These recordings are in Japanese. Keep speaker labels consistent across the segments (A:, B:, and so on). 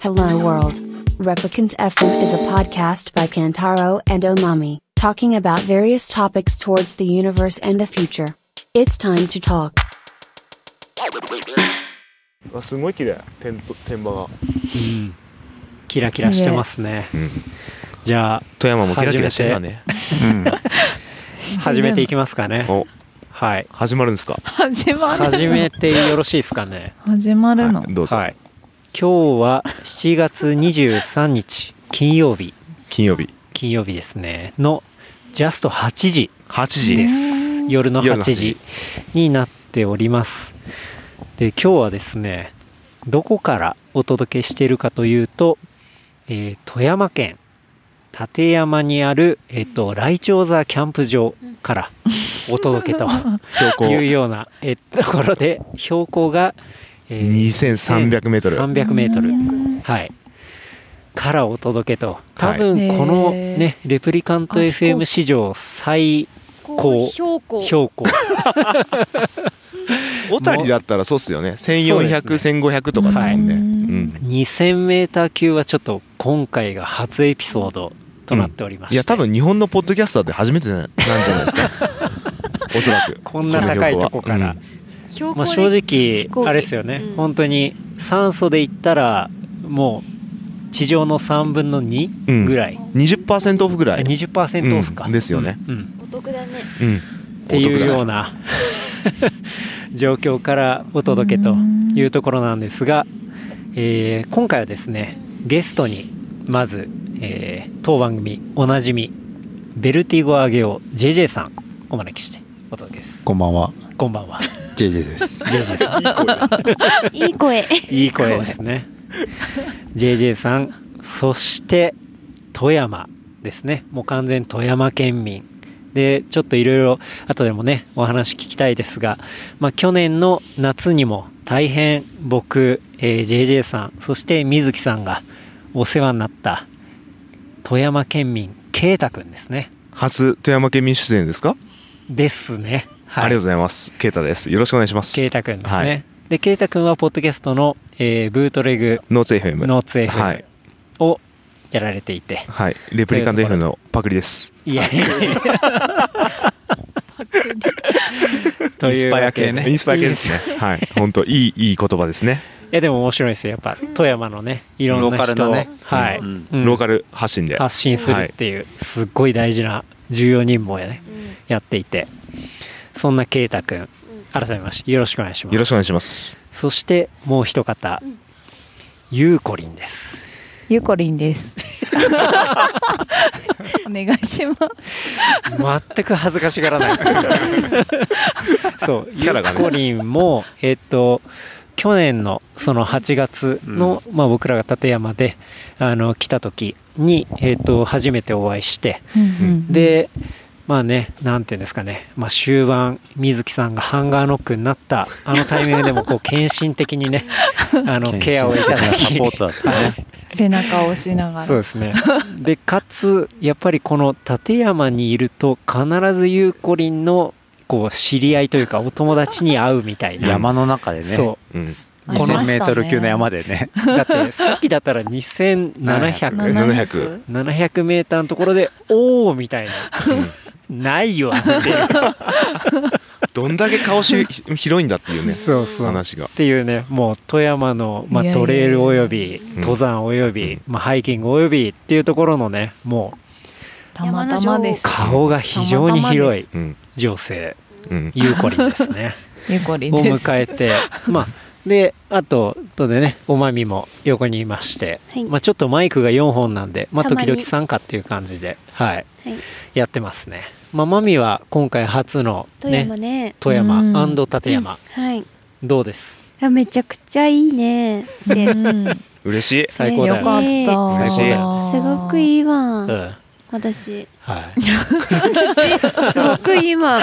A: Hello World. Replicant FM is a podcast by Kantaro and Omami, talking about various topics towards the universe and the future. It's time to talk.
B: あすごい綺麗天と天場が
C: うんキラキラしてますね。じゃあ、
D: 富山もキラキラしてるわね。
C: 始めていきますかね。
D: お、
C: はい。
D: 始まるんですか。
E: 始まる
C: 始めてよろしいですかね。
E: 始まるの、
D: はいどうぞ。
C: はい。今日は7月23日、金曜日、
D: 金曜日
C: 金曜日ですね、のジャスト8時、
D: 8時。
C: です夜の
D: 夜の
C: 8時になっております。で、今日はですね、どこからお届けしているかというと、えー富山県立山にある、えっ、と、来鳥座キャンプ場からお届けと
D: 標高
C: いうような、えーところで、標高が、えー
D: 2300メートル。
C: 300メートル。はい。からお届けと。多分この
E: へー
C: ね、レプリカント
E: あ
C: FM 史上最高
F: 標高
C: 標高。
D: 小谷だったらそうっすよね。1400、
C: そうです
D: 1500とかっすもんね。
E: は
D: う
E: い
D: ん。
C: 2000メーター級はちょっと今回が初エピソードとなっておりまして、
D: いや多分日本のポッドキャスターって初めてななんじゃないですか。 おそらく。
C: こんな高いとこから、
F: 標
C: まあ、
F: 高
C: 正
F: で
C: 直
F: 飛行機
C: あれですよね、
F: うん
C: 本当に酸素で言ったらもう地上の3分の2ぐらい、
D: 20%オフぐらい。
C: 20%オフか、
D: うんですよね。
C: うん
F: お得だね
D: うん。
C: っていうような状況からお届けというところなんですが、えー今回はですねゲストにまず、えー当番組おなじみベルティゴアゲオ JJ さんお招きしてお届けです
G: こんばんは、
C: こんばんは
G: JJ です。
C: JJ さん
F: いい声
C: いい声ですね JJ さんそして富山ですねもう完全富山県民でちょっといろいろ後でもねお話聞きたいですが、まあ、去年の夏にも大変僕、えー JJ さんそして水木さんがお世話になった富山県民圭太くんですね
D: 初富山県民出演ですか、
C: ですね、はい、
D: ありがとうございます。ケイタです。よろしくお願いします。
C: 圭太くんですね、
D: はい
C: で圭太くんはポッドキャストの、えーブートレグ
D: ノーツ FM。
C: ノーツ FM
D: はい。
C: をやられていて
D: はい。レプリカント FM のパクリです。
C: いやいやいや。 というわけで
D: インスパイア系ですね。はい。本当いい、いい言葉ですね。
C: いやでも面白いですよ。やっぱ富山のね、いろんな
G: ローカ
C: 人
G: ル
C: を、
G: なね
C: はい、
G: うん
C: うん
D: ローカル発信で。
C: 発信するっていう、すっごい大事な重要任務をね、
F: う
C: やっていて、そんな圭太くん、改めましてよろしくお願いします。
D: よろしくお願いします。
C: そしてもう一方、
F: ん
C: ゆうこりんです。
E: ゆこりんです お願いします
C: 全く恥ずかしがら ないです。そう、
D: キャラがね
C: ゆうこりんも、えっと、去年のその8月の、まあ僕らが立山で、あの、来た時に、えっと、初めてお会いして、で、まあね、なんていうんですかね、まあ終盤、水木さんがハンガーノックになった、あのタイミングでもこ う、献身的にね、あの、ケアをいただき、
G: サポートだったね。
E: 背中を押しながら
C: そうですねでかつやっぱりこの立山にいると必ずゆうこりんのこう知り合いというかお友達に会うみたいな
G: 山の中でね、
C: そ
D: うん。
E: ありました
G: 2000
E: ね
G: メートル級の山でね、
C: うだってさっきだったら2700
D: 700
C: 700メーターのところで「おお」みたいな「ないよ」っていう
D: どんだけ顔し 広いんだっていうね、
C: そうそう
D: 話が
C: っ。ていうねもう富山の、まあ、
E: いやいやい
C: ト
E: や
C: レイルおよび
D: ん
C: 登山および、まあ、ハイキングおよびっていうところのねもう
E: たまたまです
C: 顔が非常に広い
D: うん。
C: 女性
D: うん。
C: ゆうこりんですね。
E: ゆこりん
C: を
E: です
C: 迎えて、まあ、で、あと、とでね、おまみも横にいまして、
F: はい
C: まあちょっとマイクが4本なんで、まあ
F: たま
C: 時
F: に
C: 々参加っていう感じで、はい、
F: んはい
C: やってますね。まあまみは今回初の
F: 富山
C: ね、
F: ね
C: 富山
E: うん
C: 立山、
F: はいい
C: どうです
F: やめちゃくちゃいいねで
E: うんよ
D: 嬉しい。
C: 最高
E: か
C: だ
E: っ
C: よ。
E: た
F: 嬉しい
C: 嬉しい
F: すごくいいわ、
C: うん。
F: 私
C: はい。
F: 私すごくいいわ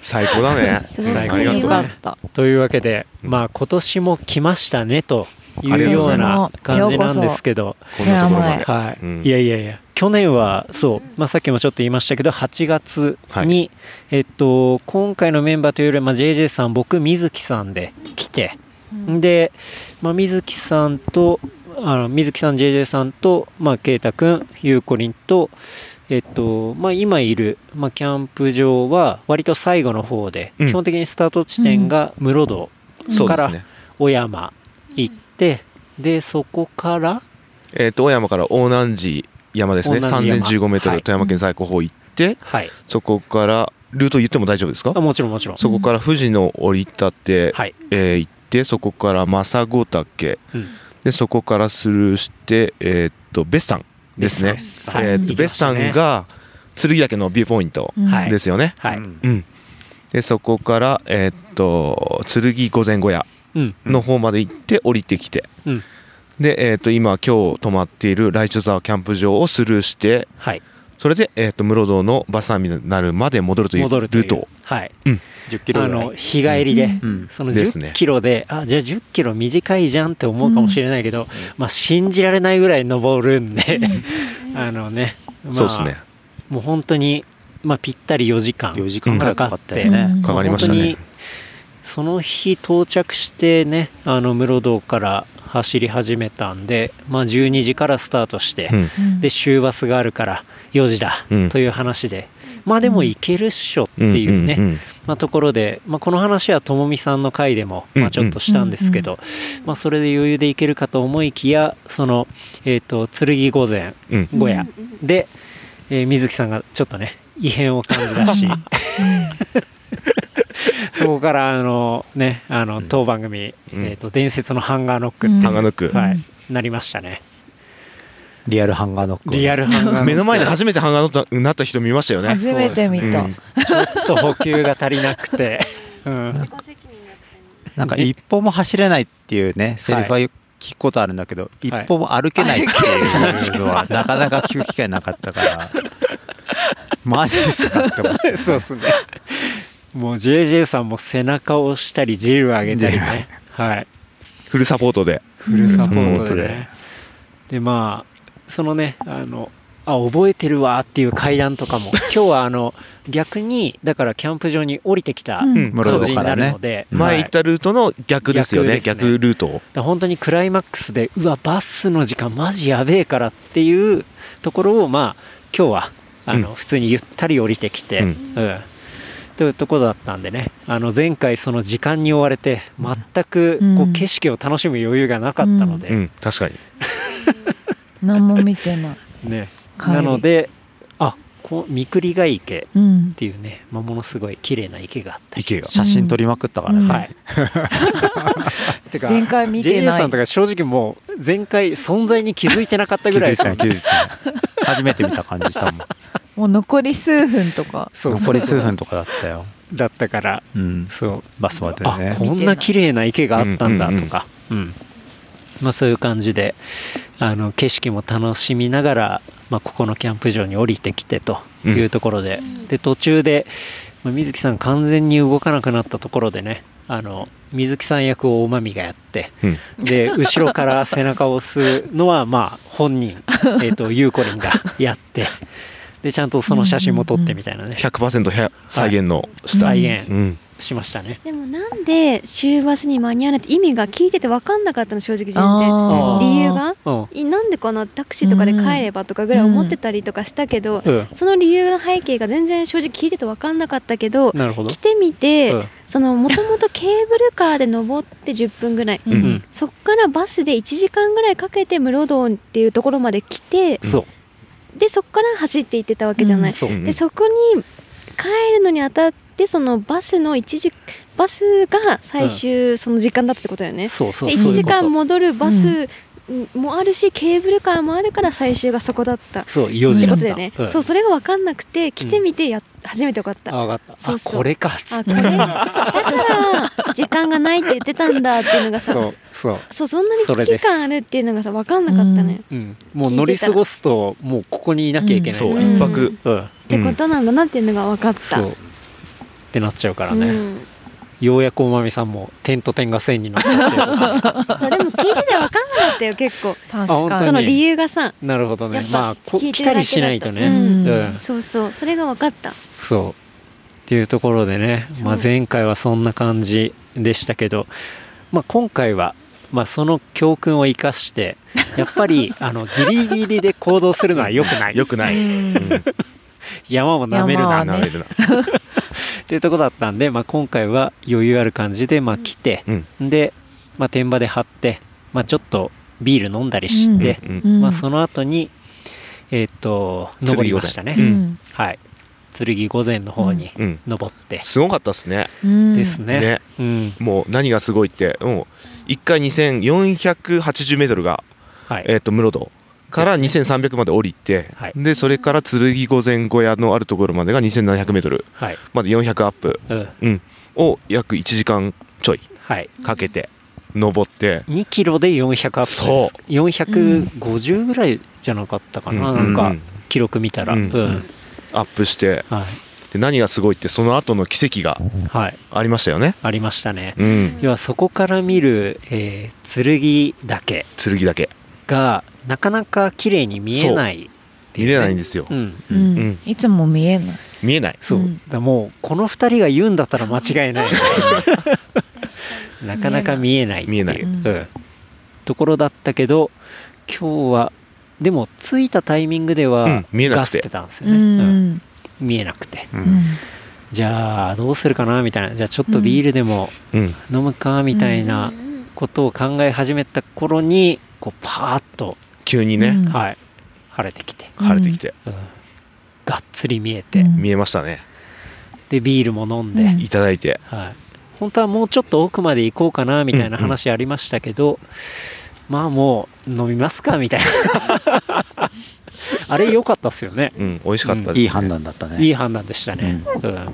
D: 最高だ ね。
F: すごくい
C: 最
F: いわ
C: 高
D: あり
C: で
D: がと
C: す
D: う
E: か
C: ね
E: っ。た
C: というわけで、まあ今年も来ましたね、とい
D: あり
C: う
D: がとう
C: よ
D: ござ
C: う
D: い
C: な
E: ます
C: 感じなんですけど、
D: こんなところまで。
C: はい、
D: うん
C: いやいやいや去年はそう、まあ、さっきもちょっと言いましたけど8月に、えっと、今回のメンバーというよりは、まあ、JJ さん僕水木さんで来て、で、まあ、水木さんとあの水木さん JJ さんと、まあ、圭太くんゆうこりんと、えっとまあ、今いる、まあ、キャンプ場は割と最後の方で、
D: うん
C: 基本的にスタート地点が室堂、
D: そうで
C: か
D: す
C: ら
D: ね。
C: 小山行って、でそこから
D: えっと、小山から大南寺山ですね。
C: 大南寺山
D: 3015メート
C: はい
D: ル、富山県最高峰行って、
C: はい
D: そこから、ルート言っても大丈夫ですか
C: あもちろんもちろん
D: そこから富士の降り立って、
C: はい、
D: えー行って、そこから正子岳、
C: うん
D: で、そこからスルーして、えーっと、別山ですね。
C: 別山
D: えーっ
C: は
D: と、
C: い
D: 別山
C: 行きま
D: が、剣岳のビューポイント
E: うん
C: はい
D: ですよね。
C: はい、
D: うん、でそこから、えーっと剣御前小屋
C: うん
D: の方まで行って降りてきて、
C: うん
D: で、えーっと今今日泊まっている来所沢キャンプ場をスルーして
C: はい、
D: それで、えーっと室堂のバスターミナルまで戻るという
C: 戻るという
D: ルートを
C: はい、
G: 10キロ
C: あ
G: ぐら
C: の
G: い。
C: 日帰りで、
G: うん。
C: その
D: ですね
C: 10キロであじゃあ10キロ短いじゃんって思うかもしれないけど、まあ、信じられないぐらい登るんで あのね、まあ、
D: そうですね
C: もう本当に、まあ、ぴったり4時間
G: 4時間ぐらいかかったよ
E: う
G: ね
E: ん。
D: かかりました
C: 本当に
D: ね
C: その日到着してねあの室堂から走り始めたんで、まあ、12時からスタートして、
D: うん
E: うん
C: で終バスがあるから4時だ
D: うん
C: という話で、まあでも行けるっしょって
D: ん
C: いうね、
D: んん
C: まあ、ところで、まあ、この話はともみさんの回でも、
D: うん
C: まあ、ちょっとしたんですけど、まあ、それで余裕でいけるかと思いきやその、えー、と剣御前
D: うん
C: 小屋で、えー水木さんがちょっとね異変を感じだし そこからあの、ね、あの当番組、
D: うん
C: えーと「伝説のハンガーノック」って
E: うん
D: ハンガーノック、
C: は
E: う
C: い
E: ん、
C: なりましたね
G: リアルハンガーノック。
C: リア
G: ル。
C: ルハンガーノック
D: 目の前で初めてハンガーノックになった人見ましたよね
E: 初めて見
D: うん
E: た。
C: ちょっと補給が足りなく て、うん、
G: なんか一歩も走れないっていうね、セリフはよく聞くことあるんだけど、一歩も歩けないっていうのは、なかなか聞く機会なかったから、 マジっすかって思って。
C: そうですね。もう JJ さんも背中を押したり、ジルを上げたりね。 はい。
D: フルサポートで
C: フルサポー
D: フルサポ
C: ト
D: ート
C: で
D: で
C: ね。で、まあ、そのね、あの、あ、覚えてるわっていう階段とかも、 今日はあの、逆に、だからキャンプ場に降りてきた
E: うん
D: うん
G: 室
C: 感
G: 堂
C: じに
G: か
C: な
G: ら
C: る
G: ね
C: の。で、
D: 前行っ
C: はい
D: たルートの逆ですよ
C: 逆で
D: ね
C: す
D: 逆
C: ね
D: ルートを
C: だから本当にクライマックスで、うわ、バスの時間マジやべえからっていうところを、まあ、今日は、あの、
D: うん
C: 普通にゆったり降りてきて、
D: う
C: うん、というところだったんでねあの前回その時間に追われて全くこう
E: う
C: ん景色を楽しむ余裕がなかったので、
D: うん確かに
E: 何も見てない。
C: ね、
E: 帰り
C: なのであこう三栗ヶ池っ
E: うん。
C: ていうね、まあ、ものすごい綺麗な池があったり
D: 池が
G: 写真撮りまくったからね。
E: うん
C: はい てか
E: 前回見て
C: JA
E: ない
C: さんとか正直もう前回存在に気づいてなかった
G: 気
C: ぐら
G: づ
C: い
G: いてない気づいてない初めて見た感じしたもん
E: もう残り数分とか。
C: そう
G: 残り数分とかだったよ、
C: だったから
G: うん、
C: そう
G: バスまで
C: あ
G: ね
C: こんな綺麗な池があったんだとか、うんまあ、そういう感じであの景色も楽しみながら、まあ、ここのキャンプ場に降りてきてというところで、で途中で、まあ、水木さん完全に動かなくなったところでねあの水木さん役をおまみがやって
D: うん
C: で後ろから背中を押すのはまあ本人、えー、とゆうこりんがやってでちゃんとその写真も撮ってみたいなね
D: 100%へ再現のした、
C: 再現
D: うん
C: しましたね。
F: でもなんで終バスに間に合わないって意味が聞いてて分かんなかったの正直全然
E: あー
F: 理由が
C: うん
F: いなんでかなタクシーとかで帰ればとかぐらい思ってたりとかしたけど、
C: うん
F: その理由の背景が全然正直聞いてて分かんなかったけど
C: なるほど
F: 来てみて、
C: うん
F: そのもともとケーブルカーで登って10分ぐらい、
E: う
C: うんん。
F: そっからバスで1時間ぐらいかけて室堂っていうところまで来て
C: そう
F: でそっから走って行ってたわけじゃない、
C: そう
D: うん
F: でそこに帰るのにあたってそのバスの一時バスが最終その時間だったってことだよね、
C: そうそう
F: で
C: そう
F: 1
C: い
F: 時
C: うこと
F: 間戻るバスもあるし、ケーブルカーもあるから最終がそこだったっ
C: そう4時
F: て
C: だ
F: こ
C: っ
F: と
C: た
F: だよね、そうそれが分かんなくて来てみてや、初めて分かった
C: あ分かった
F: そうそう
C: あこれかっつ
F: あ
C: っ
F: こ
C: て
F: れだから時間がないって言ってたんだっていうのがさ
C: そうそう、
F: そうそんなに
C: それ
F: 危
C: で
F: 機
C: す
F: 感あるっていうのがさ分かんなかったのよ、
E: う
F: っ
C: うん、もう乗り過ごすともうここにいなきゃいけない、
D: そうう、
F: うん
D: 一泊。
C: ん、
F: てことなんだなっていうのが分かった、
C: そうってなっちゃうからね、
F: うん
C: ようやくおまみさんも点と点が線になってきて
F: そうでも聞いてて分かんなかったよ 結構
E: 確
C: あ本当
E: か
C: に
E: に。
F: その理由がさ
C: なるほどね
F: やっぱ
C: まあこ
F: 聞い
C: 来
F: てる
C: た
F: だけだと
C: りしないとね、
F: うん
C: うん
F: そうそうそれが分かった
C: そうっていうところでね、まあ、
F: そう
C: 前回はそんな感じでしたけど、まあ、今回は、まあ、その教訓を生かしてやっぱりあのギリギリで行動するのは良くない
D: よくない。うん
C: 山を舐める
E: 山
C: な
E: は
C: っ
E: ね
D: 舐めるな。
C: ていうところだったんで、まあ、今回は余裕ある感じで、まあ、来て、
D: うん
C: で、まあ、天場で張って、まあ、ちょっとビール飲んだりして、
D: うん
E: うん
C: まあ、その後にえっ、と登りましたね、
E: う
D: うん
C: はい剣御前の方に
D: うん。
C: 登って、
D: すごかったですね。
E: うん
C: ですね
D: ね
C: うん
D: もう何がすごいって、もう1回2480メートルが、
C: はい、
D: えっ、と、室戸から2300まで降りて、
C: はい
D: で、それから剣御前小屋のあるところまでが2700メートル
C: はい、
D: まで400アップ、
C: うん、
D: うん、を約1時間ちょい
C: はい
D: かけて登って、
C: 2キロで400アップです
D: そう
C: 450ぐらいじゃなかったかな、
D: うんうん
C: なんか記録見たら、う
D: うんんアップして、
C: は
D: で何がすごいって、その後の奇跡が
C: い、はい、
D: ありましたよね。
C: ありましたね、
D: うん。
C: 要はそこから見る、えー、剣岳
D: 剣だけ。
C: がなかなか綺麗に見えない
D: 見れないんですよ
C: う。ん
E: う
D: うんん
E: いつも見えない
D: 見えない。
C: そう、
E: うん
C: だからもうこの2人が言うんだったら間違いない なかなか見えないっていう
D: 見えない
E: 見えない
C: うんところだったけど今日はでも着いたタイミングで
D: う
C: は
D: ん見えな
C: ガ
D: く
C: ス
D: て
C: ってたんですよ
E: う
C: ね、うん
E: ん
C: 見えなくて
E: うん
C: じゃあどうするかなみたいなじゃあちょっとビールでも
D: うん。
C: 飲むかみたいなことを考え始めた頃にこうパーッと、
D: 急に
E: う
D: ね、
E: ん
C: はい、晴れてきて、
D: 晴れてきて、
C: うんがっつり見えて、
E: うん
D: 見えましたね。
C: でビールも飲んで、
E: うん
D: いただいて。
C: はい、本当はもうちょっと奥まで行こうかなみたいな話ありましたけど、まあもう飲みますかみたいな あれ良かったっすよね
D: うん、美味しかったです、
G: いい判。断だったね
C: いい判断でしたね、うん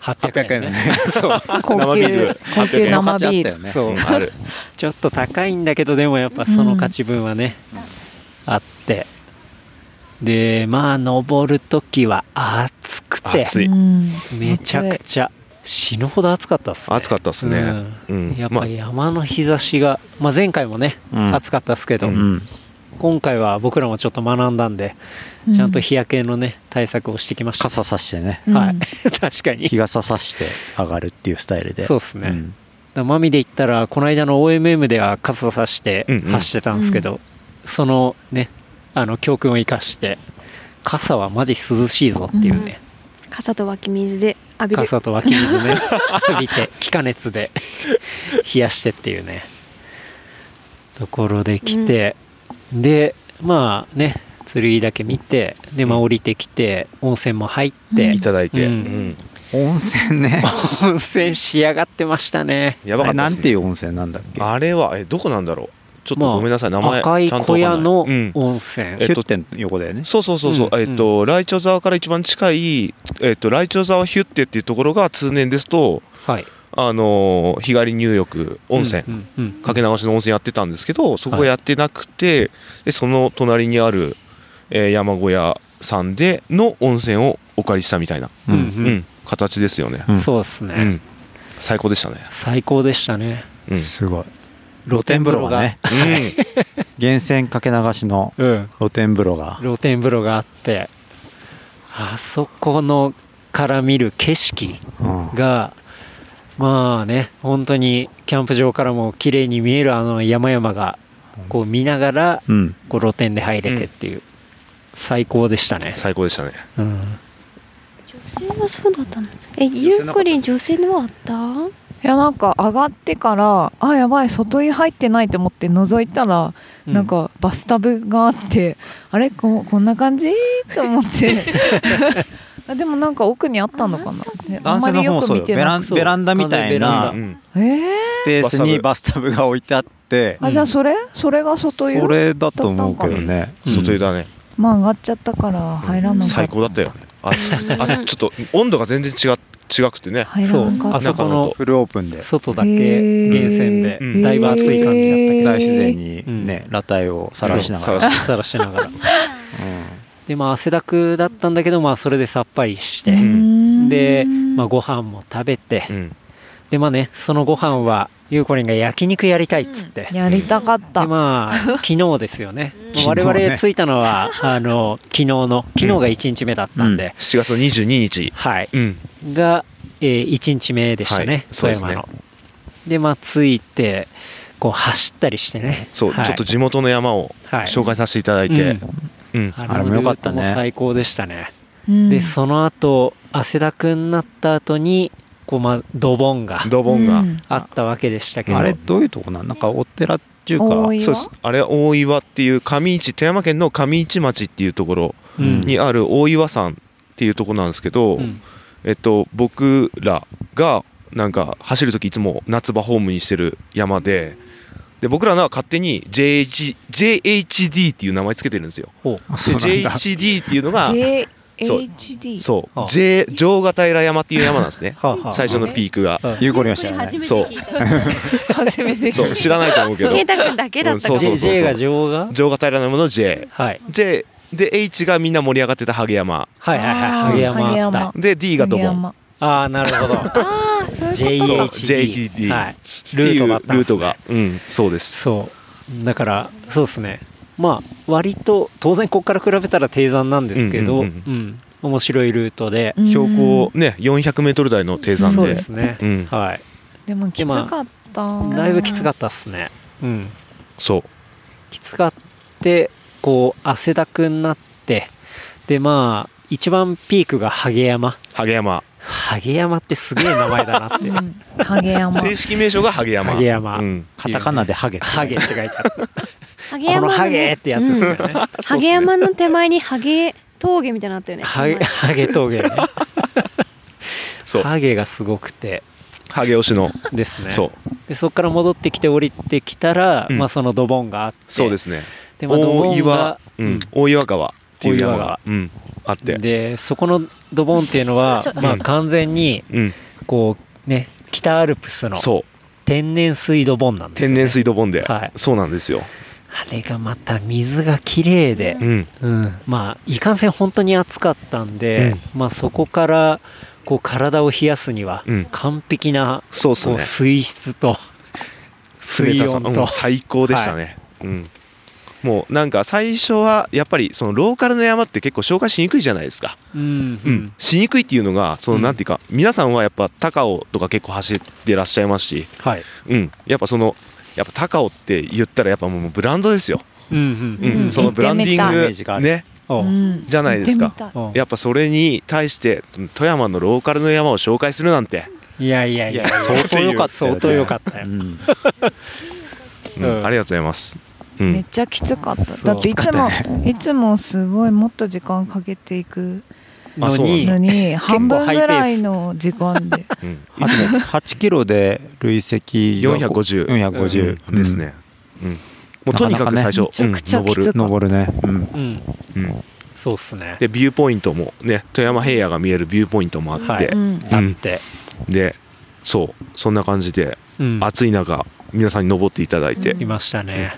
C: 800
G: 800
C: 円、
G: 円だ
C: ね、
G: ねそう
E: 高
D: 生ビー
E: 級
D: ル
E: 高級生ビー
G: だ
E: ル
G: よね
C: そう
D: ある。
C: ちょっと高いんだけどでもやっぱその価値分はね、あってでまあ登る時は暑くて
D: 暑い
E: うん
C: めちゃくちゃ死ぬほど暑かったっすね
D: 暑かったですね。
C: う
D: うんん。
C: やっ
D: ま
C: ぱ山の日差しが、まあ、前回もね、
G: うん
C: 暑かったですけど、
G: うん
C: 今回は僕らもちょっと学んだんでちゃんと日焼けのね対策をしてきました、
G: 傘さしてね
C: はい
E: うん
C: 確かに
G: 日傘さして上がるっていうスタイルで
C: そうっすね
G: ん
C: マミで言ったらこの間の OMM では傘さして
D: うんうん
C: 走ってたんですけど、そのねあの教訓を生かして傘はマジ涼しいぞっていうね、
F: 傘と湧き水で浴びる
C: 傘と湧き水ね 浴びて気化熱で 冷やしてっていうねところで来て、でまあね剣だけ見てで、まあ、降りてきて温泉も入って、
D: あ、いただいて。
C: う
D: うんん。
G: 温泉ね
C: 温泉仕上がってましたね
D: やばか
G: あ
D: っ
G: れ
D: た
G: な
D: です、
G: ん
D: ね。
G: ていう温泉なんだっけ
D: あれは、え、どこなんだろう。ちょっと
C: まあ
D: ごめんなさい、名前。
C: 赤い
D: ちゃんと
C: 小
D: わか
C: 屋
D: んない
C: の
D: うん
C: 温泉、
D: えっ
G: ヒュ
D: と
G: ッテンの横だよね
D: そうそうそうそう、
C: うん
D: えっと、来鳥沢から一番近い、えっと、来鳥沢ヒュッテっていうところが通年ですと。
C: はい
D: あのー日帰り入浴温泉、
C: うんうんうん
D: かけ流しの温泉やってたんですけどそこがやってなくて、でその隣にある、えー山小屋さんでの温泉をお借りしたみたいな、
C: うん
D: うん形ですよね、
G: うん
C: そうですね、
D: うん最高でしたね、
C: 最高でしたね
D: うん
G: すごい
C: 露天風呂がね、
G: 源泉かけ流しの
C: うん、
G: 露天風呂が
C: 露天風呂があってあそこのから見る景色
G: うん
C: がまあね本当にキャンプ場からも綺麗に見えるあの山々がこう見ながら
G: うん
C: こう露店で入れてっていう、最高でしたね、
D: 最高でしたね
C: うん、
F: 女性はそうだったのえゆうこりん女性のはあった
E: いやなんか上がってからあやばい外湯入ってないと思って覗いたら、
C: うん
E: なんかバスタブがあってあれここんな感じと思って あでもなんか奥にあったのかなねあ
G: 男
E: んま
G: 性の
E: り
G: 方
E: よ
G: も
E: く
G: そう
E: 見
G: よ
E: て
G: ベラ
E: な
G: ンベランダみたいな
C: う
D: うん
E: いえー
G: スペースにバスタブが置いてあって
E: あじゃあそれそれが
G: そ
E: 外湯
G: れだと思うけどね
C: うん
D: 外湯だね、
E: まあ上がっちゃったから入らなかった、
D: 最高だったよねあちょっとあちょっと温度が全然違違くてね
E: 入
C: そ
E: ら
C: う
E: なか
C: あ
E: っ
C: そこ
D: なん
C: の
D: か
G: フルオープンで
C: 外
E: た
C: だけ源泉で、
D: うん
C: だいぶ暑い感じだったけど
G: 大自然
E: に
G: に
C: うん
G: ね裸体を晒しな が
D: そう
G: ら
D: 晒
C: さらしながらでまあ汗だくだったんだけどまあそれでさっぱりして、
D: うん
C: で、まあ、ご飯も食べて、
D: うん
C: でまあねそのご飯はゆうこりんが焼肉やりたいっつって、
E: やりたかった、
C: でまあ昨日ですよね
G: うん
C: 我
G: 昨日
C: 々
G: ね
C: 着いたのはあの昨日の昨日が1日目だったんで、
G: うん
D: 7月22日
C: はい
D: うん
C: が、え1日目でしたね、
D: はい
C: 富
D: そうです
C: 山
D: ね
C: ので、まあ、着いて、こう、走ったりしてね。
D: そう、
C: はい
D: ちょっと地元の山を
C: はい
D: 紹介させていただいて、
C: うん
D: うん
C: あ
G: あ
C: の
G: れも
C: ル
G: 良かっ
C: ー
G: た
C: ト
G: ね
C: も最高でしたね。
E: うん
C: で、その後、汗だくになった後に、こう、まあ、ドボンが
D: ドボンが、
E: うん
C: あったわけでしたけど。
G: あれどういうとこなんなんかお寺っていうか
E: 大岩
D: そうですあれは大岩っていう上市富山県の上市町っていうところ
C: うん
D: にある大岩山っていうところなんですけど、
C: うん
D: えっと、僕らがなんか走る時いつも夏場ホームにしてる山でで僕らのは勝手に JH JHD っていう名前つけてるんですよ。
C: お
G: あ
D: で
G: そうなんだ
D: JHD っていうのが
E: JHD
D: そう
C: あ
D: J 城ヶ平山っていう山なんですね
C: はあはあ
D: 最初のピークが。
C: うん
G: ゆうこりましたよね
D: そう
E: 初めて
D: そう知らないと思う けど
F: ケイタ君だけだったかも
D: そうそう
C: J,
D: そう
C: J が女王が
D: 城ヶ平山の J。
C: はい。
D: J で H がみんな盛り上がってたハゲ山
C: はいはいはい。
E: あー
C: 萩山あった。
D: で D がドボン
E: ン
C: ああ、なる ほど。
F: あそういうこと
C: JHD。
D: JHD
C: はい。
D: って
C: ル
D: い
C: ート
D: う
C: だったんで
D: ルー
C: す
D: ト
C: ね
D: が、うん、そうです
C: そう。だから、そうですね。まあ、割と、当然ここから比べたら低山なんですけど、
D: う
C: うん。
D: うん
C: 面白いルートで。
D: 標高ね400メートル台の低山で
C: そうですね
D: う。ん、
C: はい。
E: でもきつかった
C: だいぶきつか
E: っ
C: ったっすね。うん。
D: そう
C: きつかって、こう、汗だくになって、で、まあ、一番ピークがハゲ山。
D: ハゲ山
C: ハゲ山ってすげえ名前だなって。
E: たハゲ山
D: 正式名称がハゲ山
C: ハゲ山
D: うん、
G: カタカナでハゲって
C: ハゲって書いてある。
F: ハ
C: こ
F: ゲ
C: の
F: 山
C: ハゲってやつですよね。
F: ハゲ山の手前にハゲ峠みたいなのあったよね
C: ハゲ、ハゲ峠ね。
D: そう
C: ハゲがすごくて
D: ハゲ推しの、
C: ですね。
D: そう
C: で、そこから戻ってきて降りてきたら、
D: うん
C: まあそのドボンがあって、
D: そうですね
C: で、まあドボンが
D: 大岩、、うん、大岩川っていう山が、うん、あっ
C: で
D: て
C: そこのドボンっていうのは、まあ完全に、
D: うん、
C: こうね、北アルプスの
D: そう
C: 天然水ドボンなんですよ
D: 天
C: ね、
D: 然水ドボンで、
C: はい
D: そうなんですよ、
C: あれがまた水が綺麗で
D: う、ん、
C: うん、まあいかんせん本当に暑かったんで、まあそこからこう体を冷やすには
D: うん
C: 完璧な、
D: そうっすね
C: こう水質 と水
D: 冷たさ
C: 温と、
D: うん最高でしたね、うんもうなんか最初はやっぱりそのローカルの山って結構紹介しにくいじゃないですか
C: うんう
D: うんん、しにくいっていうのがその
C: うん
D: なんていうか、皆さんはやっぱ高尾とか結構走ってらっしゃいますし、
C: はい、
D: うん、やっぱそのやっぱ高尾って言ったらやっぱもうブランドですよ、
C: うん
D: うん
E: うん
D: そのブランデ
E: 行ってみたイ
G: メージ
D: ィ
G: があ
D: ング
G: る
D: ね
C: おう
E: うん
D: じゃないですか
E: 行ってみたい
C: おう
D: やっぱそれに対してうん富山のローカルの山を紹介するなんて、
C: いやいやいや
G: いや相当良かったよ
C: 相
G: ね
C: 当良かったよ、
G: うん
D: うん
C: うん
D: ありがとうございます、う
E: めっ
D: ん、
E: ちゃきつかっ
C: そう
E: ただっていつもいつもすごいもっと時間かけていく
D: あ
C: の
D: そうなん
C: に
D: だ
E: のに半分
C: ハイペース
E: ぐらいの時間で
D: うん、
G: 8キロで累積が
D: 450
G: 450、
D: うんですね、うんもうとにかく最初
E: なかなかねめちゃくちゃ
D: うん
E: きつ
D: 登
E: かっ
G: 登るね、うん、
C: うん
D: る、うん、
C: そうっすね
D: でビューポイントもね富山平野が見えるビューポイントもあって、
C: はい
E: うん
C: あって、
D: でそうそんな感じで
C: うん
D: 暑い中皆さんに登っていただいて、
E: うん
C: いましたね、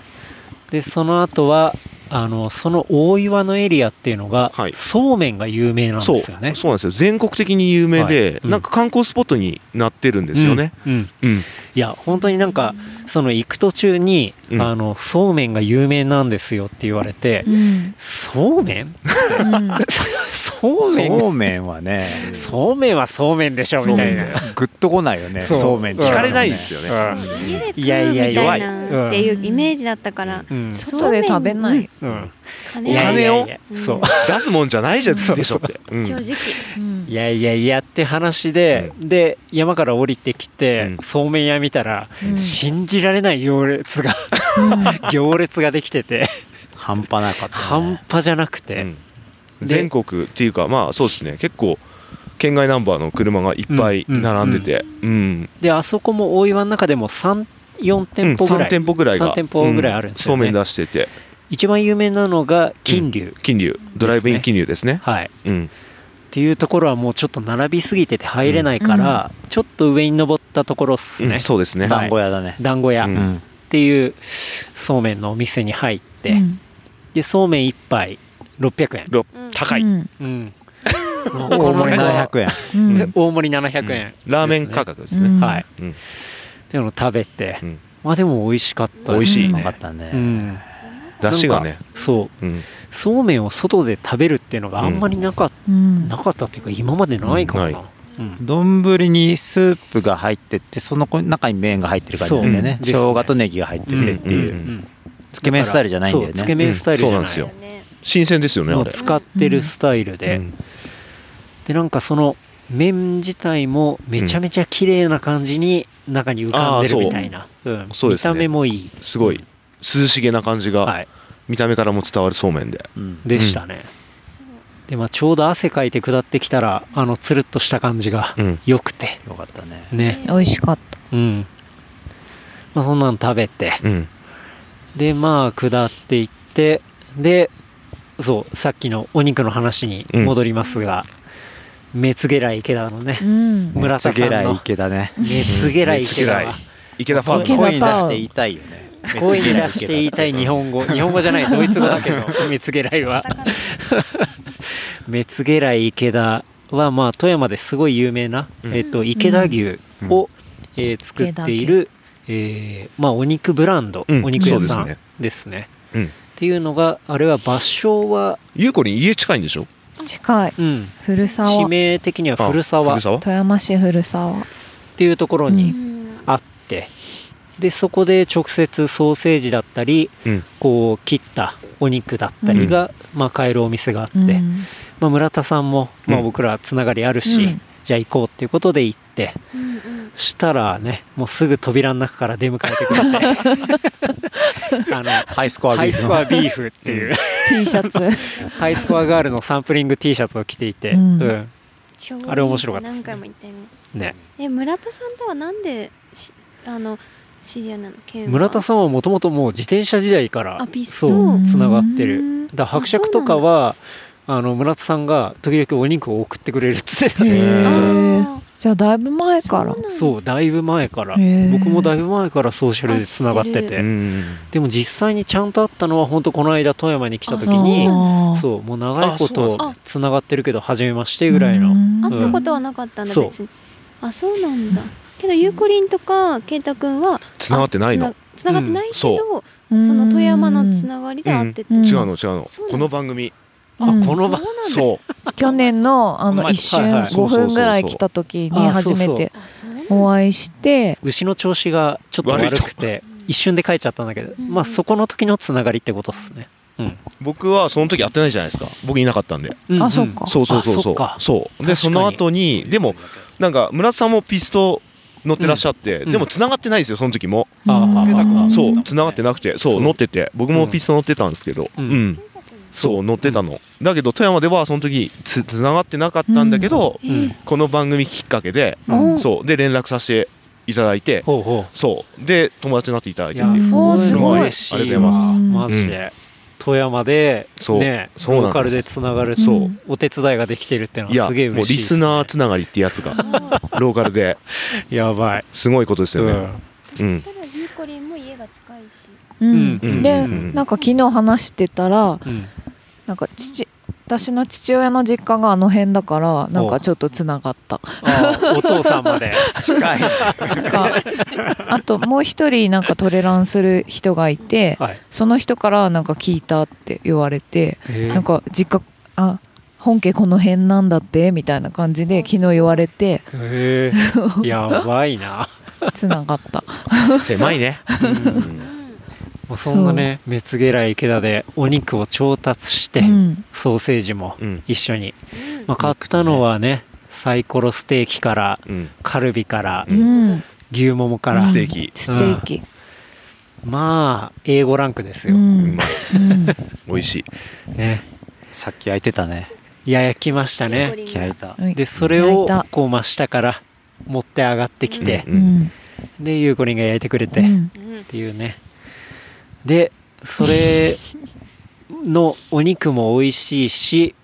C: でその後はあのその大岩のエリアっていうのが、
D: はい
C: そうめんが有名なん
D: そう
C: ですよね
D: そうなんですよ全国的に有名で、
C: はいうん
D: なんか観光スポットになってるんですよね、
C: うんうん
D: うん
C: いや本当になんかその行く途中に、
D: うん
C: あのそうめんが有名なんですよって言われて、
E: うん
C: そうめん
E: うん
C: そうめん
G: そうめんはね
C: そうめんはそうめんでしょみたいな
G: グッとこないよね
C: そう
G: そうめん
D: 聞かれないですよね、
C: うん
F: 家で食うみ
C: いやいや
F: た
C: 弱
F: い
C: い
F: なっていうイメージだったから
C: うん
E: 外で食べない、
C: うん
F: 金
C: いや
F: はい
C: やい
D: お
C: や
D: 金
F: を
C: そう
D: 出すもんじゃないじゃんでしょって、うん
F: 正直
E: うん
C: いやいやいやって話で、で山から降りてきて、
D: うん
C: そうめん屋見たら、
E: うん
C: 信じられない行列が 行列ができてて
G: 半端なかった、ね、
C: 半端じゃなく
D: う
C: て、
D: ん
C: で
D: 全国っていうかまあそうですね結構県外ナンバーの車がいっぱい並んでて、うん
C: であそこも大岩の中でも34
D: うん
C: 店舗ぐらい、
D: 3店舗ぐらいが
C: 3店舗ぐらいあるんですよね
D: そうめん出してて
C: 一番有名なのが金龍、
D: 金龍ドライブイン金龍ですね
C: はいっ
D: うん
C: ていうところはもうちょっと並びすぎてて入れないから、ちょっと上に登ったところっす
D: う
C: ね
D: ん、そうです
C: は
D: ね、
C: い
G: 団子屋だね、
C: 団子屋
D: う
C: っ
D: ん
C: ていうそうめんのお店に入って、
E: うん
C: でそうめん1杯600円
D: ろ
F: うん
D: 高い、
E: うん
C: うん。
G: 大盛り700円
E: うん
C: で大盛り700円、
D: ラーメン価格ですね、
E: うん
C: はい。
D: うん
C: っていうのを食べて、
D: うん
C: まあでも美味しかったですね。
D: 美味しい
G: うんうまかったね、
C: うん。
D: 出汁がね
C: なんか。そう。
D: うん
C: そうめんを外で食べるっていうのがあんまりなか,、
E: うん
C: なかったっていうか、今までないかもな。
D: ない
C: うん
G: 丼にスープが入ってってその中に麺が入ってる感じなんだよね
C: そう
G: 生姜とネギが入っててっていう、
D: うん
C: うん
G: つけ麺スタイルじゃないんだよね
C: そうつけ麺スタイルじゃない、
D: うんそうなんで
F: ね
D: 新鮮ですよね
C: も
D: あ
C: う
D: れ
C: 使ってるスタイルで、
D: うん
C: でなんかその麺自体もめちゃめちゃ綺麗な感じに中に浮かんでるみたいな、うん
D: そうで
C: 見
D: す
C: た
D: ね
C: 目もいい、
D: すごい涼しげな感じ
C: は
D: が
C: い、
D: 見た目からも伝わるそうめんで
G: うん
C: でしたね、でまあ、ちょうど汗かいて下ってきたらあのつるっとした感じが
D: うん
C: 良くて、
G: よかったね
C: ね
E: 美味しかった
C: うん、まあ、そんなの食べて
D: うん
C: でまあ下っていってでそうさっきのお肉の話に戻りますが、メツゲライ池田のね
E: うん
C: 村田さんの
G: ゲラ池だね
C: メツゲライ池田は
D: 池田ファン
E: 池
D: の
E: 田
G: 声に出して言いたいよね
C: 声に出して言いたい日本 語日本語じゃないドイツ語だけどメツゲライはメツゲライ池田はまあ富山ですごい有名な、
D: うん
C: えっと池田牛を、えー作っている、えーまあ、お肉ブランド、
D: うん
C: お肉屋さ
D: そうです
C: ん
D: ね
C: ですね、
D: うん
C: っていうのがあれは場所は、
D: ゆうこりん家近いんでしょ
E: 近い
C: うん、
E: 古沢
C: 地名的には古
D: あ
C: 沢
D: 古
C: っ
D: 沢
E: 富山市古沢
C: ていうところ
E: う
C: に
F: うん
C: あって、でそこで直接ソーセージだったり
D: うん
C: こう切ったお肉だったりが、まあ、買えるお店があって、
E: うん
C: まあ、村田さんも、まあ、
D: うん
C: 僕らつながりあるし、
E: うん
C: じゃあ行こうっていうことで行って
F: うんうん
C: したらねもうすぐ扉の中から出迎えてくれ てあの
G: ハイスコア
C: ハ
G: ビ
C: イ
G: ー
C: ス
G: フ
C: コ
G: の
C: アビーフっていう
E: T シャツ
C: ハイスコアガールのサンプリング T シャツを着ていて、
E: うん
C: うん
F: ちょうどいい
C: あれ面白かったですね
F: 何回も言ったよね
C: ね、
F: え村田さんとはなんでしあの知り合いなの県は
C: 村田さんはもともともう自転車時代から
F: あピストン
C: そうつながって
E: う
C: る
E: ん
C: だから伯爵とかはあの村田さんが時々お肉を送ってくれるっつってた
E: へ
C: ね
F: あ
E: え
F: ー
E: じゃあだいぶ前から
F: そうなんだ
C: そうだいぶ前から
E: へー
C: 僕もだいぶ前からソーシャルでつながって
F: あ知って
C: て
D: ん
C: でも実際にちゃんと会ったのは本当この間富山に来た時
F: あ
C: に
E: あー
C: そうもう長いこ
D: あそう
F: なん
C: と
F: だ
C: つながってるけど初めましてぐらいうの
E: ん
F: 会ったことはなかったんだ
C: そう
F: 別にあそうなんだけどゆうこりんとかけいたくんは
D: つながってないの
F: つながってないけど、
E: うん
F: その富山のつながりで会ってて、
E: うん
D: 違うの違うの
F: そうなの
D: この番組
E: うん
C: この場
F: う
D: そ
E: 去年のあ
C: うま
E: の
C: い
E: 一
C: はい
E: 瞬
C: はい
E: 5分ぐらい来た時に
C: あそうそ
E: 初
C: う
E: めて
F: なんだあそうなんだ
E: お会いして
C: 牛の調子がちょっと悪くて一瞬で帰っちゃったんだけど
F: うん
C: まあそこの時のつながりってことっすねうん
D: う僕はその時会ってないじゃないですか僕いなかったんで
C: うんうん
E: そっか
D: そうそうそう
C: あそ
D: そ
C: っ
D: う
C: か
D: そう
C: 確か
D: で
C: に
D: その後にでもなんか村田さんもピスト乗ってらっしゃって、
C: うん
D: でもつながってないですよその時も、
C: あー
E: うん
C: あーあー
D: そうつながってなくてそう
C: そう
D: 乗ってて僕もピスト乗ってたんですけど、
C: う
D: うんんそう乗ってたの、だけど富山ではその時つつながってなかったんだけど、
C: うん
D: この番組きっかけで、
F: うん
D: そうで連絡させていただいて、
C: ほうほう
D: そうで友達になっていただい
C: い
D: て
C: や
E: ん
D: て
E: そう
C: す
E: す
C: ご
E: ご
C: い
E: い
C: 嬉しい
D: ありがとうございます
C: マジで、富山で
D: そう
C: ね
D: そうなんです
C: ローカルでつながる
E: そう
C: うんお手伝いができてるっての
D: い
C: は
D: や
C: すげえ
D: もう
C: 嬉しい
D: リ
C: です
D: ス
C: ね、
D: ナーつながりってや つが
F: あー
D: ローカルで
C: やばい、
D: すごいことですよ
C: う
D: ね、
C: ん
D: うん
F: ただゆうこりんも家が近いし
E: う
C: うん
D: ん
E: で
D: うん
E: なんか昨日話してたら
C: うん
E: なんか父私の父親の実家があの辺だからなんかちょっとつながった
C: あーお父さんまで
G: 近い
E: なんかあともう一人なんかトレランする人がいて
C: はい
E: その人からなんか聞いたって言われてなんか実家あ本家この辺なんだってみたいな感じで昨日言われて
C: へえやばいな
E: つな がった
D: 狭いね、うん
C: もうそんなねメツゲラ池田でお肉を調達して、
E: うん
C: ソーセージも
D: うん
C: 一緒に、まあ、買ったのはねサイコロステーキから
D: うん
C: カルビから、
D: う
E: うん
C: 牛ももから
D: ステーキ
E: ステーキ
C: まあ A5 ランクです
E: う
C: よ、
D: うんまい
E: うん
D: 美味しい
C: ね
G: さっき焼いてたね
C: いや焼きましたね
F: ゆうこりん
G: 気
F: が
G: 合いた
E: はい
C: でそれを
E: 焼いた
C: こう真下から持って上がってきて
D: う、
E: うんん
C: でゆうこりんが焼いてくれて、
E: う
C: っ
E: ん
F: うん
C: ていうねでそ れのお肉も美味しいし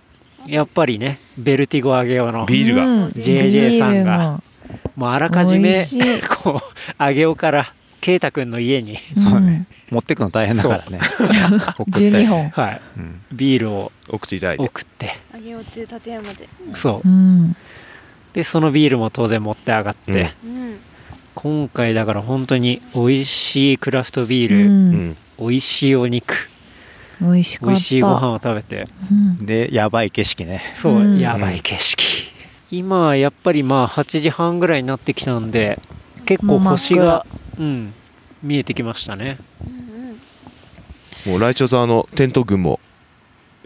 C: やっぱりねベルティゴ揚げ用の
D: ビールが、
E: うん
C: JJ さんが
E: ビールの
C: もうあらかじ
E: 美
C: め
E: 味しい
C: こう揚げ用から圭太くんの家に、
G: そうね持ってくの大変だからね送って
E: 12本
C: はい、
G: うん
C: ビールを
D: 送っていただいて
C: 送って
F: 上げようっていう立山で
C: そううんでそのビールも当然持って上がって、
D: うん
F: うん
C: 今回だから本当に美味しいクラフトビール、
E: う
D: うんん
C: 美味しいお肉
E: 美味しかった
C: 美味しいご飯を食べて
E: うん
G: でやばい景色ね
C: そう、
E: うん
C: やばい景色今はやっぱりまあ8時半ぐらいになってきたんで結構
E: もう
C: 星
E: 真っ暗
C: が、うん、見えてきましたね
F: うんうん
D: もうライチョウ座のテント群も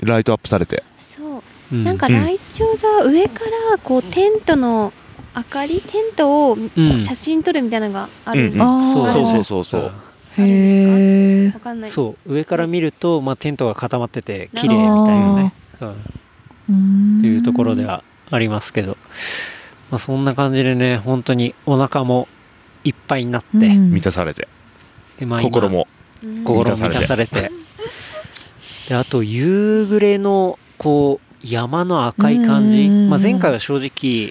D: ライトアップされて
F: そう
C: う
F: なんか
D: うん
F: ライチョウ座上からこうテントの明かりテントを
C: うん
F: 写真撮るみたいなのがあ
D: う
F: る、
D: んうん
F: わ
E: あー
C: そうそう
D: そうそうそう
E: へえ
F: かんない
C: そう上から見ると、まあ、テントが固まってて綺麗みたいなね、うん、っ
E: うーん
C: ていうところではありますけど、まあ、そんな感じでね本当にお腹もいっぱいになって、
E: うん
D: 満たされて
C: でまあ今
D: 心も
F: うん
C: 心も満たされてであと夕暮れのこう山の赤い感じ、
E: うん
C: まあ、前回は正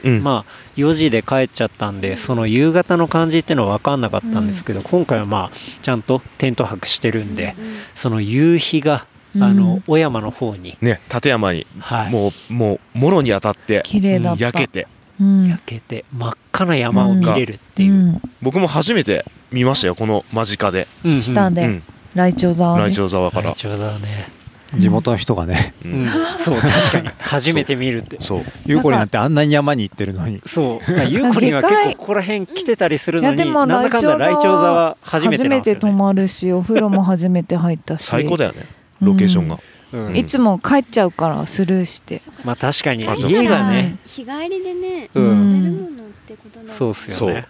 C: 直、
D: うん
C: まあ、4時で帰っちゃったんでその夕方の感じっていうのは分かんなかったんですけど、今回はまあちゃんとテント泊してるんでその夕日があの、
E: うん
C: 小山の方に、
D: ね立山に
C: はい、
D: もうもうもろに当たって
E: 綺麗だった
D: 焼けて
E: うん
C: 焼けて真っ赤な山を見れるっていう、
E: うん
D: 僕も初めて見ましたよこの間近で、
C: うんうん
E: 下
D: う
E: で
D: ん、
E: ライチョウ座をね
D: ライチョウ座から
C: ライ、チョウだね、
G: 地元の人がね
D: う
C: うん
D: ん、
C: そう確かに初めて見るって
D: そう
G: ゆうこりなんてあんなに山に行ってるのに
C: そう だからゆうこりんは
E: で
C: 結
E: かい
C: 構ここら辺来てたりするの
E: いや
C: に
E: で
C: な
E: も
C: んだかんだライチョウ座は初めてな
E: 初
C: ん
E: め
C: です
E: て
C: よ、ね、
E: 泊まるしお風呂も初めて入ったし
D: 最高だよねロケーションが、
C: うん
E: いつも帰っちゃうからスルーして
C: まあ確かに
D: あ
C: 家がね
F: 日帰りでね
C: うん、
E: うん
F: 寝るものってことなんだ
C: そうっすよね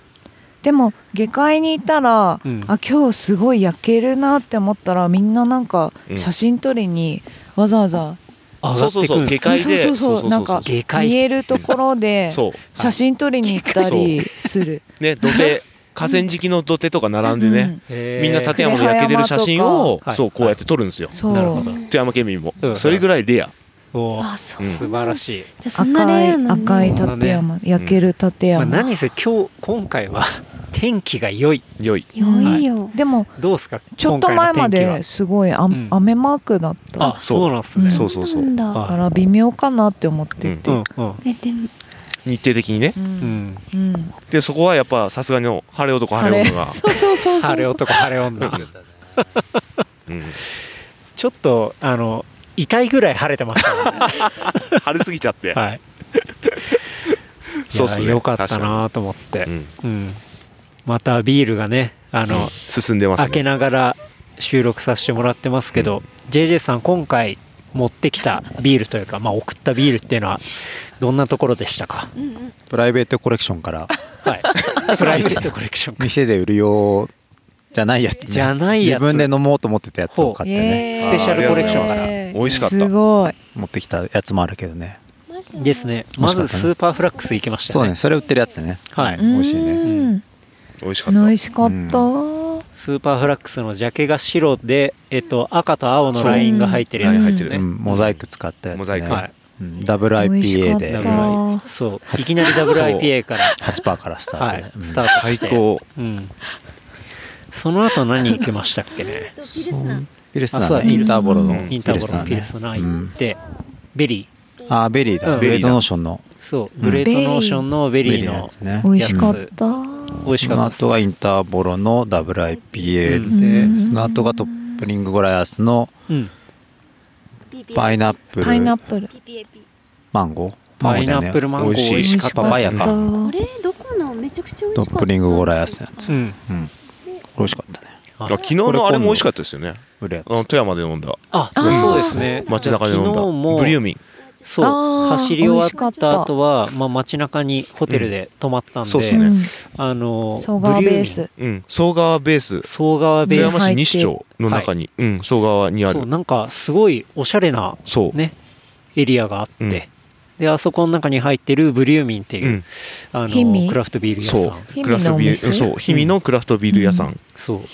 E: でも下界にいたら、
C: うん
E: あ今日すごい焼けるなって思ったらみんななんか写真撮りにわざわざ、
C: 上
D: そ
C: が
D: う
C: っ
D: そう
C: てく
D: そ
C: んです
D: う下
C: よ
D: 界で
E: そうそうそうなんか
C: 下界
E: 見えるとこ ろで
D: そう
E: 写真撮りに行ったりする
D: ね土手河川敷の土手とか並んでね、
C: へー
D: みんな立山の焼けてる写真を
C: と、か
D: そうこうやって撮るんですよ、
E: そう
C: なるほど
D: 富山県民も、
C: うん
D: それぐらいレア
C: おー
F: あそう、
D: うん
F: じ
C: 素晴らしい、
F: ゃあそんな
E: 赤
F: レ
E: い
F: アなんだ
E: 赤い立山、焼ける立
C: まあ、
E: 山、
C: 何せ今日今回は天気が良い
D: 良い
F: 良いよ、
E: でも
C: どうですか
E: ちょっと前ま
C: 今回の天
E: で
C: 気
E: すごいあ、
C: ん
E: 雨マークだった
C: はあそうなんですね、
D: そうそうそう
F: なんだ
C: あ
E: だから微妙かなって思って
C: う
E: て、
C: んうん
F: えでも
D: 日程的にね
E: う
C: うんん
E: うん
D: でそこはやっぱさすがの晴れ男晴れ女が
E: そうそうそうそ
C: 晴れ
E: う
C: 男晴れ女
D: うん
C: ちょっとあの痛いぐらい晴れてま したもんね
D: 晴れすぎちゃって、
C: はい
D: そうっすね
C: いや良かった
D: 確か
C: なと思って
D: う、ん
C: うん、またビールがねあの、
D: 進んでます
C: 開け
D: ね
C: ながら収録させてもらってますけど、JJ さん今回持ってきたビールというか、まあ、送ったビールっていうのはどんなところでしたか、
F: うんうん
G: プライベートコレクションから
C: はい、プライベートコレクション
G: 店で売る用じゃないやつ、ね、
C: じゃないやつ
G: 自分で飲もうと思ってたやつを買って
E: イエー
G: ね
E: イ
C: スペシャルコレクションから
D: 美味しかった
E: すごい
G: 持ってきたやつもあるけどね
F: まずは
C: ですね
G: 美味
C: ま
G: しかったね
C: ずスーパーフラックス行きました
G: そう
C: ね
G: ねそれ売ってるやつね
C: はい
G: 美味しいね
E: うん
D: 美味しかった
E: 美味しかっ
C: ス
E: た、
C: ーパーフラックスのジャケが白で、えっと、赤と青のラインが入ってるや
D: そう
C: つ
D: ラ
C: で
D: イン
C: す
D: 入っ
C: ね、
D: てる
G: うん、モザイク使ったやつ、ね、
D: モザイク
C: はい
G: うんダブル
E: 美味し
G: IPA
E: かった
G: で
C: そういきなり WIPA から、
G: 8%からスター
C: は
G: トで、
C: い、
G: うん
C: スタートし
D: 最
C: て
D: 高
C: うん、その後何行きましたっけね
F: ピルスナー
G: ピルスナ
C: あそう
G: ー
C: だ
G: ねインターボロ
D: う
G: の
D: ん
C: インターボロのピルスナー行っ
G: ね
C: て、ベリー
G: うんあーベリーだ、
C: うん
G: ベリードノーションの
C: そう
G: うん
C: グレートノーションのベリー
G: のや
C: の
G: つね
E: 美味しかった
C: 美味しか
G: そ
C: っ
G: の
C: たです
G: 後はインターボロのダブル IPA で、
E: うん
G: その後がトップリングゴライアスの
C: うん
G: パイナップル
E: パイナップル
F: PPAP
G: マンゴー
C: パイナップル
G: マン
C: マンゴー
D: 美味しい
C: 美味しかっ
G: パパイヤか
F: これどこのめちゃくちゃ美味しか
G: ド
F: った
G: ップリングゴーラヤスのやつ
C: たうん
G: ゴーだよねうん美味しかったね
C: あ
D: 昨日のあれも美味しかったですよね
G: 売るやつ
D: あの富山で飲んだ
C: あ
E: あー
C: そうですね
D: 街中で飲ん
C: 昨日も
D: だブリューミン
C: そ
E: あ
C: う
E: ー
C: 走り終わった後
E: 美
C: はまあ街中にホテルで泊まったんで、
D: うんそうっす
E: う
D: ね
E: ん
C: あの
E: 総合ベー
C: ブリューミン
E: ス
D: うん総川ベース
C: 総川ベ
D: 富
C: ー
E: で
D: 山市西町の中に、うん総川にあ
C: スそう
D: る
C: なんかすごいおしゃれな
D: そう
C: ねエリアがあって、
D: うん
C: であそこの中に入ってるブリューミンっていう、
D: うん
C: あ
E: 氷
C: の
E: 見
C: クラフトビール屋
D: そ
C: さん
D: う
E: 日
D: ク
E: 々
D: ラフト
E: のお
D: ビ
E: 店
D: ールそう氷見のクラフトビール屋さん、
C: そ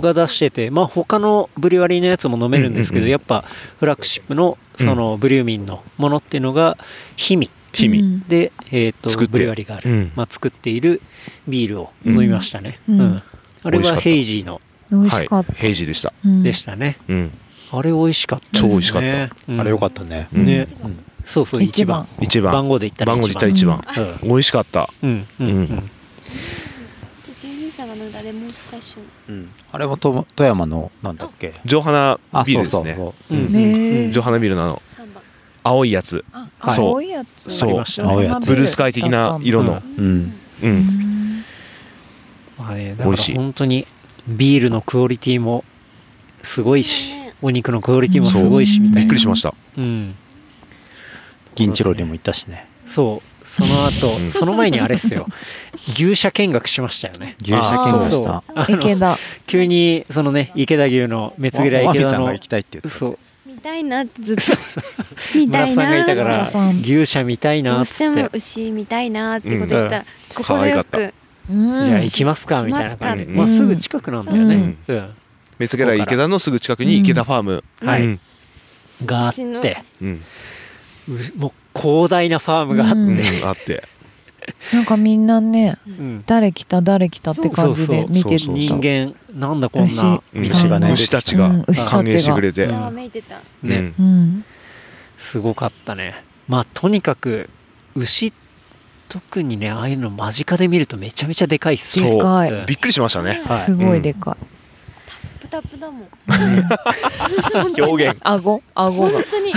C: うが出してて、まあ、他のブリュワリーのやつも飲めるんですけど、
D: うんうんうん
C: やっぱフラッグシップのそのブリューミンのものっていうのが氷見
D: 氷見、
E: うん
C: で、えー、と
D: 作って
C: ブリュワリーがある、
D: うん
C: まあ、作っているビールを飲みましたね、
E: うん
C: うんあれ
D: 美味しか
C: は
D: った
C: ヘイジーの
E: 美味
D: は
E: し
D: い
E: かった、
D: 平時でした、
E: うん
C: でしたね、
D: うん、
C: あれ美味しかったですね
D: 超美味しかった、
C: うん
G: あれ良かったね
D: うん
C: ね、そうそう一
E: 一
C: 番
E: 番
D: 一番
C: 番号で言ったら
D: 番号で
C: 一
D: 言った
C: 番
D: ら一番、
C: うん
D: 美味しかった
C: うんうんうん
D: うん
F: 12社がなんだレモンスカッシュ
G: あれもと富山のなんだっけ
D: 上花
G: あ
D: ビール
G: そう
D: です
G: そう
D: ね
G: そ
C: う
G: う
C: ん
E: ねえ
D: 上花ビールなの
F: 3番
D: 青いやつ
E: あ
D: そう
E: 青いやつ
D: そうありま
C: した
G: ね青いやつ
D: ブルースカイ的な色の
G: うん
D: う
E: うん
D: ん
C: まあね、だ
D: 美
C: から
D: 味しい
C: 本当にビールのクオリティもすごいし
F: そうね、
C: お肉のクオリティもすごいし、みたいな。
D: びっくりしました
C: うん。
G: 銀チロリも行ったしね
C: そう、その後、
D: うん
C: その前にあれっすよ、牛舎見学しましたよね。
G: 牛舎見学した
C: あの
E: 池田
C: 急に、そのね、池田牛の、目つぐら
G: マ
C: 池
G: ミ
C: 田
G: さん
C: の
G: が行、きたいって言ってた
C: そう、
F: 見たいなってずっと見た
C: 村
F: い
C: さんがいたか
F: な
C: ら
E: 村さん
C: 牛舎見たい
F: ど
C: な
F: う
C: っ
F: し
C: つ
F: て
C: っ
F: も
C: て
F: 牛見たいなってこと言ったら
D: 可
F: 快
D: 愛かっ
F: く
D: た
C: じ
E: じ
C: ゃあ行きますかみたいな感じ、
D: 行きますか
C: まあ、すぐ近くなんだよね、うん
D: 目つけら池田のすぐ近くに池田ファーム、
C: うんはい
D: うん
C: があって
D: うん
C: うもう広大なファームがあって、
E: う
D: うんんあって
E: なんかみんなね
C: うん
E: 誰来た誰来たって感じで見てる
D: そうそう
C: 人間なんだこんな
E: 牛、
D: うん
G: 牛がね
D: 牛たちが
E: うん牛たちが
D: 歓迎してくれて、
F: ざわめいてた
D: うん
C: ね
D: うん
E: うん
C: すごかったねまあとにかく牛特にねああいうの間近で見るとめちゃめちゃでかいっす
D: そう
E: でかい
C: うん
D: びっくりしましたね、
C: はい
E: すごいでか
F: プタプだもん
E: い
D: 表現
E: 顎顎が
F: 本当に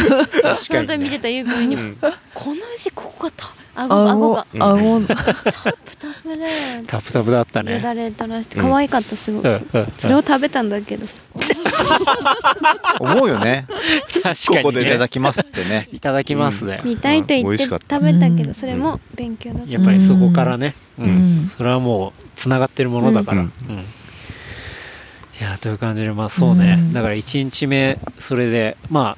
F: その時見てたゆうくんに
D: う
F: も
D: ん
F: この牛ここがた顎が顎
E: 顎
F: が
D: うん
E: 顎の
F: プタプだよ
C: タプタプだった
F: よ
C: ね
F: だれ垂らして
D: うん
F: 可愛かったすごい
C: うんうんうん
F: それを食べたんだけどさ
G: 思うよね
C: 確かに、ね、
D: ここ
G: い
D: で
G: た
C: い
G: だきますってね
C: ただきますね、
F: 見たいと言
D: 美
F: っ
D: 味
F: て
D: し
F: 食
D: か
F: べ
D: った
F: たけ
E: う
F: ど
E: ん
F: それも勉強だっ
C: やっぱりそこからね、
E: う
C: うん
E: ん
C: それはもうつながってるものだから、
D: う
C: うんんいやーという感じでまあそうね、
E: うん
C: だから1日目それでまあ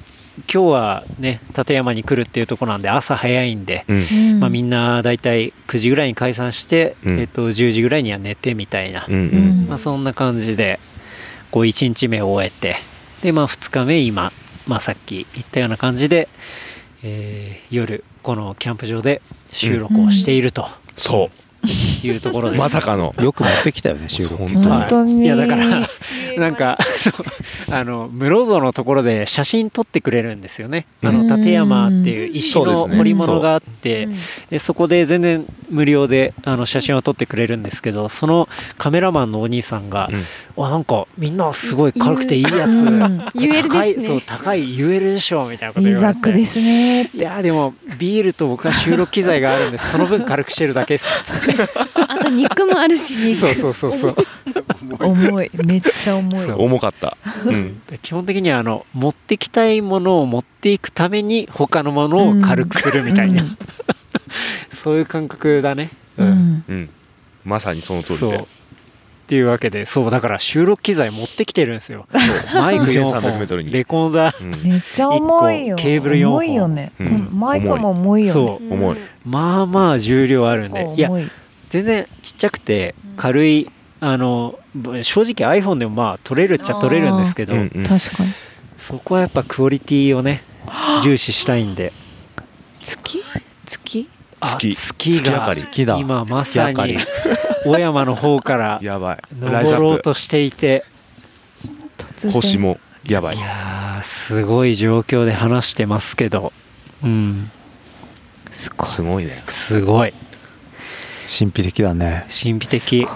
C: 今日はね立山に来るっていうところなんで朝早いんで、
D: うん
C: まあ、みんな大体9時ぐらいに解散して、
D: うん
C: えっと10時ぐらいには寝てみたいな、
D: うんうん
E: うん
C: まあ、そんな感じでこう1日目を終えてで、まあ、2日目今、まあ、さっき言ったような感じで、えー夜このキャンプ場で収録をしていると
D: そ
C: いうところ
D: う
C: です、
D: まさかの
G: よく持ってきたよね収録
D: 本
C: はい
D: 当
E: 本当に
C: いやだ から
F: た
C: なんかそうあの室戸のところで写真撮ってくれるんですよね、あの
E: うん
C: 立山っていう石
D: そうです
C: の
D: ね
C: 彫り物があって、
E: うん
C: でそこで全然無料であの写真を撮ってくれるんですけどそのカメラマンのお兄さんが、あなんかみんなすごい軽くていいやつ、
E: うん
F: 言える
C: 高い
F: です
C: そう
F: ね
C: 高い UL でしょみたいなこと
E: いい
C: 言われ
E: ザッ
C: て
E: クですね
C: いやでもビールと僕は収録機材があるんでその分軽くしてるだけっ す
F: あと肉もあるし
C: そうそうそうそう
E: 重いめっちゃ重い
C: そう
D: 重かった、うん、
C: で基本的にはあの持ってきたいものを持っていくために他のものを軽くするみたいな、
E: うん
C: そういう感覚だね
E: う、ん
D: うん、まさにその通り
C: そう
D: で
C: っていうわけでそうだから収録機材持ってきてるんですよマイク4
D: 2300m
C: 本
D: に
C: レコーダー
D: うん
E: めっちゃ重いよ
C: 一個ケーブル四本
E: 重いよね、
D: うん
E: うんマイクも重いよね
C: そう
F: うん
D: 重い
C: まあまあ重量あるん
E: 結
C: で
E: 構
C: いや
E: 重い
C: 全然ちっちゃくて軽いあのぶ正直 iPhone でもまあ撮れるっちゃ撮れるんですけど、
D: うんうん
E: 確かに
C: そこはやっぱクオリティをね重視したいんで
E: 月月
C: あ
D: 月
C: 月
D: 月明
C: が
D: かり
G: 月だ
C: 今まさ
G: 月
C: に
G: 明か
C: 小山の方から
D: やば いライズ
C: 登
D: ア
C: ろう
D: ッ
C: としていて
E: 突然
D: 星もやばい
C: いやーすごい状況で話してますけどうん
E: すごい
D: すごいね
C: すごい
G: 神秘的だね
C: 神秘的、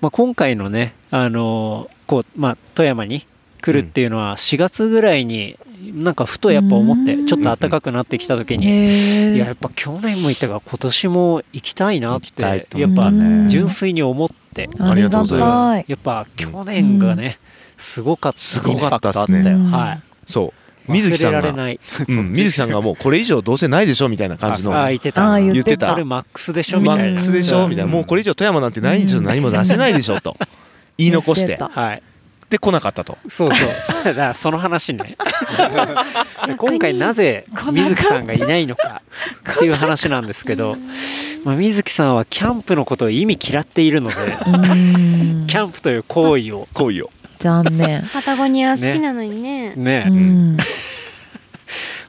C: まあ、今回のね、あのーこうまあ、富山に来るっていうのは4月ぐらいになんかふとやっぱ思って
E: うん
C: ちょっと暖かくなってきた時に、
E: へ
C: い
E: え
C: ややっぱ去年も行ったが今年も行きたいなっ
G: 行き
C: て
G: たいと
C: や
G: 思
C: っぱ
G: う
E: ね
C: 純粋に思って
E: ありがとうございます
C: やっぱ去年がねすごかった、
D: すごかったっす
G: インパ
D: ね
G: ク
E: うん
C: はい
D: そう水木さん
C: 忘れられ
D: が
C: ない
D: うん水木さんがもうこれ以上どうせないでしょみたいな感じの
C: ああ
D: マ
C: 言ってた
E: あー言
D: ってた言ってた
C: これマックスでしょみたいな
D: ックスでしょみたいなもうこれ以上富山なんてないんでしょ
E: うん
D: 何も出せないでしょと言い残して
E: 言って
C: はい
D: で来なかったと
C: そうそう だからその話 ね今回なぜ水木さんがいないのかっていう話なんですけど、まあ、水木さんはキャンプのことを意味嫌っているので
E: たうん
C: キャンプという行為を
D: 来いよ
E: 残 念
F: パタゴニア好きなのにね
E: う
C: ね
E: ん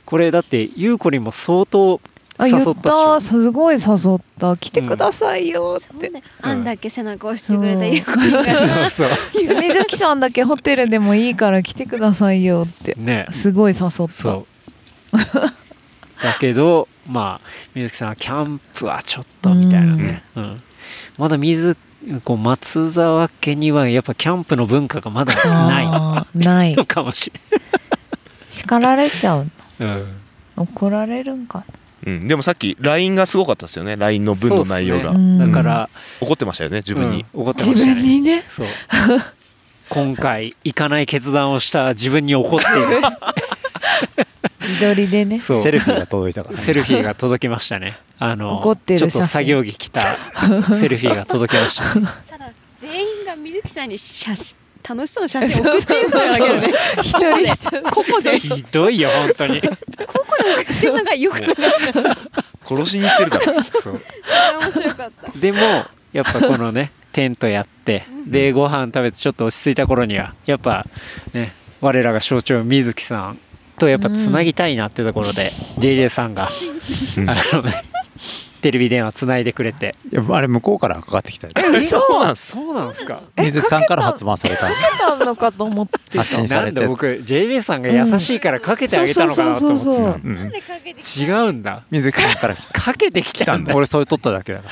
C: これだってゆうこりんも相当
E: あ
C: 誘
E: 言
C: っ
E: った
C: たっしょ
E: すごい誘った来てくださいよっ
F: な
E: て
F: んであんだけ背中押してくれたゆうくん
C: そう
F: が
C: そう
E: 水木さんだけホテルでもいいから来てくださいよって
C: ね
E: すごい誘った
C: そうだけどまあ水木さんはキャンプはちょっとみたいなね、うんまだ水こう松沢家にはやっぱキャンプの文化がまだない
E: あーない
C: のかもし
E: 叱られちゃう
C: れない、うん
E: 怒られるんか
D: うん、でもさっき LINE がすごかったですよね LINE の文の内容
C: そ
D: が、
C: うっすね
E: うん
C: だから
D: 怒ってましたよね自分に、
C: うん怒って
E: 自
C: ましたね
E: 分にね
C: そう今回行かない決断をした自分に怒っている
E: 自撮りでね
C: そう
G: セルフィーが届いたか ら、
C: セルフィーが届きましたねあの
E: 怒ってる
C: ちょ
E: 写
C: っ
E: 真
C: と作業着着た セルフィーが届きましたね
F: ただ全員が水木さんに写真楽しそうな写真送ってるのだけどね
E: 一人一人
F: ここで
C: ひどいよ本当に
F: ここで送ってるのがよくなかっ
D: 殺しに行ってるから
F: た面白かった
C: でもやっぱこのねテントやってでご飯食べてちょっと落ち着いた頃にはやっぱね我らが象徴水木さんとやっぱつなぎたいなってところで、JJ さんが、
D: うん
C: あのねテレビ電話つないでくれて
G: いやあれ向こうからかかってきたよ
C: そうなんそうなんですか
G: 水木さんから発売された
E: たのかと思って
G: 発信さ
C: な
G: れ
C: ん
G: て
C: で僕 JJ さんが優しいからかけてあげたのかなと思って
E: そうそうそうそう
C: た
G: うん
C: 違うんだ
G: 水木さんから来
C: かけてきた
G: た
C: ん
G: ん
C: だ
G: だ俺それ撮っただけだか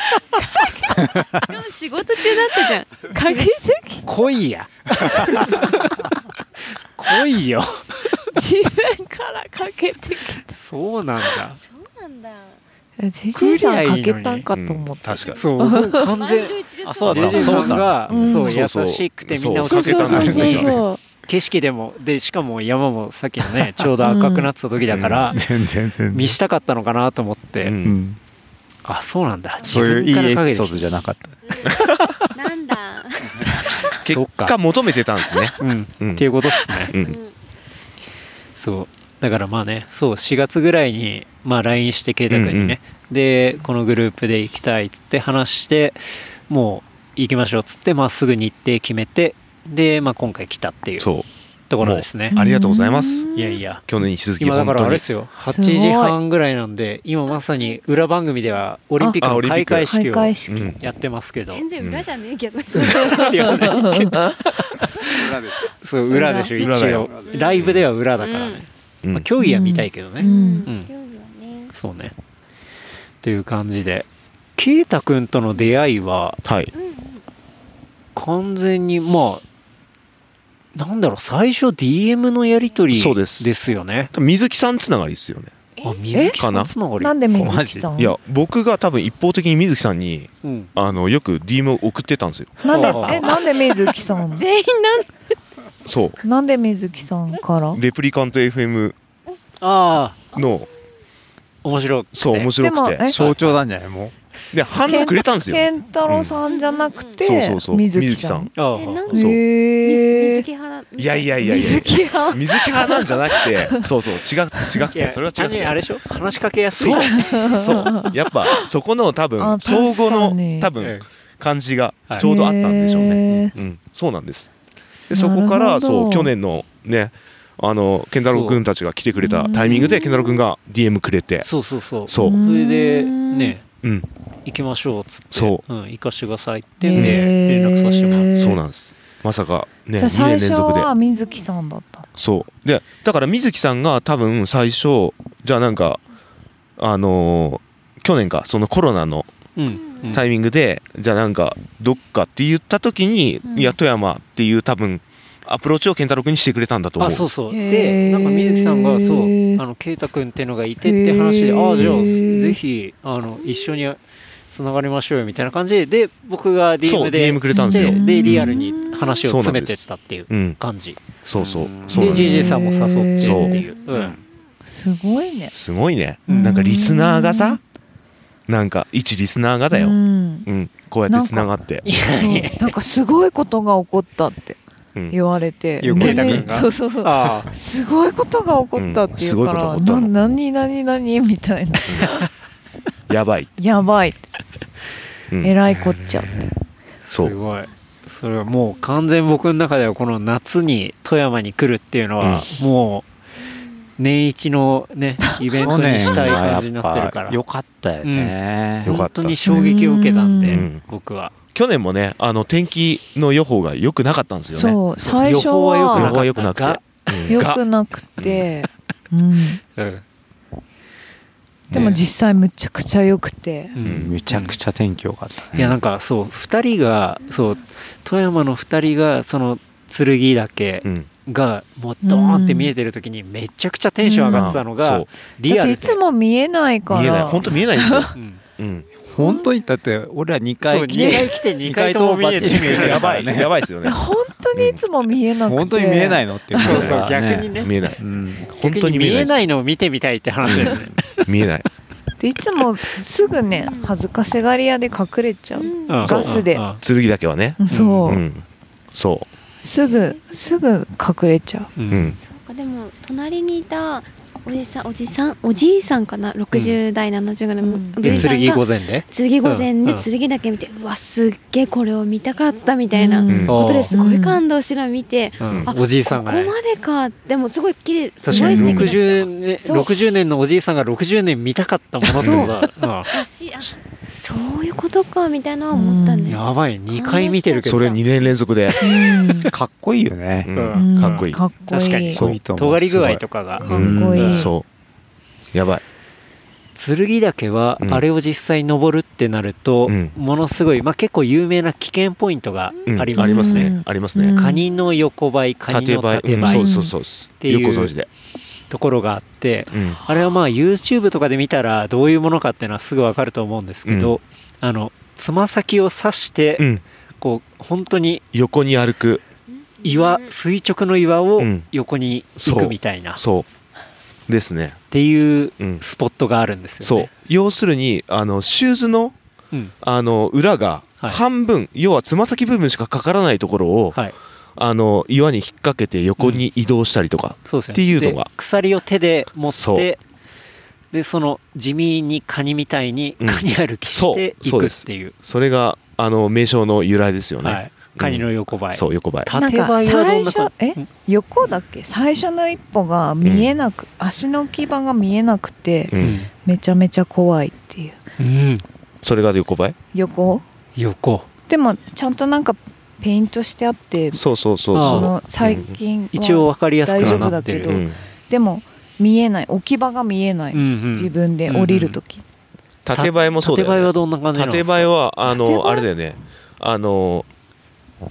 G: ら
F: しかも仕事中だったじゃん
E: かけて
C: 来いや来いよ
E: 自分からかけてき
C: そうなんだ
F: そうなんだ
E: たじじいさんかけたんかと思った
D: 確かに
C: そう僕完
F: 満
C: 全
F: 場一致です
G: あそうだった
C: JJ さんが
E: うん
C: そう
D: そうそう
C: 優しくてみんなを
D: そ
E: そうう
C: かけ
E: そう
C: たん
E: そ
C: だ
E: う
C: け
E: そ
C: ど
E: うそう
C: 景色でもでしかも山もさっきのねちょうど赤くなってた時だから
G: 全然全
C: 見したかったのかなと思っ
D: う
C: て
G: うんん、
C: あそうなんだ自
G: そういう
C: 分
G: いい
C: から
G: エ
C: か
G: ピ
C: けて
G: ソー
C: き
G: ドじゃなかった
F: うんなんだ
C: そ
D: 結
C: っか
D: 果求めてたん ですね、
C: たうん
D: うん
C: っていうことですね
D: う、
F: うんん
C: そうだからまあねそう4月ぐらいに、まあ、LINE して圭太君にね、でこのグループで行きたいっつって話してもう行きましょうっつって、まあ、すぐ日程決めてで、まあ、今回来たっていうと
D: そ
C: ころですね
D: うありがとうございます
C: いやいや
D: 去年に引き続き
C: 今だ
D: 本
C: から
D: 当
C: あれ
D: に
C: ですよ
E: す
C: 8
E: ごい
C: 時半ぐらいなんで今まさに裏番組ではオリンピック
D: あオ
C: の
D: リンピッ
C: 開会
D: ク
C: 式
E: 開
C: を
E: 会式
D: うん
C: やってますけど
F: 全然裏じゃねえけど
C: 言わない けどそう裏でしょ
D: 裏裏だ
C: 一
D: よ
C: 応ライブでは裏だからね、
D: うん
C: まあ、競技は見たいけどね、
E: うん
C: うん
F: 料理はね
C: そうね。という感じで、圭太くんとの出会いは、
D: はい
F: うんうん
C: 完全に、まあ、なんだろう、最初 DM のやり取り
D: そうです
C: ですよね。
D: 水木さんつながりですよね
C: あ、水木さんつながり。
E: なんで水木さん
D: いや僕が多分一方的に水木さんに
C: うん。
D: あのよく DM を送ってたんですよ
E: なんで
C: ああ
E: えなんで水木さ ん
F: 全員なんだ
D: そ
E: なんで水木さんから
D: うレプリカント FM
C: ああ、
D: の
C: 面白くて。
D: そう面白く
E: でも
D: て
E: え
G: 象徴なんじゃないも
D: で反応くれたんですよ
E: 健太郎さんじゃなく
D: そう
E: て
D: そうそう
E: 水
D: 水
E: 木
D: 木
E: さ
D: さん
E: ん
C: ああ
F: えなん
D: そ
E: へ
D: う
F: 水
E: え
F: 木派
D: いやいやいやいや
E: 水木派
D: 水木派なんじゃな くてそうそう違う違
C: い
D: くて
C: や
D: それは違
C: 単純
D: くて
C: にあれでしょ話しかけやすい
D: そう そうやっぱそこの多
E: あ
D: 分
E: 確かに
D: 総合の多
C: ええ
D: 分感じがちょうどあったんでしょうね、
E: へー
D: うん、そうなんですで
E: なる
D: そ
E: ほど
D: こからそう去年のねあの健太郎君たちが来てくれたタイミングで健太郎君が DM くれて
C: そうそうそう
D: そうう、
E: ん
C: それでね
D: うん、
C: 行きましょうっつって、
D: そう
C: ん、行かしてくださいってんで
E: へえ
C: 連絡させてもらった
D: そうなんですまさかね
E: じゃあ
D: 2
E: 最
D: 年
E: 初
D: 連続で
E: は水木さんだった
D: そうでだから水木さんが多分最初じゃあなんかあのー去年かそのコロナの
C: うんうん
D: タイミングで、じゃあなんかどっかって言った時に、
E: うん
D: いや富山っていう多分アプローチを健太郎君にしてくれたんだと思う
C: あそうそう
E: へ
C: で
E: ー
C: なんか水木さんがそうあの圭太君っていうのがいてって話
E: へ
C: であ
E: ー
C: あじゃあぜひあの一緒につながりましょうよみたいな感じでで僕が DM で
D: そう DM くれたんですよ
C: して
E: うん
C: リアルに話を詰めてったっていう
D: うん
C: 感じ
D: そうそう
C: で
D: そうなんです
C: JJ さんも誘ってっていう
F: そう
C: うん
E: すごいね
D: すごいね、
E: うん
D: なんかリスナーがさなんか一リスナーがだよ、
E: う
D: うん
E: ん
D: こうやってつながって
E: そうなんかすごいことが起こったって
D: うん
E: 言われて
G: 横
C: に
E: で
C: ね
E: そうそうそう
C: ああ
E: すごいことが起こったっていうから、
D: うんすごいことが起こったの
E: な何何何 みたいな
D: やばい、
E: やばいって
D: うん
E: えらいこっちゃって
D: そう
C: すごいそれはもう完全僕の中ではこの夏に富山に来るっていうのはもう年一のねイベント
G: 去
C: に
G: 年
C: したい感
G: は
C: じに
G: やっ
C: なってる
G: ぱ
C: から
G: 良かったよね、
D: よかった
C: 本当に衝撃を受けたん
E: う
C: で
D: ん
C: 僕は
D: 去年もねあの天気の予報が良くなかったんですよね
E: そう最初
C: 予
D: 予
E: は
D: 報は良くなくて
C: が
D: うん
E: 良くなくて、うん、でも実際むちゃくちゃ良くて
C: う
G: うんんめちゃくちゃ天気良かったね、
C: いやなんかそう2人がそう富山の2人がその剣岳
D: うん
C: がもうドーンって見えてる時にめちゃくちゃテンション上がってたの
D: う
C: が
D: ん
C: リア
E: だって
C: ル
E: い
C: で
E: つも見えないから
D: 見えない本当見えないんですよ、
C: うん
D: うん、
G: 本当にだって俺ら2
C: そう
G: 回
C: 2回来て2回とも見えて
G: 二回ともバッチリ見えてる
C: る
D: やばいやばいですよね
E: 本当にいつも見えなくて、
G: 本当に見えないいのっていう
C: そうそう逆にね
D: 見えない
G: うん
D: 本
C: 逆
D: 当
C: に
D: に
C: 見
D: 見
C: え
D: え
C: な
D: ない
C: いのを見てみたいって話だよね
D: 見えない
E: でいつもすぐね恥ずかしがり屋で隠れちゃう、
F: うん
C: うん
E: ガスで
C: うんうん
D: 剣だけはね
E: そう、
D: うんそ
E: すぐすぐ隠れちゃ
C: う
D: う、
C: ん
D: うん、
F: なんかでも隣にいたおじさんおじさんおじいさんかな60代70代の
E: うん
F: おじ
C: で
F: いさん
C: 剣
F: が
C: 御前で
F: 剣御前で
C: うん
F: 剣だけ見てうわすっげえこれを見たかったみたいな
E: うん
F: ことですご
E: う
F: い
E: ん
F: 感動してるの見て
C: うん
F: あ
C: おじいさんが
F: ここ
C: ね
F: までかでもすごい綺麗す
C: 確
F: ご
C: か
F: い
C: に
F: 素敵だ
C: 60年
F: そう
C: 60年のおじいさんが60年見たかったものってことだ
F: ったしあそういうことかみたいなのは思った
C: うん
F: ね
C: やばい2回見てるけど
D: それ2年連続で、
E: う、うん
G: かっこいいよね
D: う
C: うんん
D: かっこいい
E: かっこいい
C: 確かに
G: そういいと思う
C: 尖り具合とかが
E: かっこいい、
D: うんそうやばい
C: 剣岳は
D: うん
C: あれを実際登るってなると、
D: うん
C: ものすごい、まあ、結構有名な危険ポイントが
D: うん
C: あります,、
E: ありますね
D: あります
E: うん
D: ね
C: カニの横ばいカニ
D: 縦
C: の
D: ばい
C: 縦
D: うん
C: ばい
D: そうそうそうです
C: ていう
D: よくご存知で
C: ところがあって
D: うん
C: あれはまあ YouTube とかで見たらどういうものかっていうのはすぐわかると思うんですけど、
D: う
C: あのつま先を刺して、
D: うん
C: こう本当に
D: 横に歩く
C: 岩垂直の岩を
D: うん
C: 横に行くみたいな、っ
D: そうですね
C: ていう
D: うん
C: スポットがあるんですよ
D: そ
C: ね
D: う。要するにあのシューズの
C: うん
D: あの裏が
C: はい
D: 半分、要はつま先部分しかかからないところを、
C: はい、
D: あの岩に引っ掛けて横に移動したりとか、
C: そうですよね
D: っていうのが
C: で鎖を手で持っ
D: そ
C: て
D: う
C: でその地味にカニみたいに
D: うん
C: カニ歩きしてい
D: そうそう
C: くっ
D: です
C: ていう,、
D: それがあの名称の由来ですよね、
C: はい、カニの横ばい、
D: そう横ばい
E: なん
C: 縦ば
E: か
C: いはどん
E: 最
C: な
E: 初
C: 感
E: え
C: うん
E: 横だっけ最初の一歩が見えなく、足の基盤が見えなくて、
D: う
C: うんん、
E: めちゃめちゃ怖いっていう
C: うん、
D: それが横ばい
E: 横
C: 横
E: でもちゃんとなんかペイントしてあってそ
D: そうそうそう
C: ああ
D: そ
E: の最近は
C: 一応分かりやすくは
E: 大丈夫
C: な
E: だ
C: って
E: け
C: る
E: ど
D: う、うん、
E: でも見えない置き場が見えない、
C: うんうん
E: 自分で降りるとき、
D: 縦ばいもそうだ
C: 縦
D: よ、
C: ばい
D: ね、
C: はどんな感じなんで
D: 縦
C: すか
D: ばいはあ
E: 縦ば
D: の
E: い
D: あれだよねあの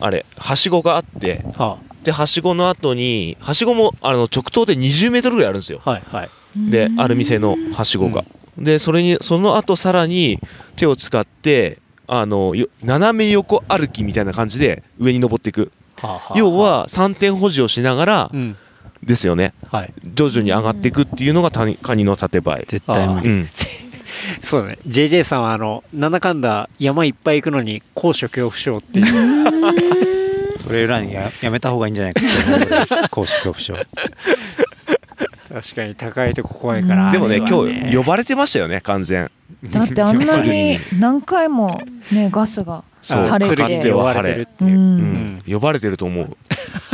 D: あれはしごがあって
C: は
D: ではしごの後にはしごもあの直投で20メートルぐらいあるんですよ
C: あはいはい
D: である店のはしごが、でそれにその後さらに手を使ってあのよ斜め横歩きみたいな感じで上に登っていく
C: はあはあ
D: 要は3点保持をしながら
C: うん
D: ですよね
C: はい
D: 徐々に上がっていくっていうのがたカニの縦ばい
G: 絶対無
C: あ
G: 理
D: うん
C: そうだね JJ さんはあのなんだかんだ山いっぱい行くのに高所恐怖症って いう
G: それらにややめた方がいいんじゃないかって思うぐらい公式オプション
C: 確かに高いとこ怖いから
D: でもね
C: あれは
D: 今日呼ばれてましたよね完全
E: だってあんなに何回もねガスが
D: そう
E: 晴れ
C: あ剣
E: て
C: で呼
D: 勝手
C: ばれ
D: は晴
C: て
D: れ
C: るって
E: う、
C: いう、
D: うんん呼ばれてると思う、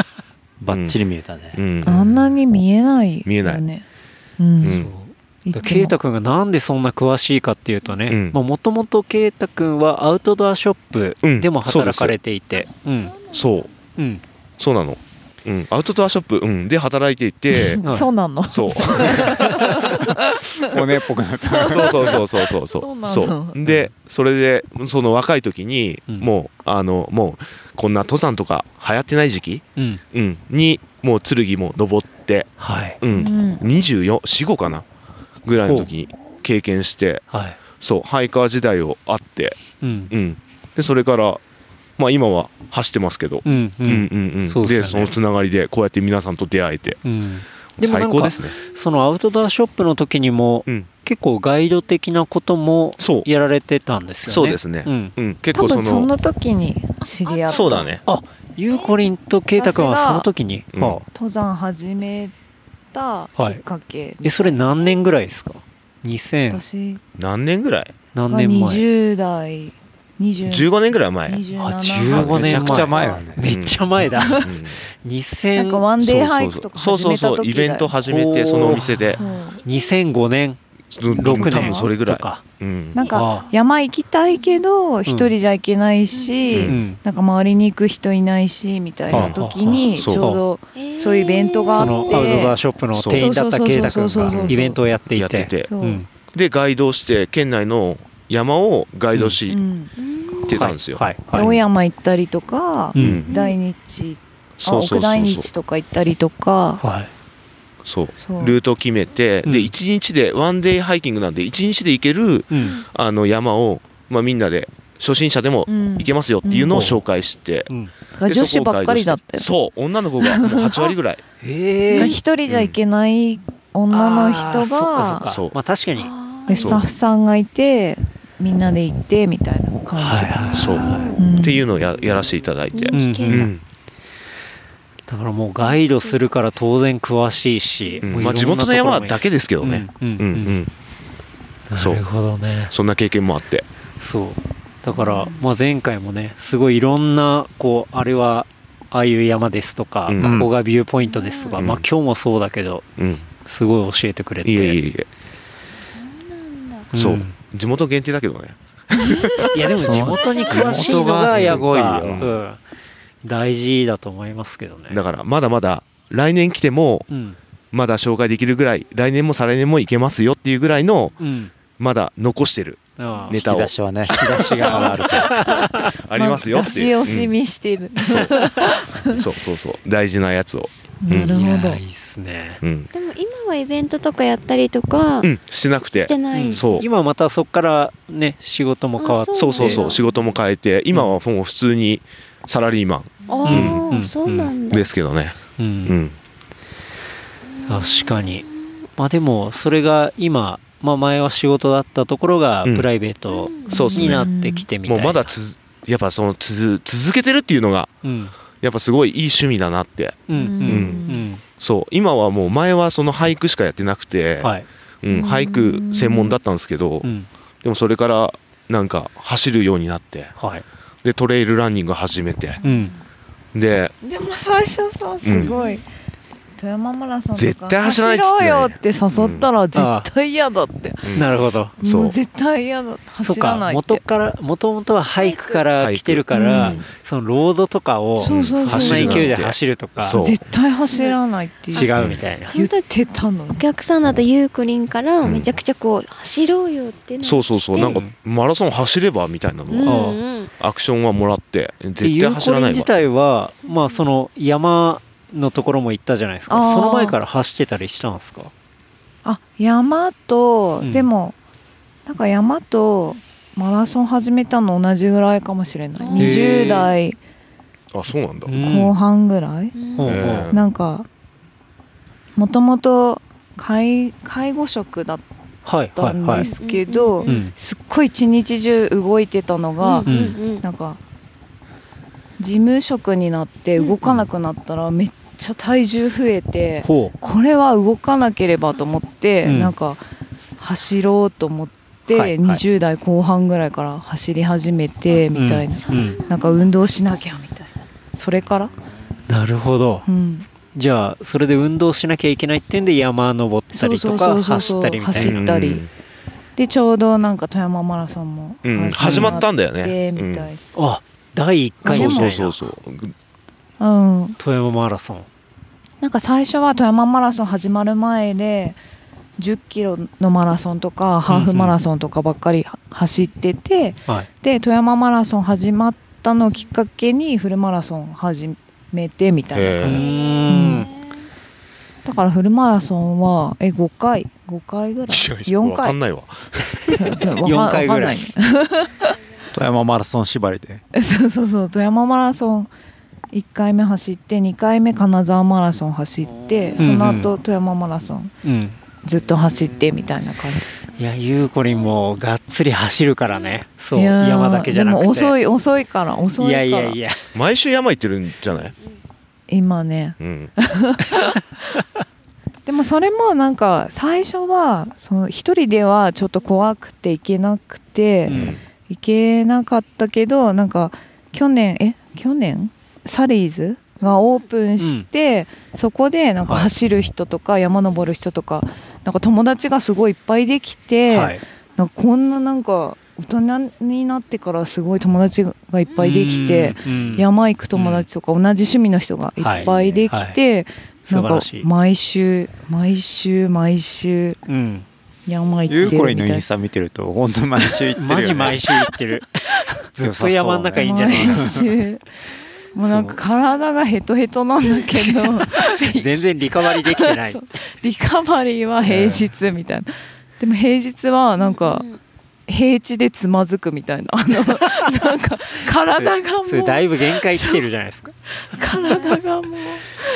G: バッチリ見えたね
D: うん
E: あんなに見えないよね
D: 見えない
E: うん
D: うん
E: いつも
C: ケイタくんがなんでそんな詳しいかっていうと
D: う
C: ね
D: ん
C: もともとケイタくんはアウトドアショッ
D: うん
C: プでも働かれていてうん
D: そう
C: うん
D: そうなの、うん、アウトドアショップ、うん、で働いていて
C: はい
E: そうなの
D: そう
G: 骨っぽくなった
D: そうそうそうそうそうそ
E: そうな
D: う
E: の
D: そうでそれでその若い時に、
C: うん
D: もうあのもうこんな登山とか流行ってない時期、
C: うん
D: うん、にもう剣も登って、
C: はい
D: うん
E: うん
D: 2445かなぐらいの時に経験して
C: はい
D: そうハイカー時代をあって、
C: うん
D: うん、でそれから、まあ、今は走ってますけど、
C: うんう
D: うん
C: ん
D: うんうん
C: そうですよね
D: でそのつながりでこうやって皆さんと出会えて
C: うんでもな
D: 最
C: ん
D: 高
C: か
D: ですね。
C: そのアウトドアショップの時にも
D: うん、
C: 結構ガイド的なことも
D: そう
C: やられてたんですよね
D: そうですね
C: うん
D: うん、結
E: 多
D: 構そ
E: 分そ
D: の
E: の時に知り合った
D: そうだね
C: あゆうこりんとケイタくんはその時に
D: 私が
C: は
E: 登山始めたきっかけ、
C: あえそれ何年ぐらいですか2000
E: 私
D: 何年ぐらい
C: 何
E: が
C: 年前
E: 20代20
D: 15年ぐらい前、
E: 27
C: あ15年前
G: めちゃくちゃ前だね
C: めっちゃ前だ
D: うん
E: な
C: 2000
E: んかワンデーハイクとか
D: そう
E: 始
D: そう
E: めた
D: そう
E: 時だよ
D: そうイベント始め
C: おー
D: てそのお店で
E: そう
C: 2005年
D: 6
C: 6年
D: 多分それぐらい
C: とか、
D: うん
E: なん
C: あ
E: か
C: あ
E: 山行きたいけど一人じゃ行けないし、
D: うん
E: なんか周りに行く人いないしみたいな時
D: はあ
E: に
D: はあ
E: ちょうどそういうイベントがあ
C: そ
E: って
C: のアウトドアショップの店員だった
E: そう
C: 圭太
E: そうそうそうそうそ
C: 君
E: う
C: がイベントをやっていて
D: やってて
E: そう、
C: うん
D: でガイドをして県内の山をガイドし
E: うん
D: てたんですよ、
C: はい
E: で
C: はい
E: 小
C: はい
E: 山行ったりとか、
C: うん
E: 大日行っ
D: そうそうそうそう
E: 奥大日とか行ったりとか
C: はい
D: そう
E: そう
D: ルートを決めて、
C: うん
D: で1日でワンデイハイキングなんで1日で行ける
C: うん
D: あの山を、まあ、みんなで初心者でも
E: うん
D: 行けますよっていうのを紹介して、
C: うん
D: で
E: 女子ばっかりだったよ
D: そこをガイドしてそう女の子がもう8割 ぐらい
C: へ
E: 一人じゃいけない女の人が
D: そう
C: まあ確かに
F: あー
E: でスタッフさんがいてみんなで行ってみたいな感じ、
D: そう、
E: うん
D: っていうのをややらせていただいて、
F: 人気系だ
D: うん
C: だからもうガイドするから当然詳しいし、
D: うん
C: もういろん
D: ま
C: な
D: あ、地元の山だけですけ
C: と
D: ど
C: ころもいい
D: ね、
C: うん
D: うんうん
C: なるほどね
D: そんな経験もあって
C: そうだから、まあ、前回もねすごいいろんなこうあれはああいう山ですとか、
D: うん
C: ここがビューポイントですとか、
D: うん
C: まあ今日もそうだけど
D: うん
C: すごい教えてくれて
D: いえいえいえ、
C: うん
D: そう地元限定だけどね
C: いやでも地元に詳しいのがやっ
G: 地元が
C: ぱ、
G: す
C: う
G: ごいよ
C: ん、大事だと思いますけどね
D: だからまだまだ来年来ても
C: うん
D: まだ紹介できるぐらい来年も再来年も行けますよっていうぐらいの
C: うん
D: まだ残してる
C: ああ
D: ネ
G: 引
D: タ
G: き
D: を
G: 出しはね引き出しがあるから
D: ありますよ
E: まあ
D: っ
E: 出
D: てい
E: し
D: う、
E: 惜しみしている、
D: うんそうそうそう大事なやつを、うん
E: なる
C: い
E: ほど
C: やいいっすね
D: うん
F: でも今はイベントとかやったりとか
D: うん、してなくて
F: してない、
C: うん
D: そう
C: 今またそこからね仕事も変わって
F: あ
D: そうそうそう仕事も変えて今はもう普通にサラリーマ
F: ああ、
C: うんうん
F: そうなん
D: ン
F: だ、
D: ですけどね、
C: う
D: うんん、
C: 確かにまあでもそれが今、まあ、前は仕事だったところが
D: うん
C: プライベート
D: そうっす
C: に
D: ね
C: なってきてみた
D: も
C: いうな、
D: まだつづやっぱそのつづ続けてるっていうのが
C: うん
D: やっぱすごいいい趣味だなって
C: うんうん
E: うん
C: うん
D: そう今はもう前はその俳句しかやってなくて、
C: はい、
D: うん、俳句専門だったんですけど、
C: うん
D: でもそれからなんか走るようになって
C: はい
D: でトレイルランニング始めて
C: うん、
D: で
E: でも最初さすごい、富山マラソンとか
D: 絶対走らないっつって
E: 走
D: ね
E: ろうよって誘ったら絶対嫌だって、
D: うん
C: なるほど
D: そう
E: もう絶対嫌だ
C: そう
E: 走らな
C: か
E: いって
C: 元から元々は俳句から
D: 俳句
C: 来てるから、
E: うん
C: そのロードとかをそ
E: そうそうそう
C: そんな勢いで
D: 走るなんて
C: 走るとか
D: そう
E: 絶対走らないって
C: 違
E: いう
C: うみたいな
E: 言ってたの
F: お客さんだったゆうくりんから
D: うん
F: めちゃくちゃこう走ろうよってのを
D: そうそうそう
F: 来
D: なん
F: て
D: かマラソン走ればみたいな
F: うん
D: のは
F: うん
D: アクションはもらって
C: で
D: 絶
C: ゆ
D: 対
C: う
D: 走
C: こ
D: ら
C: りん
D: ない
C: 自
D: わ
C: 体はまあその山のところも行ったじゃないですか
E: あー
C: その前から走ってたりしたんですか
E: あ山と、
C: うん
E: でもなんか山とマラソン始めたの同じぐらいかもしれない
F: へ
C: ー
E: 20代
D: あそうなんだ
E: 後半ぐらい、
F: うん
C: ほうほう
D: えー
E: なんかもともと介介護職だっ
C: はいは
E: た
C: い
E: ん
C: はい
E: ですけど、
F: はい
C: うん
E: すっごい一日中動いてたのが、
F: うんうん
E: なんか事務職になって動かなくなったらめっちゃ体重増えて、
C: ほ
E: これは動かなければと思って、
C: うん
E: なんか走ろうと思って、
C: はいはい
E: 20代後半ぐらいから走り始めて
C: う
E: みたいな、
C: うんうん
E: なんか運動しなきゃみたいなそれから、
C: なるほど
E: うん、
C: じゃあそれで運動しなきゃいけないってんで山登ったりと
E: そ
C: か
E: うそうそう
C: 走
E: そう
C: ったりみたいな
E: 走ったりでちょうどなんか富山マラソンも、
D: うんうん始まったんだよね
E: でみたい
C: あ第1
D: うん
C: 回
D: そう
C: みた
D: そ
C: いうな
D: そうそう
E: な、うん
C: 富山マラソン
E: なんか最初は富山マラソン始まる前で10キロのマラソンとかハーフマラソンとかばっかり走ってて、
C: はい
E: で富山マラソン始まったのをきっかけにフルマラソン始めてみたいな
D: へー
C: うん
E: だからフルマラソンはえ5回5回ぐらい
D: いや
E: 4
D: わかん
E: 回
D: ないわ
C: 四
E: 4
C: 回ぐらい
G: 富山マラソン縛りで
E: そうそうそう富山マラソン1回目走って2回目金沢マラソン走ってその
C: うんう
E: 後富山マラソン
C: うん
E: ずっと走ってみたいな感じ
C: いやゆうこりんもがっつり走るからねそう
E: いやー
C: 山だけじゃなくて
E: でも遅い遅いから遅いから
C: やいやいや
D: 毎週山行ってるんじゃない
E: 今ね
D: うん
E: でもそれもなんか最初はその一人ではちょっと怖くて行けなくて、
C: う
D: うんん
E: 行けなかったけどなんか去年え去年サリーズがオープンして、そこでなんか
C: はい
E: 走る人とか山登る人とかなんか友達がすごいいっぱいできて、
C: はい
E: なんかこんななんか大人になってからすごい友達がいっぱいできて、
C: うん
E: 山行く友達とか同じ趣味の人がいっぱいできて、
C: 素晴
E: なん
C: ら
E: か
C: しい
E: 毎週毎週毎週
C: うん
E: 山行
G: ゆ
E: っ
G: う
E: て
G: こ
E: る
G: り
E: み
G: ん
E: たい
G: のイ
E: な
G: ンスタ見てると本当に 毎週行ってるよ、ね、
C: マジ毎週行ってるずっと山の中いいんじゃない
E: 毎週もうなんか体がヘトヘトなんだけど
C: 全然リカバリーできてない
E: そうリカバリーは平日みたいな、でも平日はなんか平地でつまずくみたいな あのなんか体がもう
C: それだいぶ限界来てるじゃないですか
E: 体がもう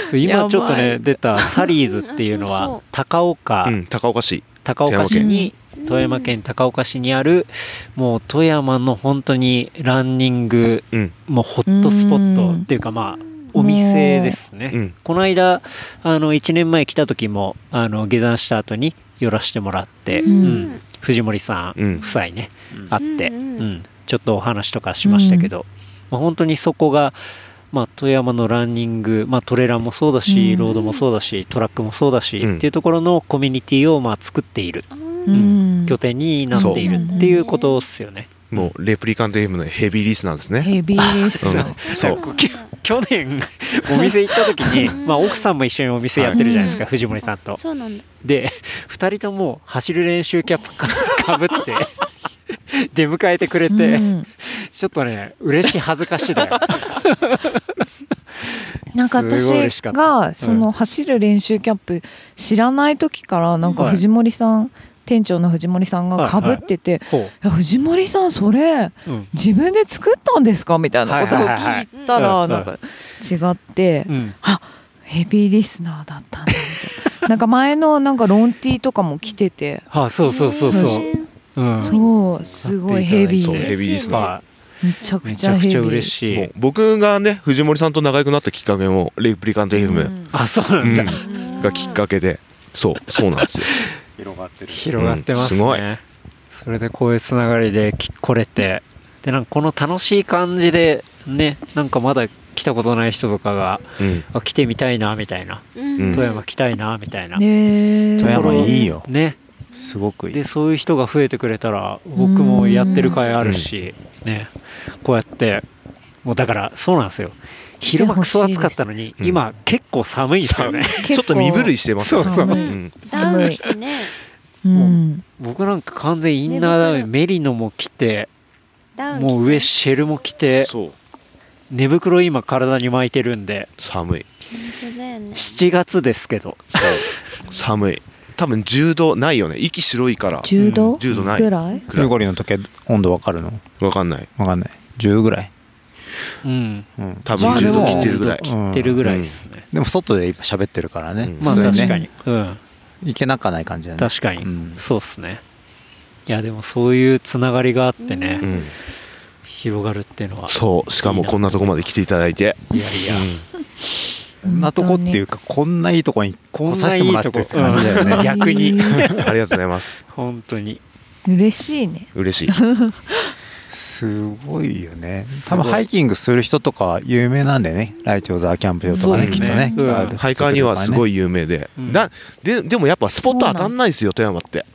C: そう今ちょっと
E: やば
C: ね
E: い
C: 出たサリーズっていうの
F: うんそうそ
C: は
F: う
C: 高岡、
D: うん、高岡市。
C: 高岡市に富山県高岡市にあるもう富山の本当にランニング
D: うん、
C: もうホットスポッ
E: う
C: ト
E: ん
C: っていうかまあお店ですね、
D: うん
C: この間あの1年前来た時もあの下山した後に寄らせてもらって、
E: うん
C: うん藤森さ
D: うん
C: ん夫妻ね、会って、
F: うんうん
C: うんちょっとお話とかしましたけど、まあ、本当にそこが、まあ、富山のランニング、まあ、トレランもそうだし、
E: うん
C: ロードもそうだしトラックもそうだし、
D: うん
C: っていうところのコミュニティをまあ作っている、
E: う
C: 拠点になっているっていうことですよね。
D: もうレプリカント FM のヘビーリスナーですね。
E: ヘビ ーです
D: うん
E: よ、
D: そう。
C: き去年 お店行った時に、
F: うん
C: まあ、奥さんも一緒にお店やってるじゃないですか、
F: うん
C: 藤森さんと。
F: そうなんだ
C: で2人とも走る練習キャップかか ぶって出迎えてくれて、
E: うん
C: ちょっとね嬉しい恥ずかしいだよ。
E: なんか
C: すごい嬉し
E: 私
C: かったうん
E: がその走る練習キャップ知らない時からなんか
C: はい
E: 藤森さん店長の藤森さんがかぶってて
C: ほ
E: 「いや藤森さんそれ
C: ううん
E: 自分で作ったんですか?」みたいなことを聞いた
C: は
E: ら
C: いはいはいはい
E: なんか違って
C: うん
E: 「あヘビーリスナーだったんだ」みたい ななんか前のなんかロンティーとかも着てて
C: あそうそうそうそう。うん
E: そうすごいヘビー
D: そう
E: で
D: ヘビーリスナー。
C: は
E: めちゃ
C: い
E: く
C: め
E: ち
C: ち
E: ゃ
C: ゃく
E: ヘビ
C: ちゃ
E: ー
C: 嬉しい
D: も。
C: う
D: 僕がね藤森さんと仲良くなったきっかけもレプリカント FM
C: あそうなんだ。
D: うんがきっかけで、そうそうなんですよ。
G: 広がってる
C: 広がってますね、
D: うんすごい
C: それでこういうつながりでき来れてでなんかこの楽しい感じでねなんかまだ来たことない人とかが
D: うん、
C: あ来てみたいなみたいな
D: うん
C: 富山来たいなみたいな、
E: ねえ
G: 富山いいよ
C: ね
G: すごくいい
C: でそういう人が増えてくれたら僕もやってる会あるし、ね、こうやってもうだからそうなんですよ昼間クソ暑かったのに
D: うん
C: 今結構寒いんですよね、
E: 結構
D: ちょっと身震いしてます
C: そうそう
D: う
E: 寒い
D: ん、
F: 寒いしてね
E: うん
C: 僕なんか完全インナーダウンメリノも来て
F: ダウン
C: もう上シェルも着て
D: そう
C: 寝袋今体に巻いてるんで
D: 寒い
F: 本当だよね
C: 7月ですけど
D: そう寒い多分10度ないよね息白いから
E: 10
C: う
E: 度
C: ん
D: 10度ない
E: ぐらい
D: くら
G: 湯
D: い
G: ごりの時は温度わかるの
D: わかんない
G: わかんない10ぐらい、
C: うん
G: うん、
D: 多分
G: まあ
D: 10
G: で
D: 度
G: も
D: 切ってるぐらい
G: うん
C: 着てるぐらいですね、
G: でも外で今喋ってるからね、
D: うん
C: まあ
G: 普通
C: 確
G: にね
C: かに、うん
G: いけなかない感じだね
C: 確かに、
G: うん
C: そうっすねいやでもそういうつながりがあってね、
D: うん、
C: 広がるっていうのは
D: そうしかもこんなとこまで来ていただいて
C: いやいや、
G: こんなとこっていうかこんないいとこに
C: こ
G: 来
C: ん
G: さ
C: な
G: せ
C: い
G: ても
C: い
G: らって
C: と
G: る
C: こ
G: って感じだよね、
C: うん逆に
D: ありがとうございます
C: 本当に
E: 嬉しいね
D: 嬉しい
G: すごいよね
C: ご
G: 多
C: い
G: 分ハイキングする人とか有名なんだよねライチョウザーキャンプ場とか
C: そう
G: ね
C: で
G: き
C: す
G: っ
C: ね
G: とね
C: うん
G: ある
D: ハイカーにはすごい有名で、
C: うん
D: だででもやっぱスポット当たんないですよ富山って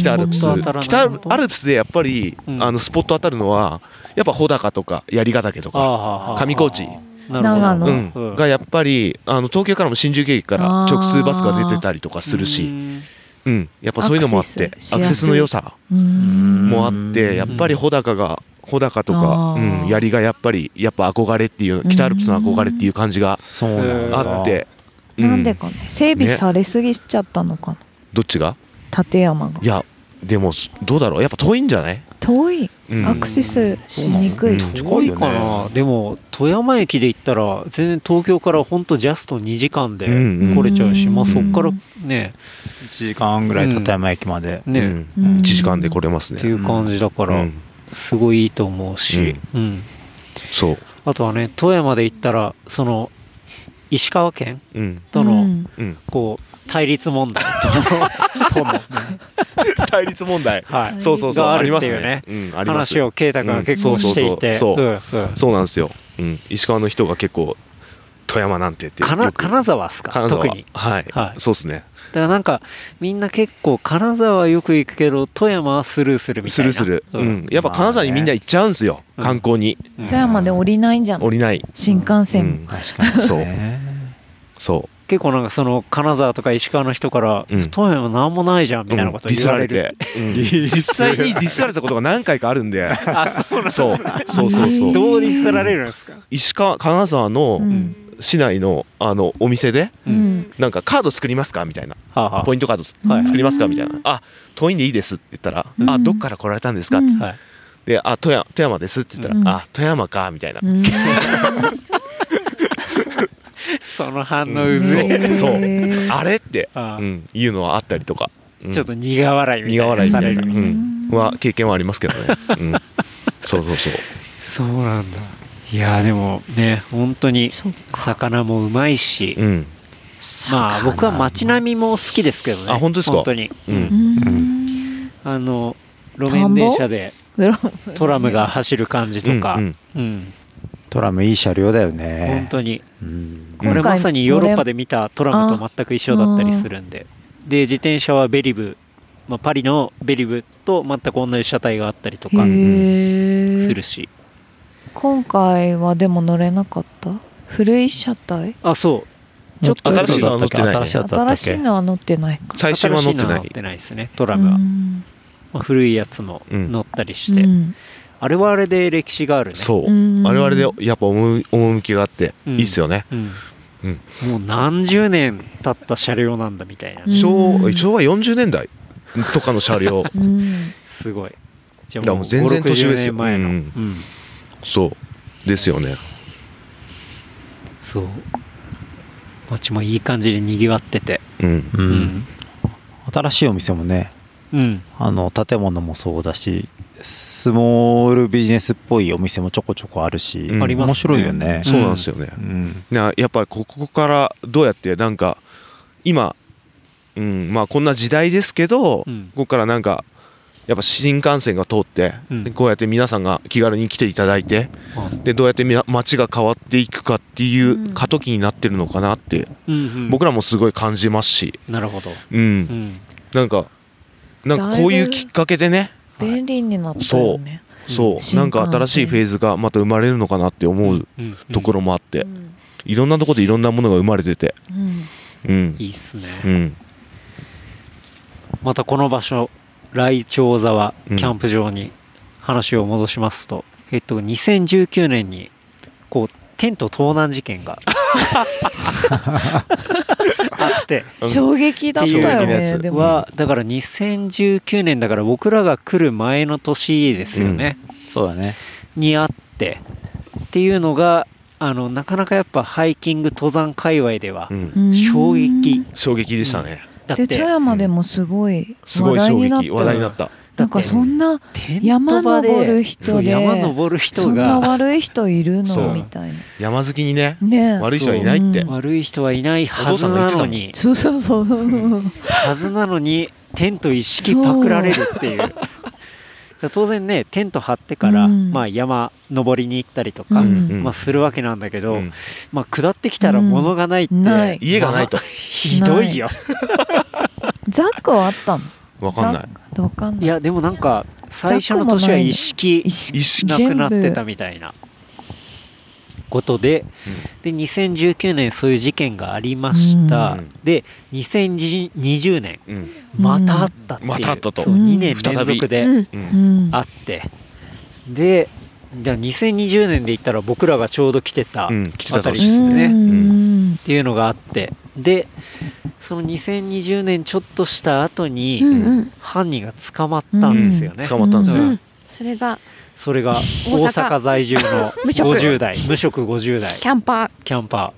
D: 北アルプス
C: スポット当たらない
D: 北アルプスでやっぱり、
C: うん
D: あのスポット当たるのはやっぱ穂高とか槍ヶ岳とか
C: あ
D: 上高地
C: な
E: 長野
D: うん
C: うん
D: がやっぱりあの東京からも新宿駅から
E: あー
D: 直通バスが出てたりとかするし、うん、やっぱそういうのもあって
E: アクセスし
D: ア
E: やすい
D: クセスの良さ
E: うん
D: もあってやっぱり穂高が穂高とか
E: あ、ー
D: うん、槍がやっぱりやっぱ憧れっていう北アルプスの憧れっていう感じが
G: そうなんだ
D: あって、う
E: なんでかね整備されすぎちゃったのか
D: どっちが
E: な立山が
D: いやでもどうだろうやっぱ遠いんじゃない、
E: 遠い
D: うん
E: アクセスしにくい
D: うん
C: 遠いか
G: 近い
C: な、
G: よ
C: でも富山駅で行ったら全然東京からほんとジャスト2時間で来れちゃうし、
E: うん
C: まあそっからね
G: 1時間ぐらい立山駅まで、
C: ね、
D: うん
E: うん
D: 1時間で来れます
C: って
D: ね、
C: いう感じだか
D: う
C: ら
D: ん
C: すごいいいと思うし、うん
D: そ
C: あとはね富山で行ったらその石川県
D: ううん
C: と
E: う
C: の
E: ん
D: うん
C: こう対立問題と との
D: 対立問題
C: はい
D: そうそうそう
C: があ
D: あ
C: る
D: り
C: っ
D: ま
C: て
D: す
C: いう
D: ね
C: ね、
D: うん、あります
C: 話を圭太君が結構していて
D: そうそうそう
C: うんうん
D: そうなんですよ、うん、石川の人が結構富山なんてって
C: かな
D: よく
C: 金沢っすか
D: 金沢
C: 特に
D: はい、
C: はい
D: そうですね
C: だからなんかみんな結構金沢はよく行くけど富山はスルーするみ
D: す
C: たいな
D: るする、
C: う
D: うんん、やっぱ金沢にみんな行っちゃうんすよ、
C: まあね
D: 観光に
C: うん
E: 富山で降りないんじゃん
D: 降りない、
E: 新幹
D: う
E: 線
D: ん、
G: 確かにね
D: そうそう
C: 結構なんかその金沢とか石川の人から
D: うん
C: 太いのなんもないじゃんみたいなこと
D: ディ
C: 言
D: ス
C: わ
D: ら
C: れ
D: れ
C: る
D: て、 実際にディスられたことが何回かあるんで
C: あそうなんです
D: そうそうそうそう
C: どうディスられるんですか
D: 石川金沢
E: う
D: の
E: ん
D: 市内のあのお店で
E: うんうん
D: なんかカード作りますかみたいな
C: はあはあ
D: ポイントカード作
C: はい
D: りますかみたいなあ遠いんでいいですって言ったら
E: うん
D: あどっから来られたんですかっ
E: う
D: て
E: ん
C: はい
D: であ富山富山ですって言った
E: うん
D: らあ富山かみたいな
E: うん
C: その反応う
D: そ
C: ぜえ
D: うそう
E: へー
D: あれって
C: ああ
D: うんいうのはあったりとかう ん
C: ちょっと苦笑いみ
D: 苦
C: たい
D: 笑
C: ない
D: み
C: さ
D: た
C: れ
D: いな
C: る
D: う
C: みたいなん
D: は経験はありますけどねうんそうそうそう
C: そうなんだいやでもね本当に
E: そっ
C: 魚もうまいし
D: うん
C: まあ僕は街並みも好きですけどね
D: あ本当ですか
C: 本当に
D: う
E: うんん
C: あの路面電車でトラムが走る感じとか、
D: う
C: うん
D: うんん
G: トラムいい車両だよね
C: 本当に
G: うん
C: これまさにヨーロッパで見たトラムと全く一緒だったりするんでで自転車はベリブ、まあ、パリのベリブと全く同じ車体があったりとか
E: へー
C: するし
E: 今回はでも乗れなかった古い車体
C: あそうちょっと
D: 新しいのは乗ってない
G: 新しいやつだっ
E: 新
G: たっ
E: しい
G: け
E: のは乗ってないか
D: 最新は乗って
C: 新しいの
D: な
C: 乗っ
D: い
C: てないですねトラムは、
E: うん
C: まあ、古いやつも
D: うん
C: 乗ったりして、
E: うん
C: あれはあれで歴史があるね
D: そう
E: うん
D: あれはあれでやっぱ趣趣があって
C: うん
D: いいっすよね
C: うん、
D: うん
C: もう何十年経った車両なんだみたいな
E: うん
D: 昭昭和40年代とかの車 両
E: うん
C: すごいじゃ
D: いやもう全然
C: 5 60
D: 年上ですよ
C: 年前の、
D: うん
C: うん
D: そうですよね
C: そう街もいい感じでにぎわってて
D: うん
G: う、
C: うん
G: 新しいお店もね
C: うん
G: あの建物もそうだしスモールビジネスっぽいお店もちょこちょこあるし、
D: うんありま
C: ね
D: す
G: 面白いよね、
D: そうなんですよね
G: うん
D: なやっぱりここからどうやってなんか今、うんまあ、こんな時代ですけど、
C: うん
D: ここからなんかやっぱ新幹線が通って、
C: うん
D: でこうやって皆さんが気軽に来ていただいて
C: あ
D: でどうやってみな街が変わっていくかっていう過渡期になってるのかなって、
C: うんうん
D: 僕らもすごい感じますし、
C: なるほど、
D: うん
C: うん、
D: なんかなんかこういうきっかけでね
E: 便利になったよね
D: そううなんか新しいフェーズがまた生まれるのかなって思う
C: うん
D: ところもあって、
E: うん
D: いろんなところでいろんなものが生まれてて。
E: うん
D: うん
C: いいっすね、
D: うん
C: またこの場所来鳥沢
D: う
C: キ
D: ん
C: ャンプ場に話を戻しますと、えっと2019年にこうテント盗難事 件があって
E: 衝撃だった
C: 衝
E: よ
D: 撃のや
E: ね
D: つ
E: でも
C: はだから2019年だから僕らが来る前の年ですよね、
G: そうだね
C: にあってっていうのがあのなかなかやっぱハイキング登山界隈では
D: うん
E: うん
C: 衝撃
D: 衝撃でしたね、
C: だっ
E: で
C: て
E: 富山でもすごい
D: すごい衝撃話
E: 話題
D: 題
E: にな
D: にな
E: っ
D: った
E: よ
D: た
E: なんかそんな
C: テン
E: 山
C: ト場で
E: 登る人で
C: そう山登る人
E: そんな
C: が
E: 悪い人いる
D: そ
E: の
D: う
E: みたいな
D: 山好きにね
E: ねえ
D: 悪い人はいないって
E: そう
C: 悪い人はいないはずなのに
E: そうそうそう
C: はずなのにテント一式パクられるっていうだから 当然ねテント張ってから、
E: うん
C: まあ、山登りに行ったりとか、
E: うん
C: まあ、するわけなんだけど、
D: うん
C: まあ、下ってきたら物がないって、
E: うんない
D: 家がないと
C: まあひどいよ
E: ザックはあったの
D: わかんない
E: いわかんない
C: いやでもなんか最初の年は一式
E: 意識
D: 意識
C: なくなってたみたいなことで,、で2019年そういう事件がありました、
D: うん
C: で2020年
D: うん
C: またあったっていう、
D: またあったと
C: そう
E: うん
C: 2年連続で、
F: うん
D: う
E: うんん
C: あってでじゃあ2020年で言ったら僕らがちょうど来てた
D: うん来てた
C: あたり
D: 年
C: ですよね、
E: う
C: っ
E: ん
C: ていうのがあってでその2020年ちょっとした後
F: う
C: に
F: んうん
C: 犯人が捕まったんですよね、
D: 捕まったんですよ、
C: う
F: うんそれが
C: それが大阪在住の
F: 無職
C: 50代無職50代
F: キャンパー
C: キャンパ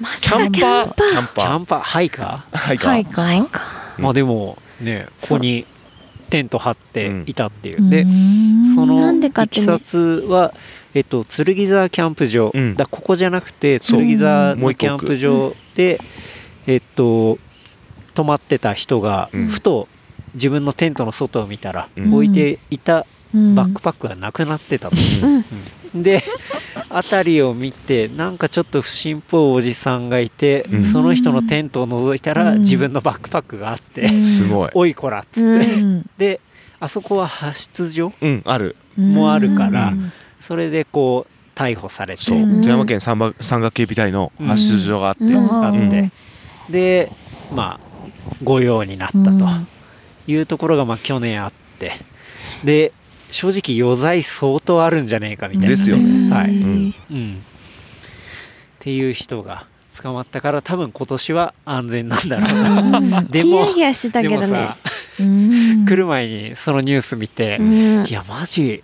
F: まさ
D: キャ
F: か
D: ン
F: キ
D: パ
F: ャン
D: ー
F: パ
D: キャ
F: ー
D: ン
C: ーキャ
D: パ
C: ンパーハイカー
D: ーはい
E: はい
D: か
E: か
C: まあでもねここにテント張っていたっていう、でその
F: なんでかっ
C: い
F: て
C: き
F: ね
C: さつは、えっと、剣沢キャンプ場、
D: うん
C: だここじゃなくて
D: そう
C: 剣沢
D: もう
C: の
D: 一個
C: キャンプ場で、えっと、泊まってた人が、
D: うん
C: ふと自分のテントの外を見たら、
D: うん
C: 置いていたバックパ
E: パ
C: ックがなくなってたと、
F: うん
C: で辺りを見てなんかちょっと不審っぽいおじさんがいて、
D: うん
C: その人のテントを覗いたら、
E: うん
C: 自分のバックパックがあって
E: う
C: 「
E: ん
D: すごい
C: おいこら」っつ
F: う
C: って、
E: ん
C: であそこは派出所
D: うんある
C: もあるから
E: うん
C: それでこう逮捕されて
D: そう、
E: うん
D: 富山県山岳山岳警備隊の発出所があって、
E: うん
C: あって、でまあ御用になったというところがまあ去年あってで正直余罪相当あるんじゃねえかみたいな
D: ですよね
C: はい
D: うん
C: うん、っていう人が捕まったから多分今年は安全なんだろうなで
F: ヒ
C: も
F: ヤヒヤしたけど
C: でも
F: ね
C: さ。 来る前にそのニュース見て、
F: うん
C: いやマジ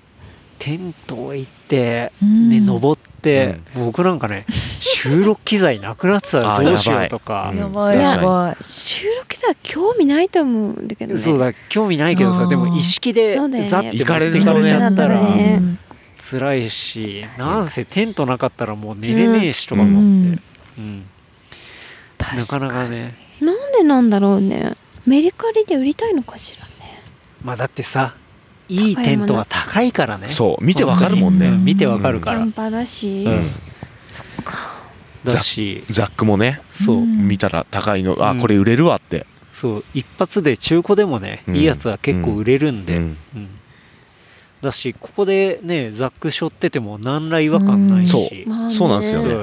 C: テント行って、
E: うん
C: ね、登って、僕なんかね収録機材なくなってたらどうしようとか
D: あーやばい
E: やばい
D: うん
E: やば
F: 収録さ興味ないと思うんだけどね。
C: そうだ興味ないけど
E: あ
C: さ
E: ー
C: でも意識でざっ
F: そう
C: て
F: だよ
C: 持
F: ね
C: って
D: 行かれ
C: き
D: ると
C: た
D: ね
C: れちゃったら
F: そうだ
E: い、
F: ね
E: うん
C: 辛いしなんせテントなかったらもう寝れねえしとか思って、うんなかなかね
F: なんでなんだろうね。メリカリで売りたいのかしらね。
C: まあだってさいいテントは高いからね
D: そう見てわかるもんね、
C: うん見てわかる
F: キ
C: から、
F: ャンパーだし。
D: うん
C: だし
D: ザックもね
C: そう、
E: うん
D: 見たら高いの、あ
C: うん
D: これ売れるわって、
C: そう一発で中古でもね、
D: うん
C: いいやつは結構売れるんで、
D: う
C: うん
D: ん
C: だしここでねザック背負ってても何ら違和感ないし、
D: そう
F: まあね
D: そうなんですよ
C: ん
D: ね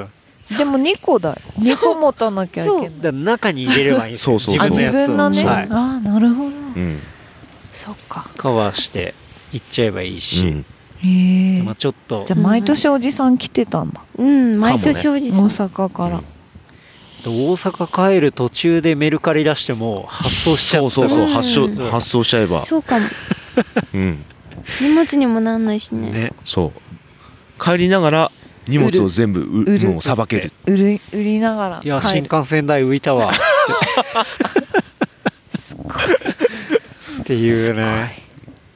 C: だか
E: でも2個だよ2個持たなきゃいけない
C: ら中に入れればいいんですよ
D: そうそう
E: あ
D: そう
E: 自分のね、
C: をはい
E: ああなるほど
D: うん
E: そっか
C: カバーしていっちゃえばいいし、
E: へえ
C: まあ、ちょっと
E: じゃあ毎年おじさん来てたんだ
F: うん毎年おじ
E: 大
F: さん。
E: 阪か
D: う
E: ら
D: ん
C: 大阪帰る途中でメルカリ出しても発送しちゃ
D: そう
C: った
D: そうそう、
F: うん
D: 発症発送しちゃえば、
F: そうかも。
D: うん、
F: 荷物にもなんないしね。
C: ね
D: そう帰りながら荷物を全部う
E: 売る
D: もうさばける
E: 売る売りながら
C: いや
E: 帰
C: 新
E: る
C: 幹線代浮いたわっていうね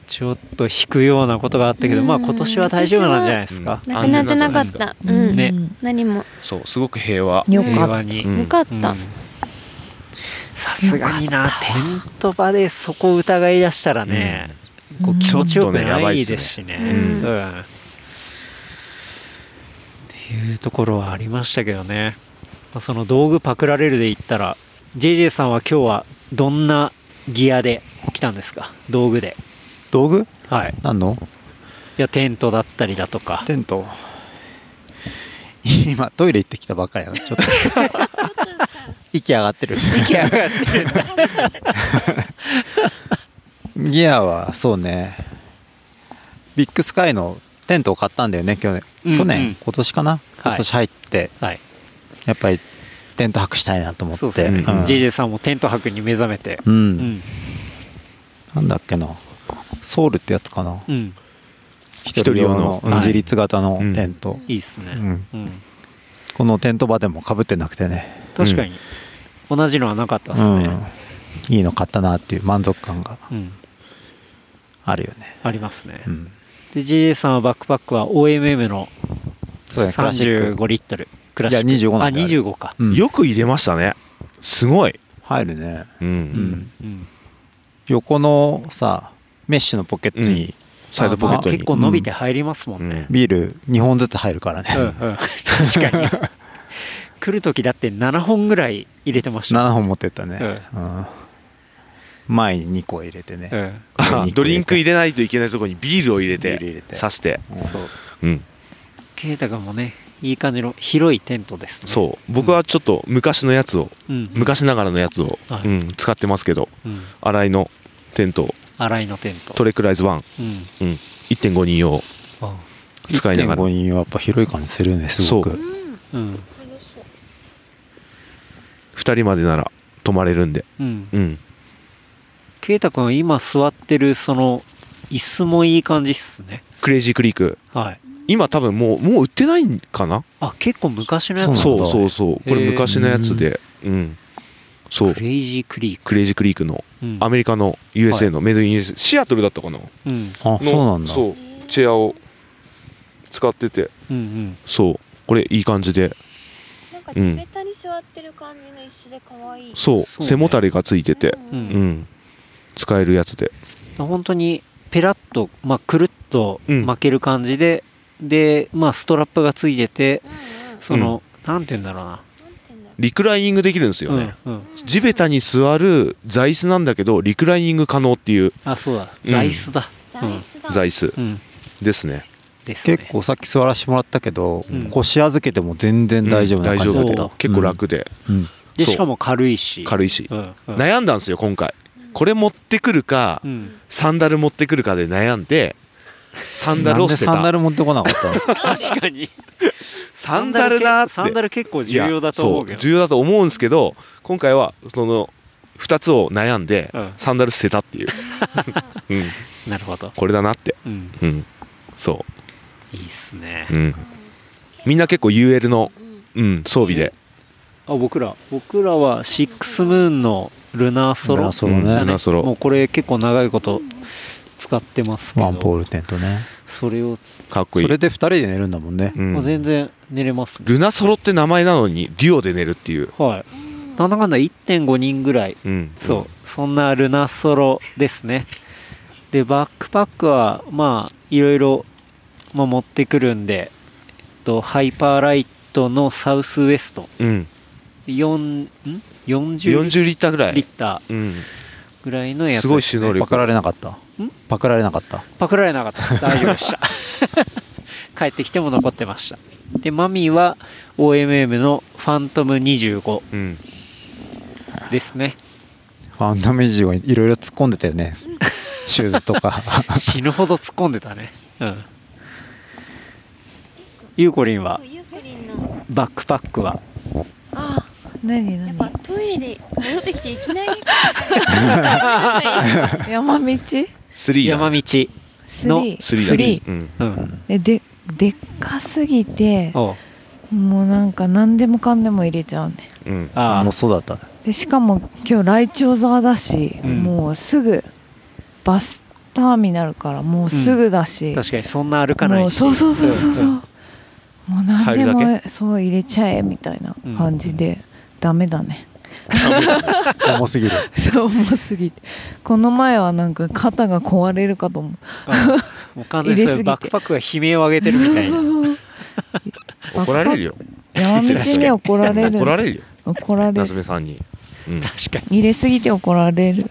C: ちょっと引くようなことがあったけどまあ
F: うん
C: 今年は大丈夫なんじゃないですか
F: なくなってなかった。う
E: うん
F: ん。
C: ね
F: 何も。
D: そうすごく平和
E: よ
C: 平
E: か
C: 和
E: っ
C: に
D: うん
F: よかっ
C: うん
F: た。
C: さすがになテント場でそこ疑い出したらねこう気持ちよく
D: ちょっとねや
C: な
D: ばい
C: い
D: っすね
C: ですしね
F: う
C: うん
F: ん
C: っていうところはありましたけどね、まあ、その道具パクられるで言ったら JJ さんは今日はどんなギアで来たんですか道具で
G: 道具
C: はい
G: 何の
C: いやテントだったりだとか
G: テント 今トイレ行ってきたばっかりやなちょっと 息上がってるギアはそうねビッグスカイのテントを買ったんだよね去
C: うん
G: 年、
C: うん
G: 去年今年かな、
C: い
G: 今年入って
C: はい
G: やっぱりテント泊したいなと思って
C: そうですね、
G: ん
C: JJ さんもテント泊に目覚めて
G: うん
C: うん
G: なんだっけなソウルってやつかな
C: うん
G: 一人用の
D: うん
G: 自立型のテント、
C: いいっすね、
G: うん
C: うん
G: このテント場でもかぶってなくてね
C: 確かに同じのはなかったですね、
G: うん、いいの買ったなっていう満足感が
C: うん
G: あるよね、
C: ありますね、
G: うん、
C: で JJ さんはバックパックは OMM の
G: そうだねクラシッ
C: 35
G: ク
C: リットルクラシック
G: いや25なんだ
C: あ25か
G: うん
D: よく入れましたねすごい、
G: 入るね
D: うん
G: うん
C: うん
G: 横のさメッシュのポケット
D: う
G: に
D: サイドポケットに
C: 結構伸びて入りますもんね、
G: ビール2本ずつ入るからね、
C: うんうん確かに 来る時だって7本ぐらい入れてました
G: 7本持ってったね、うん前に2個入れてね、
C: うん
D: あ ドリンク入
G: れ
D: れないといけないところにビールを入れて
G: ビール入れて
D: 刺して、
C: そう
D: うん、
C: 圭太君もねいい感じの広いテントですね
D: そう僕はちょっと昔のやつを
C: う、うん
D: 昔ながらのやつを、
C: はい
D: うん、使ってますけど
C: うん、
D: 新井のテント
C: 洗いのテント
D: トレクライズ1、
C: うん
D: うん、1.5人用を
C: あ
D: 使いながら
G: 1.5人はやっぱ広い感じするねすご
D: そ
G: く
C: うん
D: 2人までなら泊まれるんで、
C: うん
D: うん、
C: 圭太君今座ってるその椅子もいい感じっすね
D: クレイジークリーク
C: はい
D: 今多分もうもう売ってないんかな
C: あ結構昔のやつなんだ
D: そう
G: なんだ
D: そうそうこれ昔のやつで、うん、そう
C: クレイジークリーク
D: クレイジークリークの
C: うん
D: アメリカの USA のメイドイン USA シアトルだったかな
C: うん
G: あそうな
D: の
G: んだ
D: そうチェアを使ってて
C: うんうん
D: そうこれいい感じで
F: なんか
D: 地べ
F: たに座ってる感じの石で可愛い
D: そう
C: そうね
D: 背もたれがついてて、
C: う
D: うんん、使えるやつで
C: 本当にペラッと、まあ、くるっと
D: うん
C: 巻ける感じで、で、まあ、ストラップがついててその、なんて言うんだろうな、
D: リクライニングできるんですよね、
C: うんうん
D: 地べたに座る座椅子なんだけどリクライニング可能っていう
C: あそうだ
D: うん
C: 座椅子だ、うん
F: 座椅子だ。
D: 座椅子
C: うん
D: ですね、
C: ですね
G: 結構さっき座らせてもらったけど、
C: うん
G: 腰預けても全然大丈夫な
D: 大
G: 感
D: 丈
G: じだ
C: うん
G: った
D: 夫結構楽で
G: うん
C: で
D: そう
C: しかも軽いし
D: 軽いし
C: うんうん
D: 悩んだんですよ今回これ持ってくるか
C: うん
D: サンダル持ってくるかで悩んでサンダル
G: なん
D: を
G: で
D: 捨て
G: サンダ
D: た
G: ル持ってこなかった
C: 確かに
D: サンダルなーって
C: サンダル結構重要だと思うけ
D: いや
C: ど
D: そう重要だと思うんですけど今回はその2つを悩んで、
C: うん
D: サンダル捨てたっていう、 うん、
C: なるほど、
D: これだなって、
C: うん、
D: うん、そ
C: いいっすね
D: う、うん、みんな結構 UL の、うん、装備で
C: あ僕ら僕らはシックスムーンのルナーソロ
G: ルナーソロね
C: だ
D: ルナーソロ
C: もうこれ結構長いこと使ってますけど
G: ワンポールテントね
C: それをつ、
D: かっこ
G: そ
D: いい
G: れで2人で寝るんだもんね、
D: うん
C: まあ全然寝れますね
D: ルナソロって名前なのにデュオで寝るっていう、
C: はいなんだかんだ1.5人ぐらい
D: うん、
C: そう、そんなルナソロですね。で、バックパックは、まあ、いろいろ、まあ、持ってくるんで、えっと、ハイパーライトのサウスウエスト、
D: うん、うん、
C: 4ん40
D: 40リッターぐら
C: リッ
D: い、
C: ター
D: うん、
C: ぐらいのやつ、
D: すごい収納
G: パク
D: 力
G: られなかったパクられなかった
C: パクられなかったです。大丈夫でした。帰ってきても残ってました。で、マミーは OMM のファントム25
D: うん、
C: ですね。
G: ファンダメージをいろいろ突っ込んでたよねシューズとか
C: 死ぬほど突っ込んでたね。うん。ゆうこりんは
F: ゆうこりんの
C: バックパックは
E: あ何
F: やっ
E: 何
F: ぱトイレで戻ってきていきなり
E: 山道
D: 3
C: 山道の
E: 3
D: スリー
E: ス
D: だ
E: リ
D: ね
E: ー
D: うん
C: うん
E: でででっかすぎて
C: おう
E: もうなんか何でもかんでも入れちゃうね
D: うん
C: あ
G: も
C: あ
G: うそうだった
E: でしかも今日ライチョウ沢だし、
C: うん
E: もうすぐバスターミナルからもうすぐだし、
C: 確かにそんな歩かな
E: も
C: いうし
E: そうそうそうそうそう、
C: ん
E: もう何で
D: 入る
E: もそう入れちゃえみたいな感じで、ダメだね
G: 重すぎる
E: そう重すぎてこの前はなんか肩が壊れるかと思う
C: うんもう完全にそ
E: 入れす
C: れ
E: ぎて
C: バックパックが悲鳴を上げてるみたいな
D: 怒られるよ
E: 山道に怒られる
D: 怒られるよ
E: 怒られ
D: 夏
E: る
D: 目さんに、うん、
C: 確かに
E: 入れすぎて怒られ
C: そ
E: る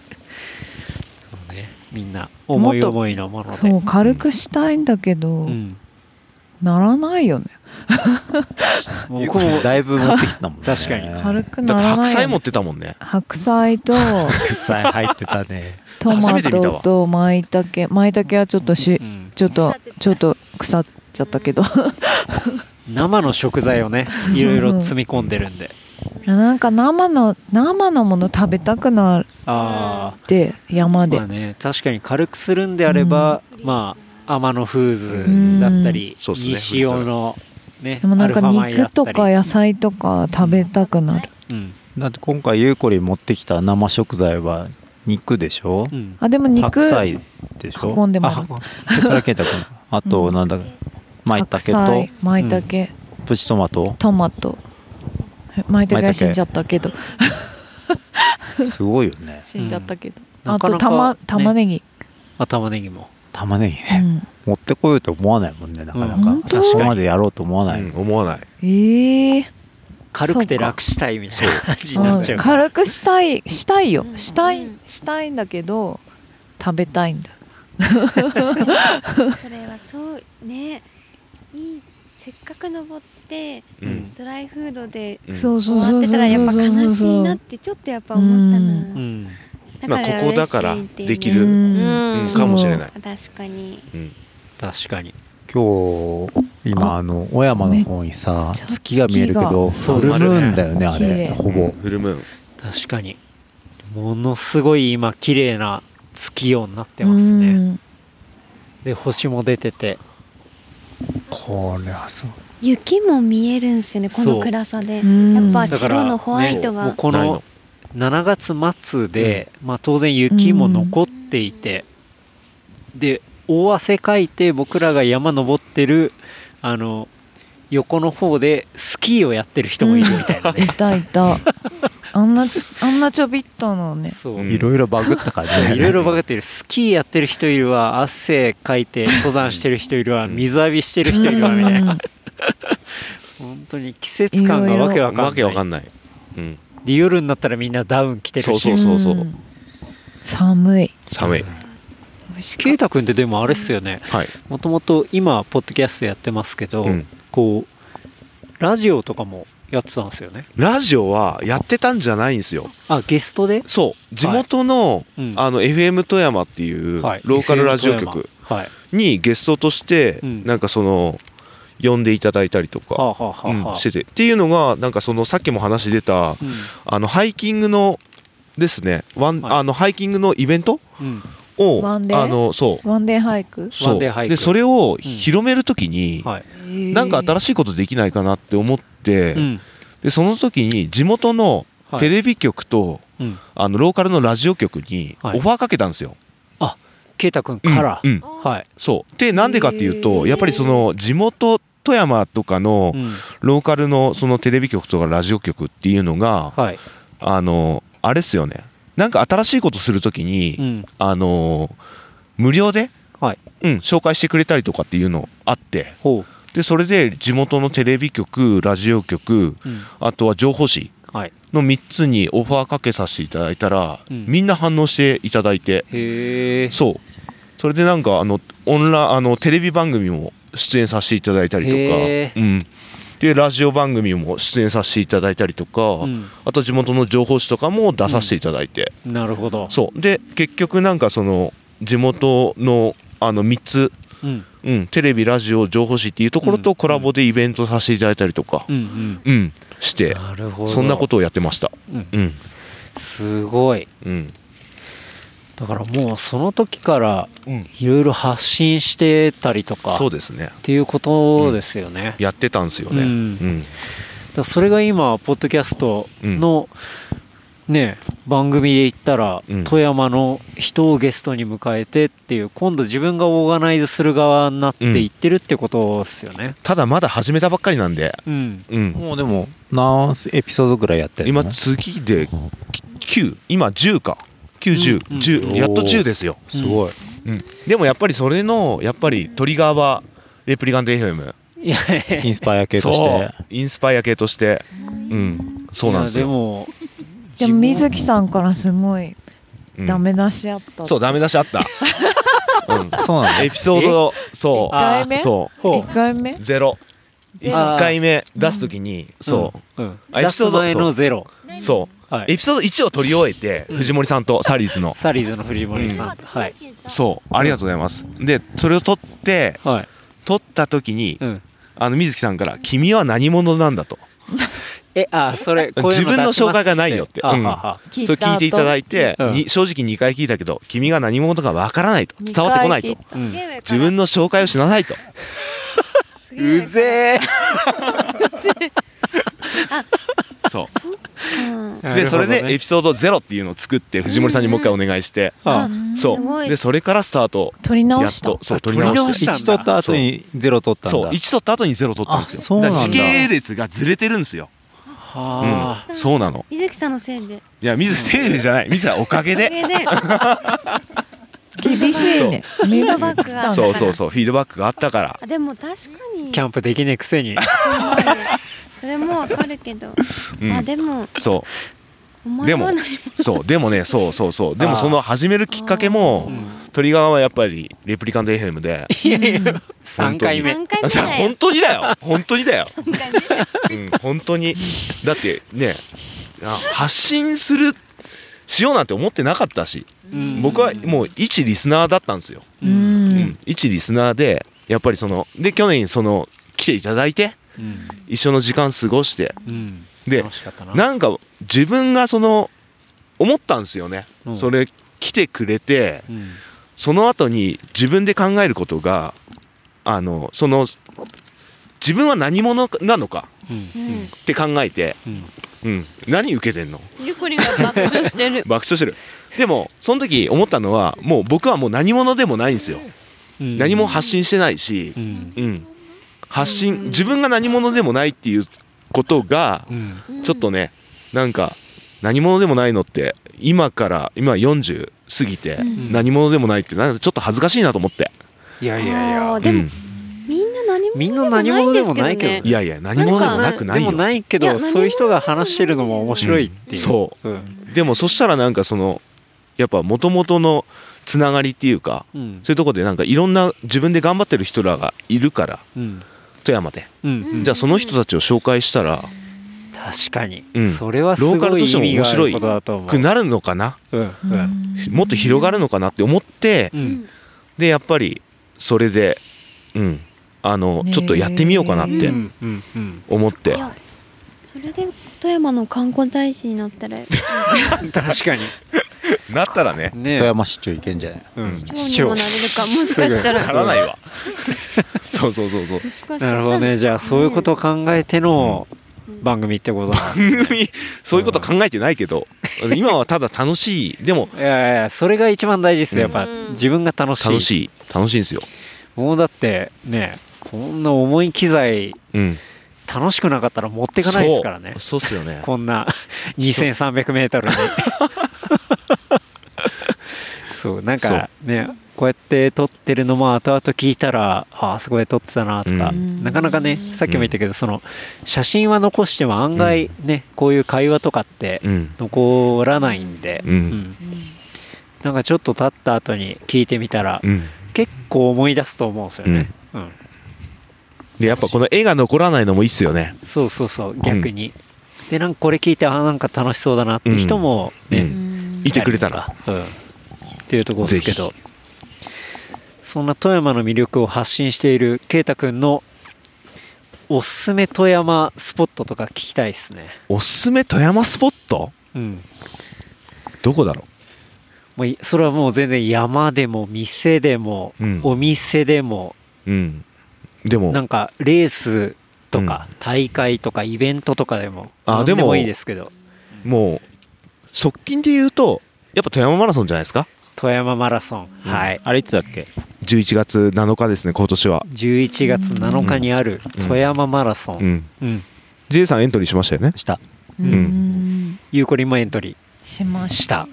C: うねみんな思い思いのもので
E: そう軽くしたいんだけど、
C: うん
E: ならないよね
C: もう僕も
G: だいぶ持ってきたもんね
C: 確かに
E: 軽く
D: だ
E: な
D: って
E: ら
D: 白
E: ない
D: 菜
E: よ
D: 持
E: ね
D: ってたもんね
E: 白菜と
G: 実際入ってたね
E: ト
D: 初
E: マ
D: めて見た
E: ト
D: わ
E: と舞茸舞茸はちょっとし、
C: うん
E: ちょっとちょっと腐っちゃったけど
C: 生の食材を ねいろいろ積み込んでるんで
E: なんか生の生のもの食べたくなっ
C: ああ
E: て山で、
C: まあね確かに軽くするんであればまあ天野フーズだったり
D: そうっすね
C: 西尾のね
E: でもなんか
C: アルファ米だ
E: 肉
C: った
E: と
C: り
E: か野菜とか食べたくなる、
C: うん
G: だって今回ゆうこりん持ってきた生食材は肉でしょ、
C: うん
E: あでも肉
G: 白菜でしょ
E: 運んでます
G: あ運んそれは健太君 あとなんだまいた
E: 白
G: けと
E: 菜舞茸、
G: プチトマト
E: トマト舞茸は死んじゃったけど
G: すごいよ ね
E: 死んじゃったけど、
C: うん
E: あと
C: なかなか
E: 玉
C: ね
E: 玉ねぎ、
C: あ玉ねぎも
G: 玉ねぎ
E: う
G: ね
E: ん、
G: 持ってこようと思わないもんねなかな
E: うん本
G: か
E: 当
G: そこまでやろうと思わない、
D: うん思わない
E: ええ
C: 軽くて楽したいみたいな感じになっちゃう
E: うん
C: から
E: 軽くしたいしたいよ
F: うん
E: したい
F: うん
E: したいんだけど食べたいんだ
F: それはそうねいいせっかく登って
D: う
C: うん
D: ん
F: ドライフードで
D: うん
E: そうそ
F: 終
E: う
F: わ
E: そ
F: っ
E: う
F: て
E: そ
F: たらやっ
E: う
F: ぱ
E: そうそう
F: 悲しい
E: そ
F: なっ
E: う
F: てちょっとやっぱ思った
C: う
F: な、
C: ん
F: だから
D: まあここだから
F: 嬉しいっていうね
D: できる
F: うん
D: うんかもしれない
F: 確かに
D: うん
C: 確かに
G: 今日今
E: あ
G: あの小山の方に
E: め
G: さ
E: っちゃ
G: 月が見えるけど
C: そう
G: フルムーンだよねあ
E: 丸ね
G: れほぼ
D: フルムーン
C: 確かにものすごい今綺麗な月夜になってます
E: う
C: ね
E: ん
C: で星も出てて
G: これはそう
F: 雪も見えるんすよねこ
C: そ
F: の
C: う
F: 暗さで
E: うん
F: やっぱ
C: だから
F: 白のホワイト
C: も
F: が
C: うこ
D: ない
C: の
D: の
C: 7月末で、まあ、当然雪も残っていて、で大汗かいて僕らが山登ってるあの横の方でスキーをやってる人もいるみたいなね
E: い、たいたあんなあんなちょびっとの ね
C: そう
D: うん
G: いろいろバグった感じだよね
C: いろいろバカってるスキーやってる人いるわ汗かいて登山してる人いるわ
D: うん
C: 水浴びしてる人いるわみたいな本当に季節感がわけわかんない
D: わけわかんない、うん、
C: で夜になったらみんなダウン着てるし
D: そうそうそうそう
E: うん寒い
D: 寒い
E: め
C: 圭太君ってでもあれっすよね
D: はい、
C: もともと今ポッドキャストやってますけど、
D: うん
C: こうラジオとかもやってたんですよね
D: ラジオはやってたんじゃないんですよ
C: あゲストで、
D: そう地元の,、
C: うん
D: あの FM 富山っていうロ
C: はい
D: ーカルラジオ
C: FM 富
D: 局
C: 山はい
D: にゲストとして、
C: うん
D: なんかその呼んでいただいたりと
C: はあ
D: か、
C: はあはあはあ
D: うんしててっていうのがなんかそのさっきも話出
C: う
D: た
C: ん
D: あのハイキングのですねワン、
C: はい
D: あのハイキングのイベント
C: うん
D: を
E: ワ
D: あ
E: ンデー
D: のそう
E: ワンデー俳句
C: ワ
D: そ
C: ン
D: う
C: デーハイク
D: でそれを広めるときに、
C: はい
D: なんか新しいことできないかなって思って、
C: うん
D: でその時に地元の
C: はい
D: テレビ局と、
C: うん
D: あのローカルのラジオ局にオ
C: はい
D: ファーかけたんですよ。
C: 圭太君から、
D: うんうん
C: はい、
D: そうでなんでかっていうと
E: へー
D: やっぱりその地元富山とかの
C: うん
D: ローカルのそのテレビ局とかラジオ局っていうのが、
C: はい
D: あのあれっすよねなんか新しいことする時に、
C: うん
D: あの無料で、
C: はい
D: うん、紹介してくれたりとかっていうのあって
C: ほ
D: でそれで地元のテレビ局ラジオ局
C: う、うん
D: あとは情報誌
C: はい
D: の3つにオファーかけさせていただいたら、
C: うん
D: みんな反応していただいて
C: へえ
D: そうそれでなんかあのオンラあのテレビ番組も出演させていただいたり
C: へ
D: とか、うん、でラジオ番組も出演させていただいたりとか、
C: うん
D: あと地元の情報誌とかも出させていただいて、
C: なるほど
D: そうで結局なんかその地元のあの3つ、
C: う、ん、
D: うん、テレビラジオ情報誌っていうところ
C: う
D: と
C: ん
D: コラボでイベントさせていただいたりとか、
C: うんうん
D: うんして
C: なるほど
D: そんなことをやってました。
C: うん
D: うん
C: すごい
D: うん
C: だからもうその時から
D: うん
C: いろいろ発信してたりとか
D: そう
C: っ
D: ですね
C: ていうことですよね、だか
D: やってたんですよね、
C: う
D: うんん
C: らそれが今ポッドキャストの、ね番組で言ったら、
D: うん
C: 富山の人をゲストに迎えてっていう今度自分がオーガナイズする側になっていってるってことですよね
D: ただまだ始めたばっかりなんで、
C: うん、
D: うん、
G: もうでも何エピソードぐらいやってるの
D: 今次で9今10か
C: うん
D: 910、
G: うん
D: やっと10ですよ、
C: すご
G: い、
D: うんでもやっぱりそれのやっぱりトリガーはレプリカント FM
C: いやいや
G: インスパイア系とし
D: そ
G: て
D: うインスパイア系としてうんそうなんです
C: いや
D: よ、
C: も
E: でも水木さんからすごい
D: うん
E: ダメ出しあった、
D: そうダメ出しあった うん
G: そうなんだ
D: エピソードそ
E: 一回目
D: うそ
C: ほ
E: 一回目
D: うゼロ
E: ゼ
C: ロ、
D: 1回目出すときに、そう
C: うん、
D: あ
C: 出す前の
D: エピソードそう
C: ゼロ、
D: うそう
C: は
D: エ
C: い、
D: ピソード1を取り終えて、藤森さんとサリーズの。
C: サリーズの藤森さん、はい
D: そう、ありがとうございます。で、それを取って、
C: はい、
D: 取った時に
C: う、ん、
D: あの、水木さんから、君は何者なんだと。
C: えあそれこういう
D: 自分
C: 出
D: の
C: します
D: 紹介がないよって
C: あは
D: うん
C: は
E: 聞
D: それ聞いていただ
E: い
D: いて、
C: うん
D: に正直2回聞いたけど、君が何者かわからないと。伝わってこない
E: 二
D: と
E: 回。
C: うん
D: 自分の紹介をしなさいと。
C: うぜ
D: そ
F: うん
C: え
D: う。で、それでエ
C: ピ
D: ピソード0っていうのを作って、藤森さんにもう一回お願いして、
C: あ
D: そ
F: すご
D: う。
F: い
D: で、それからスタート。
E: 撮り
D: や
E: 直
D: っ
E: した
D: と、そう、
C: あ
D: 取り
C: 撮
D: 直
C: り直
D: して
C: し。たんだ
G: 1取った後にゼロ取ったんだ
D: そう、1取った後に0取ったんですよ。
G: あそうなんだ
D: から時系列がずれてるんですよ。
C: はあ、
D: うんそうなの。
F: 水木さんのせいで
D: いや、水せいでじゃない。水はおかげ
F: それ
D: で。
F: で
E: 厳しいね水
F: ドバッグがあったから
D: そうそうそう、フィードバックがあったから。
F: あでも確かに
C: キャンプできねえくせに
F: それもわかるけど、
D: うん
F: まあでも
D: そ
F: お
D: う。
F: 前
D: で
F: は
D: も
F: 何も、
D: そう、でもね、そうそうそう。で
C: あー
D: もその始めるきっかけも、トリガーはやっぱり、レプリカント FM で。
C: 三回目
F: 3回目
D: さ
F: だ
D: 本
F: よ
D: 当にだよ本当にだよ、
F: 三回目だよ
D: うん、本当に。だってね、あ発信する、しようなんて思ってなかったし、
C: うん
D: 僕はもう一リスナーだったんですよ。
E: う
D: うんん。一リスナーで、やっぱりその、で、去年その、来ていただいて、
C: うん
D: 一緒の時間過ごして、
C: うん
D: で
C: 楽しかったな
D: なんか自分がその思ったんですよね、
C: うん
D: それ来てくれて
C: うん
D: その後に自分で考えることがあのその自分は何者なのか
C: うん
F: うん
D: って考えて、
C: うん
D: うん、何受けてんの
F: ゆこりんが爆笑してる
D: 爆笑してるでもその時思ったのはもう僕はもう何者でもないんですよ、
C: うん
D: 何も発信してないし
C: う、ん
D: うん、発信自分が何者でもないっていうことが
C: うん
D: ちょっとね、なんか何者でもないのって今から今40過ぎて
F: ん
D: 何者でもないってなんかちょっと恥ずかしいなと思って、
C: いやいやいや
F: あーでも、
D: うん
F: みんな何も
C: みんな何者でもないけど
D: いやいや何者でもなくない
C: で
D: よ
C: もないけ
F: い
C: ど
F: や
C: そういう人が話してるのも面白いっていう、
D: そ
C: うん
D: でもそしたらなんかそのやっぱ元々のつながりっていうか
C: うん
D: そういうとこでなんかいろんな自分で頑張ってる人らがいるから
C: うん
D: 富山で、
C: うんうん
D: じゃあその人たちを紹介したら
C: 確かに、
D: うん
C: それはす
D: ロ
C: ご
D: ーカル
C: い
D: として
C: 意
D: も
C: 味
D: 面
C: があ
D: 白
C: る
D: い
C: ことだと思う
D: くなるのかな
C: うんうん
D: もっと広がるのかなって思って、
C: うん
D: でやっぱりそれでうんあの
E: ねえ
D: ちょっとやってみようかなっ
C: う
D: て
C: んうんうん
D: 思って、
F: いやそれで富山の観光大使になったら
C: 確かに
D: なったらね
C: ね
G: 富山市長いけんじゃない
C: うん
F: 市長にもなれるかもしかしたら
D: な らないわそうそうそうそう
F: もしかしたら
C: なるほどねじゃあそういうことを考えての番組ってことなんです
D: 番組そういうこと考えてないけど今はただ楽しいでも
C: いやいやそれが一番大事ですよやっぱ
F: うん
C: 自分が楽しい
D: 楽しい楽しいんですよ、
C: もうだってねこんな重い機材
D: うん、
C: 楽しくなかったら持っていかないですからね
D: そうそうっすよね
C: こんな 2300m にそうなんかねこうやって撮ってるのも後々聞いたらああそこで撮ってたなとか、
E: うん
C: なかなかねさっきも言ったけど、その写真は残しても案外ね、こういう会話とかって
D: うん
C: 残らないんで、
D: うん
C: なんかちょっと経った後に聞いてみたら、
D: うん
C: 結構思い出すと思うんですよね、うん
D: でやっぱこの絵が残らないのもいいっすよね
C: そうそうそう逆に、でなんかこれ聞いてあなんか楽しそうだなって人もね、
D: うんいてくれたら
C: うん、っていうところですけどそんな富山の魅力を発信している圭太くんのおすすめ富山スポットとか聞きたいですね
D: おすすめ富山スポット
C: うん
D: どこだろ
C: もういそれはもう全然山でも店でも、
D: うん
C: お店でも
D: ううんでも
C: なんかレースとか大会とかイベントとかでも
D: あ
C: 何で
D: で
C: も
D: も
C: いいですけど
D: もう側近で言うとやっぱ富山マラソンじゃないですか
C: 富山マラソン、はい
H: あれいつだっけ
D: 11月7日ですね今年は
C: 11月7日にある富山マラソン、
D: うん
C: うん、
D: J さんエントリーしましたよね
G: した
E: うんん
C: ゆうこりんもエントリ
E: しま
C: ー
E: し
C: した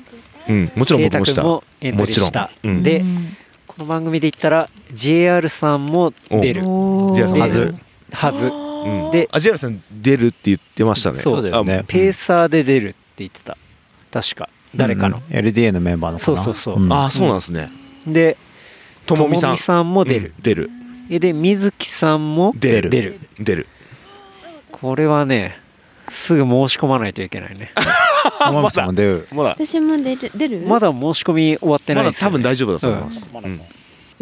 C: た
D: うんもちろん僕も
C: 圭
D: し
C: 太
D: た
C: 君もエントリーした
D: もちろんうん
C: で
E: うん
C: この番組で言ったら JR さんも出る
E: おー
D: じゃあ
C: で
D: はず
C: はず
D: うん
C: で
D: アジアルさん出るって言ってましたね
C: そう
G: だよね
C: ペーサーで出るって言ってた確か誰かの
G: うん LDA のメンバーのかな
C: そうそうそうん
D: ああそうなんですね
C: で
D: ともみさん
C: も出る
D: うん出る
C: えで水木さんも
D: 出る出る
C: これはねすぐ申し込まないといけないね
G: 天海さんも出る
D: まだ
F: 私も出る出る
C: まだ申し込み終わってな
D: ま
C: いで
D: だ
C: すよ
D: 多
C: ね
D: 分大丈夫だと思いますうん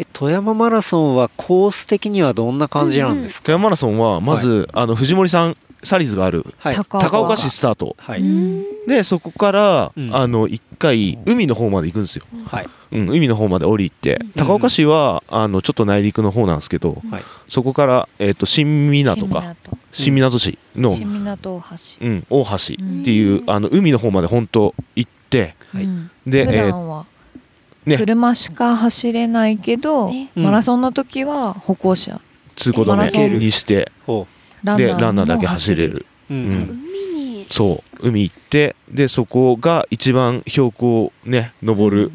C: え富山マラソンはコース的にはどんな感じなんですか、
D: 富山マラソンはまずあの藤森さんサリズがある
C: はい
E: 高
D: 高岡市スタート
C: は
E: う
C: い
E: ん
D: でそこから
C: うん
D: あの一回海の方まで行くんですよ
C: はい
D: うん、海の方まで降りて高岡市はあのちょっと内陸の方なんですけど、
C: はい
D: そこから、えっと新湊か新湊市の、
E: 新港大橋
D: うん、大橋っていう、あの海の方まで本当行って
C: はい
E: うん
D: で、
E: 普
D: えー
E: 段は
D: ね
E: 車しか走れないけど
F: ね
C: うん
E: マラソンの時は歩行者
D: 通行
E: マラソ
D: 止め
E: ン
D: にして
C: ほ
E: ランナ
D: で
E: ーも
D: ランナーだけ走れる
C: うう
D: うんん
F: 海に
D: そう海行ってでそこが一番標高をね登る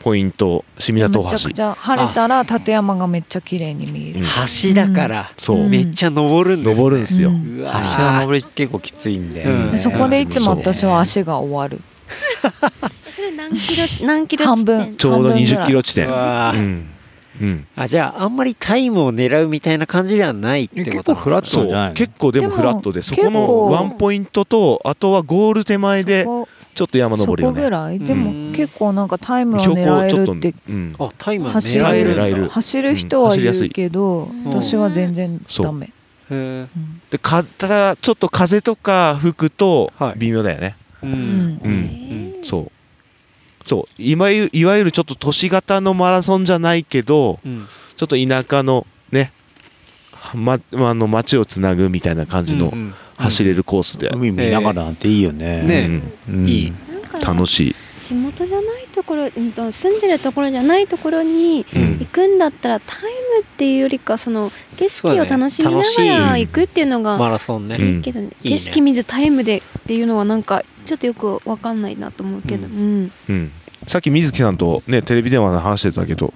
D: ポイント新
E: め
D: 湊
E: ちゃ
D: 大
E: く
D: 橋
E: ちゃ晴れたら立山がめっちゃ綺麗に見える
D: うん
C: 橋だから、
D: そう、
E: うん
C: めっちゃ登るんです、ね、
D: 登るんですよ、
E: うん
C: うわ
G: 明日の登り結構きついんで、
C: うん
E: でそこでいつも私は足が終わる
F: それ何キロ何キロ
E: 半
F: 地点
E: 分
D: ちょうど
E: 半分ぐ
D: 20
E: らい
D: キロ地
C: う
D: 点
C: わ
D: うん、うん、
C: あじゃああんまりタイムを狙うみたいな感じではないってことなんです
D: そ
G: そうじゃないうの
D: 結構でもフラットで
E: で
D: そ
E: も
D: こ
E: 結構
D: のワンポイントとあとはゴール手前で
E: そこ
D: ちょっと山
E: そ
D: 登り
E: こ
D: よ
E: ぐ
D: ね
E: らいで
C: う
E: も
C: ん
E: 結構なんかタイムは
D: 標高
E: 狙
D: をちょっと
E: ね、るって
D: うん、
C: あタイムは
E: 走
C: 狙え
E: れ
C: る
E: る
C: んだ
D: 狙える
E: 走る人は
D: うん走りやす
E: 言う
D: い
E: けど
C: ん
E: 私は全然
D: そう
E: ダメ
C: へー
D: でかただちょっと風とか吹くと
C: はい
D: 微妙だよね、
C: う
E: うん
D: うんん
F: えー
D: そうそういわゆるいわゆるちょっと都市型のマラソンじゃないけど
C: うん
D: ちょっと田舎のねま、まあの街をつなぐみたいな感じの
C: うん
D: 走れるコースで、
G: 海見ながらなんていいよね、
C: ね
G: うん
C: いい
F: なんか
D: 楽しい、
F: 地元じゃないところうんと住んでるところじゃないところに
D: うん
F: 行くんだったらタイムっていうよりかその景色
C: そうだ
F: を
C: ね
F: 楽しみながら行くっていうの
C: マ
F: が
C: ラソンね、
D: うん
F: いいけどね
C: いいね
F: 景色見ずタイムでっていうのはなんかちょっとよくわかんないなと思うけど、
C: う
F: うん
D: うん、さっき水木さんと、ね、テレビ電話の話してたけど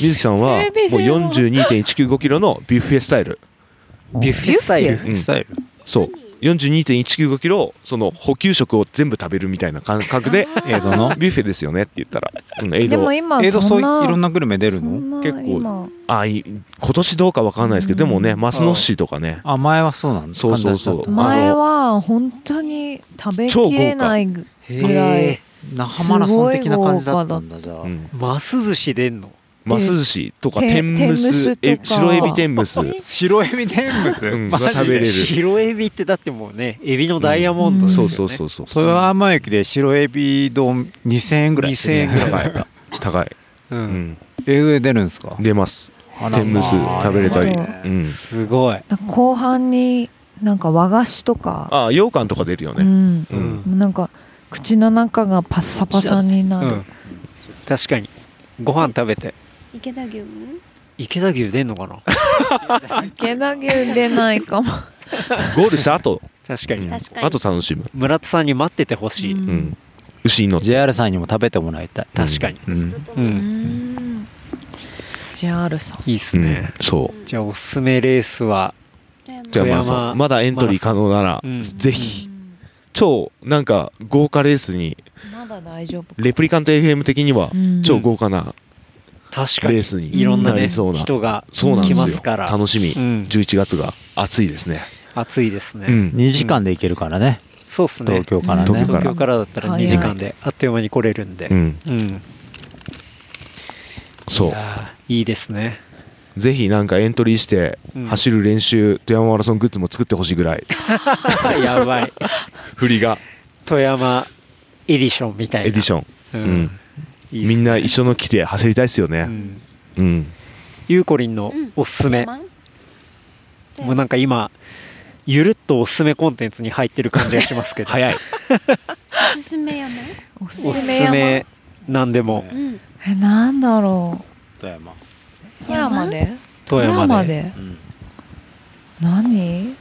D: 水木さんは
E: テレビ
D: もう
E: 電話
D: 42.195キロのビュッフェスタイル、
C: ビュッフェスタイル
D: うん
G: スタイル
D: そう42.195キロその補給食を全部食べるみたいな感覚で
G: 江戸の
D: ビュッフェですよねって言ったら、うん、エイ
E: で
D: ド
E: も今
G: 江戸そ
E: そ
G: うんい
E: な
G: ろんなグルメ出る
E: そん
G: の
E: な
D: 結構
E: 今
D: あい今年どうかわかんないですけど、でもねますの市とかね
G: あ前はそうなんだ
D: そうそうそう
G: 神田だっ
E: 前は本当に食べきれないぐ
G: た
E: ぐらい
G: へー那覇マラソン的な感じだったんだじゃあ、
D: うん、
C: ます寿司出んの
D: ます寿司とか
E: て
D: 天むす
E: 天
D: え
E: むすとか
D: 白エビ天むす
G: 白エビ天むす、
D: うん
G: マジで
D: 食べれる
C: 白エビってだってもうねエビのダイヤモンドですよ
D: そう
C: ね
D: そうそうそう
G: それは甘駅で白エビ丼2000円ぐらい
C: 2000円ぐらい
D: 高い、
C: う
D: うんん、
G: 英語で出るんですか
D: 出ます
G: あらまあ
D: 天むす食べれたり、
E: な
D: う
E: るほ
D: ん、
C: すごい
E: なんか後半になんか和菓子とか、
D: あ羊羹とか出るよ
E: う
D: ね、
E: ん、
D: うん
C: うん
E: なんか口の中がパッサパサにな
C: う
E: る
C: ん、確かにご飯食べて
F: 池田牛も
C: 池田牛出んのかな
E: 池田牛出ないかも、
D: ゴールした後、
C: 確かに
D: うん
F: 確かに
D: あと楽しむ、
C: 村田さんに待っててほしい、
E: うん
D: うん、牛に乗って
G: JR さんにも食べてもらいたい
C: 確かに、
D: うん
F: 人と
C: うん
F: の
E: う、ん、JR さん
C: いいっすね、
D: そう
C: じゃあおすすめレースは
D: じゃあ
C: 富
D: まあ
C: 山
D: そうまだエントリー可能なら、
C: うん
D: ぜひ超なんか豪華レースに
E: まだ大丈夫
D: レプリカント FM 的には
E: うん
D: 超豪華な
C: 確か
D: レー
C: に
D: スに
C: いろんな,、
D: り
C: ね、
D: そうな、
C: 人が
D: そうなん
C: 来
D: ですよ
C: ますから
D: 楽しみ、
C: うん
D: 11月が暑いですね、
C: 暑いですね、
D: うん
G: 2時間で行けるからね
C: そうっすね
G: 東京からね
D: 東京
C: 東京からだったら2時間
E: 早
C: であっという間に来れるんで、
D: うん
C: うん
D: そ
C: いうやーいいですね
D: ぜひなんかエントリーして
C: うん
D: 走る練習、富山マラソングッズも作ってほしいぐ らい
C: やばい
D: 振りが
C: 富山エディションみたいな
D: エディション、
C: う
D: うん
C: んいいっすね
D: みんな一緒の来て走りたいですよ
C: う
D: ね
C: ん
D: うん、
C: ゆうこりんのおすすめ、
F: まん
C: もうなんか今ゆるっとおすすめコンテンツに入ってる感じがしますけど
D: 早い
F: おすすめ山
E: おす
C: おす
E: す
C: す
E: め山
C: めなんでも
F: うん
E: えなんだろ
G: 富山
E: う富山で
C: 富山で
E: で何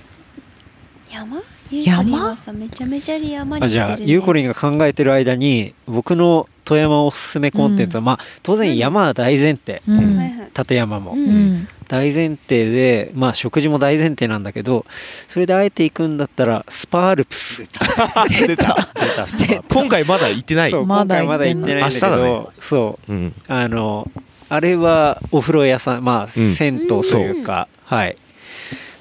F: 山ゆうこりんはさめちゃめちゃり山に
C: あじ
F: 行っ
C: ゃ
F: て
C: あ
F: るね
C: ゆうこりんが考えてる間に僕の富山おすすめコンテンツは、まあ当然山は大前提
E: う
F: はい
E: ん
F: はい
C: 立山も、
F: うん
E: うん
C: 大前提でまあ食事も大前提なんだけどそれであえて行くんだったらスパアルプス
E: 出 た出
D: 今回まだ行ってない
C: そう
E: ま
C: 今
E: だ
C: 回
E: 行
C: ま
E: っ
C: だ
E: てない
C: 行ってないんだけど
D: 明日
C: そう
D: うん、
C: あの、あれはお風呂屋さん、まあ、銭湯というか、はい、がある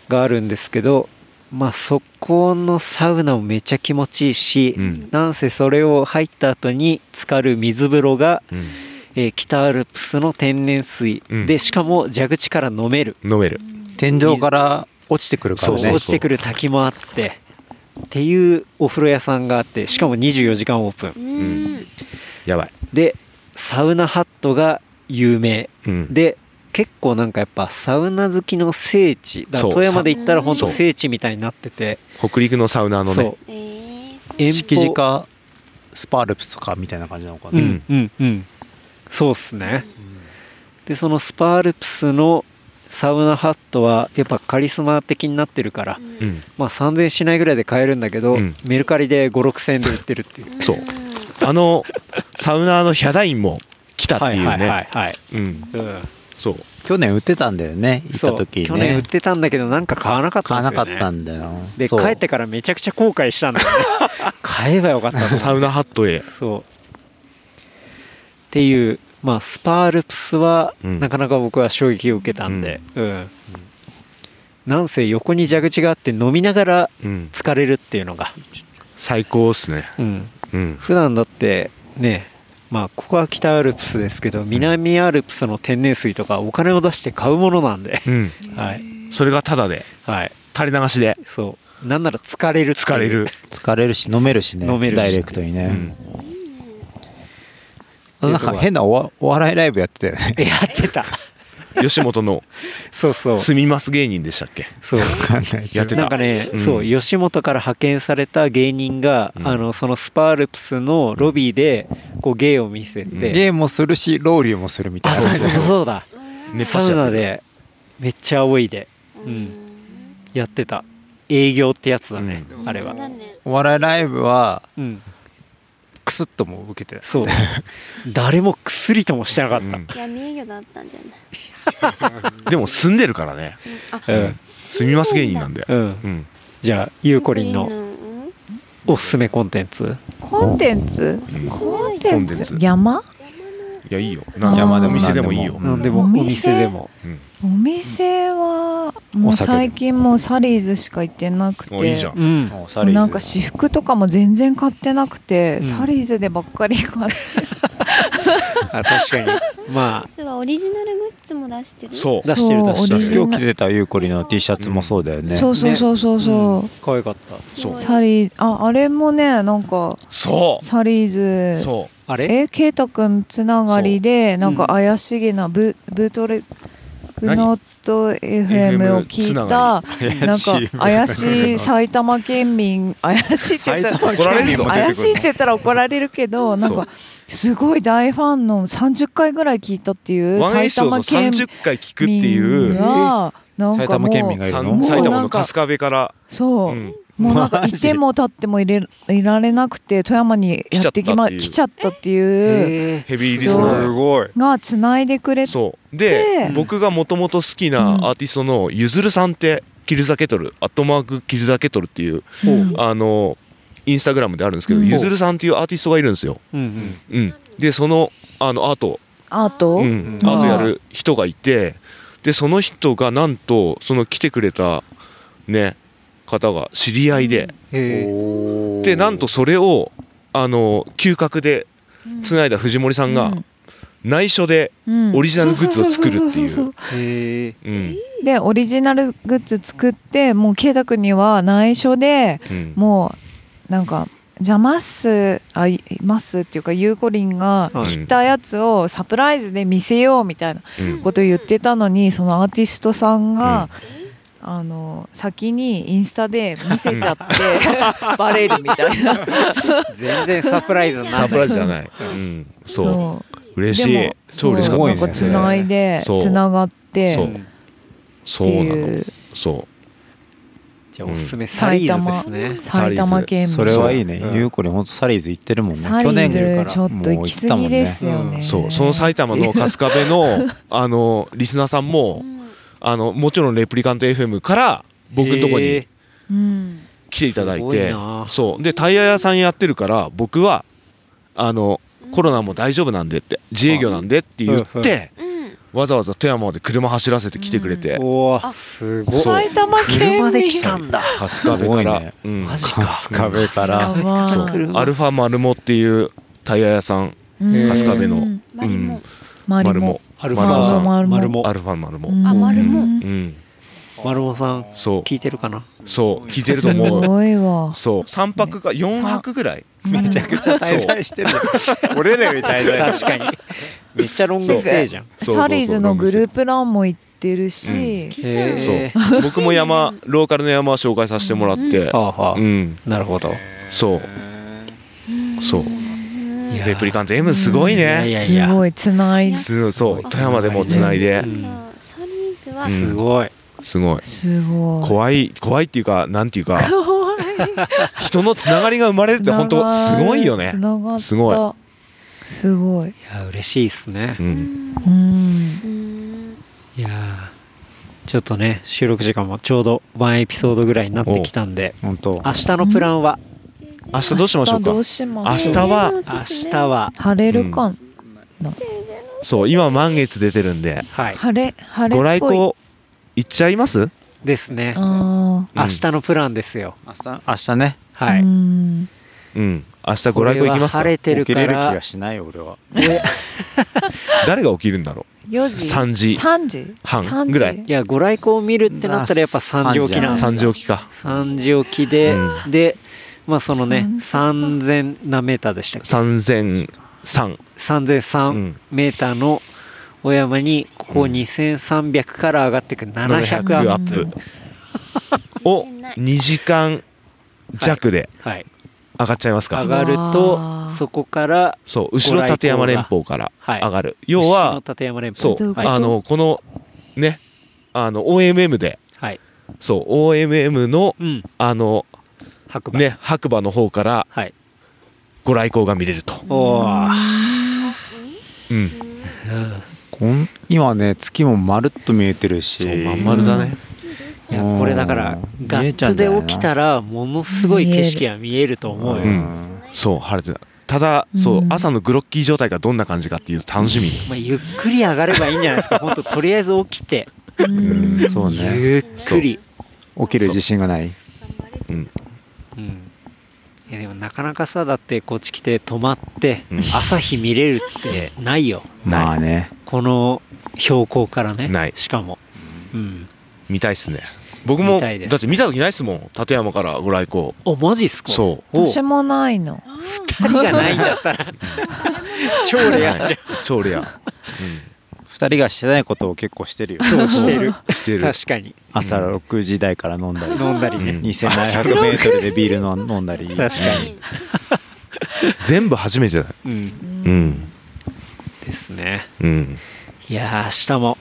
C: があるんですけど、まあ、そこのサウナもめちゃ気持ちいいし、
D: うん
C: なんせそれを入った後に浸かる水風呂が、
D: うん、
C: えー北アルプスの天然水、
D: うん
C: で、しかも蛇口から飲める、
D: 飲める
G: 天井から落ちてくるから
C: そう
G: ね
C: 落ちてくる滝もあって、っていうお風呂屋さんがあって、しかも24時間オープン。
F: うん
D: やばい、
C: で、サウナハットが有名。
D: うん、
C: で結構なんかやっぱサウナ好きの聖地だか
D: そ
C: ら
D: う
C: 富山で行ったら本当
D: そう
C: 聖地みたいになってて
D: 北陸のサウナのね
C: そう
F: えーそう
C: 遠
G: 敷地かスパールプスとかみたいな感じなのか
C: う
G: な、
C: んうんうんそうっすねでそのスパールプスのサウナハットはやっぱカリスマ的になってるから、
D: う
F: うん
D: ん、
C: まあ3000しないぐらいで買えるんだけど、
D: うん
C: メルカリで56000円で売ってるっていう
D: そうんあのサウナーのヒャダインも来たって
C: はいいう
D: ね、
C: はいはいはい、
D: うん、
C: うん、
D: そう
G: 去年売ってたんだよね行っ
C: そ
G: た
C: う
G: 時ね
C: 去年売ってたんだけどなんか買わなかっ
G: 買
C: た
G: わ
C: んです
G: なか
C: よ
G: っ
C: ね
G: たんだよ
C: で
G: そう
C: 帰ってからめちゃくちゃ後悔 したんだよね買えばよかったと思って
D: サウナハットへ
C: そうっていうまあスパールプスは、
D: うん
C: なかなか僕は衝撃を受けたんで、うんなんせ横に蛇口があって飲みながら
D: うん、
C: 疲れるっていうのが、
D: 最高っすね、
C: うん、
D: うん、
C: 普段だってねまあここは北アルプスですけど南アルプスの天然水とかお金を出して買うものなんで、
D: うん、
C: はい
D: それがタダで
C: はい
D: 垂れ流しで
C: そうなんなら疲れるっていう
D: 疲れる、
G: 疲れるし飲めるしね
C: 飲めるし
G: ダイレクトに
D: う
G: ね
D: ん、、
G: なんか変なおわお笑いライブやってたよ ね
C: やってた
D: 吉本の
C: そうそう
D: 住みます芸人でしたっけ
C: そう
D: やって
C: なん
D: た
C: かね、
D: うん
C: そう吉本から派遣された芸人が、
D: うん
C: あのそのスパールプスのロビーでこう芸を見せて、
D: うん
G: ゲームもするしロウリュもするみた
C: あ
G: い
C: そう
G: な
C: そうそうそうだ
D: 熱波
C: サ
D: 師
C: ウ
D: やっ
C: ナ
D: てる
C: でめっちゃ仰いで、うん、やってた営業ってやつだね、
F: うん
C: あれは
F: 本当、だね
G: お笑いライブは
C: うん、
G: クスッとも受けて
C: そう誰も薬ともしてなかった、
F: 闇営業だったんじゃな
D: う
F: い
D: んでも住んでるからね
F: あ
C: うん
D: 住みます芸人なんで、
C: うん
D: うん、
C: じゃあゆうこりん
F: ゆうこ
C: の
F: りんの
C: おすすめコンテンツ
E: コンテンツ
F: おすすめ
E: コンテンツ
D: コンテンツ
E: 山
D: いやいいよな
E: 山でも
D: お店でもいいよ
G: 何でも
C: なんでも
E: お
C: お
E: 店
C: 店でも
E: お店はも
D: お
E: う
D: 酒で
E: 最近もうサリーズしか行ってなくて
D: おいいじゃん
C: うん
G: もうサリーズ
E: なんか私服とかも全然買ってなくて、
C: うん
E: サリーズでばっかり買って
C: あ確かにま
F: 実はオリジナルグッズも出してる
D: そう
C: あ出してる
E: そ
C: 出
E: う
C: して
E: オ
C: る
E: リジナ
G: 今日着てたゆうこりの T シャツもそうだよね、
E: そうそうそうそうそう、
C: ん可愛かった
D: そう
E: サリーああれもねなんか
D: そ
E: サリー
D: う
E: ズ
D: そ
C: あれ
E: えケイタくんつながりでなん
C: う
E: か
C: ん
E: 怪しげなブブートレブ
D: 何
E: ノット FM を聞い
D: つな
E: た
D: が
E: なんか怪しい埼玉県民怪しいって言ったら
D: 埼玉県民も出てくる
E: 怪しいって言ったら怒られるけどなん
D: そ
E: か
D: う
E: すごい大ファンの30回ぐらい聞いたっていうう
D: ワンエ
E: 埼
D: ピソード
E: 玉県
D: 30回聞くって
E: 民
D: いう
E: がなん
G: 埼
E: か
G: 玉県
E: もう
G: 民がいる
D: さ
G: の
D: ん埼玉
E: もうなん
D: の
E: か
D: 春日部から
E: そうう。
D: ん
E: もうなんか
G: マ
E: い
G: ジ
E: ても立ってもいれいられなくて富山にやってきま来ち
D: 来ち
E: ゃったっていう
D: ヘビーリ
E: そ
D: ス
E: う
D: ナ
G: す
D: ー
G: ごい
E: がつないでくれて
D: そうで、
E: うん
D: 僕がもともと好きなアーティストのゆずるさんってキルザケトルアットマークキルザケトルっていう
E: うん
D: あのインスタグラムであるんですけど、
E: うん
D: ゆずるさんっていうアーティストがいるんですよ、
C: うん
D: うん、でそのあのアート、
E: アート、
D: う
G: うん
D: ん、
E: あー
D: アートやる人がいてでその人がなんとその来てくれたね方が知り合いで、
C: へ
D: でなんとそれをあの嗅覚でつないだ藤森さんが内緒で、
E: うん
D: オリジナルグッズを作るっていう
E: そそそそ
C: えへえ
D: うん
E: うでオリジナルグッズ作ってもう圭太君には内緒で
D: うん
E: もうなんかじゃあマッスあいマッスっていうかゆうこりんが
C: はい
E: 着たやつをサプライズで見せようみたいな
D: うん
E: ことを言ってたのにそのアーティストさんが、あの先にインスタで見せちゃってバレるみたいな
C: 全然サプライズない
D: サプライズじゃない、うん、 そう
E: の
D: 嬉し
E: で
D: い
E: も
D: 超嬉しかった
E: そう
D: で
E: なん
D: す
E: かつ
D: ね
E: ないで
D: そう
E: つながって
D: そう
E: っ
D: そ
E: て
D: うなの
E: いう
D: そ
C: じゃあおすすめサリーズですね
E: 埼玉県民
G: それはいいね、
D: うん
G: ゆうこりんほんとサリーズ行ってるもんね
E: サリ
G: 去年
E: ーズちょっと行き過ぎですよ
C: もう行ったもん
E: ね
D: うそうその埼玉の春日部のあのリスナーさんもあのもちろんレプリカント FM から僕のとこ
C: へ
D: に
C: え
E: うん
D: 来ていただい
C: すごい
D: て
C: な
D: そうでタイヤ屋さんやってるから僕はあのコロナも大丈夫なんでって自営業なんでって言って
F: うん
D: わざわざ富山まで車走らせて来てくれて
C: おおすごい
D: そう
E: 埼玉県
C: 車で
E: 民
C: 来たんだ
D: 春日部か
G: すごい
D: ら
G: ね
D: うん
C: マジか
G: 春日部から
E: やばい
D: そうアルファマルモっていうタイヤ屋さん
E: うん
D: 春日部の
E: うん
F: マリモ
E: マ
D: マ
E: リ
D: ル
E: モ
D: モ
C: アル
D: ファさん
E: マルモ
C: マルモ
D: アルファマルモ
E: うん
F: あマル
D: う
F: モ
D: んうん
C: マルモさん
D: そう
C: 聞いてるかな
D: そう聞いてる
E: す
D: と思 う
E: ごいわ
D: そう3泊か4泊ぐらい
E: めちゃ
G: くちゃ滞在してる俺らより滞在
C: 確かにめっちゃロングステージじゃん
D: そうそうそう
E: サリーズのグループランも行ってるし、
F: きじゃん
C: へー
D: そう僕も山ローカルの山を紹介させてもらって
C: はあは
D: う
C: あ
D: ん
C: なるほど
D: そうそう
C: いや
D: レプリカント M すごい
C: いや
D: ね
C: いや
E: すごいつないです
D: すそう富山でもつないで
C: うん
F: サリーズは
D: うん
C: すごい
D: すごい
E: すごい
D: 怖い怖いっていうかなんていう
E: 怖
D: か
E: い
D: 人のつながりが生まれるって本当すごいよね
E: つながった
D: すご
E: すごい
C: いや嬉しいですね
D: うん
E: うん
F: うん
C: いやーちょっとね収録時間もちょうどワンエピソードぐらいになってきたんで
G: 本当
C: 明日のプランは
D: 明日どうしまし
E: 明
D: ょうか
E: 日どうしま
D: 明
E: す
D: 日は
C: 明日は
E: 晴れるか、
D: そう今満月出てるんで
C: はい
E: 晴れ晴
D: ご
E: れっ
D: 来
E: ぽい
D: 光行っちゃいます
C: ですね
E: あ
D: うん
C: 明日のプランですよ
G: 明日明日ね
E: あ、
C: は
E: う
C: い
E: ん
D: うん明日ご来光行きます
C: こ
D: か
C: れは晴れてる
G: 起き
C: か
G: れる気
C: ら
G: がしないよ俺は
D: 誰が起きるんだろ
E: 4
D: う
E: 時
D: 3時
E: 3時
D: 半
E: 3時
D: ぐらい
C: いやご来光を見るってなったらやっぱ3時起きなんです
D: 3時起きか
C: 3時起きで、
D: う
C: でまあそのね
E: 三
C: 3000何メーターでしたっけ
D: 3003
C: 3003メーターのお山にここ
D: うん
C: 2300から上がってく700
D: 700
C: ア
D: ア
C: ッ
D: ッ
C: プ、
D: プを2時間弱で
C: はい、
D: 上がっちゃいますか、
C: 上がる
E: わ
C: と
E: あ
C: そこから
D: そう後ろ立山連峰から
C: はい
D: 上がる、要
C: 牛の
D: は
C: 立山連峰
E: ど
D: そ
E: ういう
D: う
E: こと
D: あのこのねあの OMM で
C: はい
D: そう OMM の
C: うん
D: あの
C: 白馬
D: ね白馬の方から
C: はい
D: ご来光が見れると、
C: おおー、
D: うん、
C: うん
G: こん今ね月もまるっと見えてるし
D: そうまん丸だね、
C: いやこれだから
G: うん
C: ガ
G: 見え
C: ッ
G: ちゃう
C: ツ
G: んだ
C: で
G: よな
C: 起きたらものすごい景色が見えると思うよ、
D: うんそう晴れてたただそう、
E: うん
D: 朝のグロッキー状態がどんな感じかっていう楽しみ
C: まあ、ゆっくり上がればいいんじゃないですか本当とりあえず起きて
E: うん
G: そうね
C: ゆっくり
G: 起きる自信がない
D: うん
C: うんいやでもなかなかさだってこっち来て泊まって
D: うん
C: 朝日見れるってないよ
D: ない
G: まあね
C: この標高からね
D: ない
C: しかも、うん、
D: 見たいっすね僕
C: 見
D: もだ
C: た
D: っ
C: いです
D: て見た時ないっすもん立山からご来光
C: おマジっすか
D: そう
C: お
E: 私もないの
C: 二人がないんだったら超レアじゃん
D: 超レア、うん、
G: 二人がしてないことを結構してるよ
C: そうしてる
D: してる
C: 確かに
G: 朝6時台から飲んだり
C: 飲んだりね、
D: うん
G: 2700メートルでビールの飲んだり
C: 確か
G: うん
C: に
D: 全部初めてだよ
C: うん
D: うん
C: ですね
D: うん
C: いやー明日も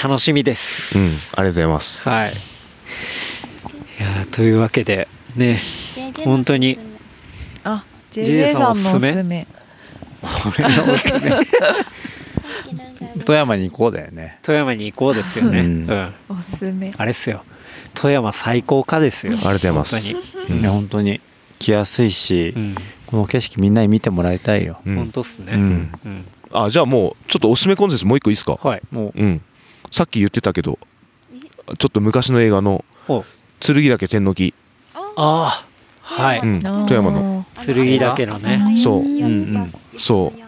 C: 楽しみです
D: うんありがとうございます
C: はいいやーというわけでね本当に
E: あ
C: JJ
E: JJ
C: さ
E: さ
C: んのおす
E: んのおす
C: す
E: すめ
G: 富山に行こうだよね
C: 富山に行こうですよね、う
G: うんん
E: おすすめ
C: あれっすよ富山最高かですよ
D: ありがとうございます
C: 本
D: う
G: い
D: ん
G: や本当に来やすいし
C: 当に、
G: この景色みんなに見てもらいたいよ
D: う
C: うんん、本当っすね、う
G: うんん
D: あじゃあもうちょっとおすすめコンテンツもう一個いいですか
C: はい
G: も
D: うんさっき言ってたけどちょっと昔の映画の
C: お
D: 「剣岳天の木
C: ああはい、」
D: うん富山の
C: 剣岳のね
D: そう
G: うん
D: そう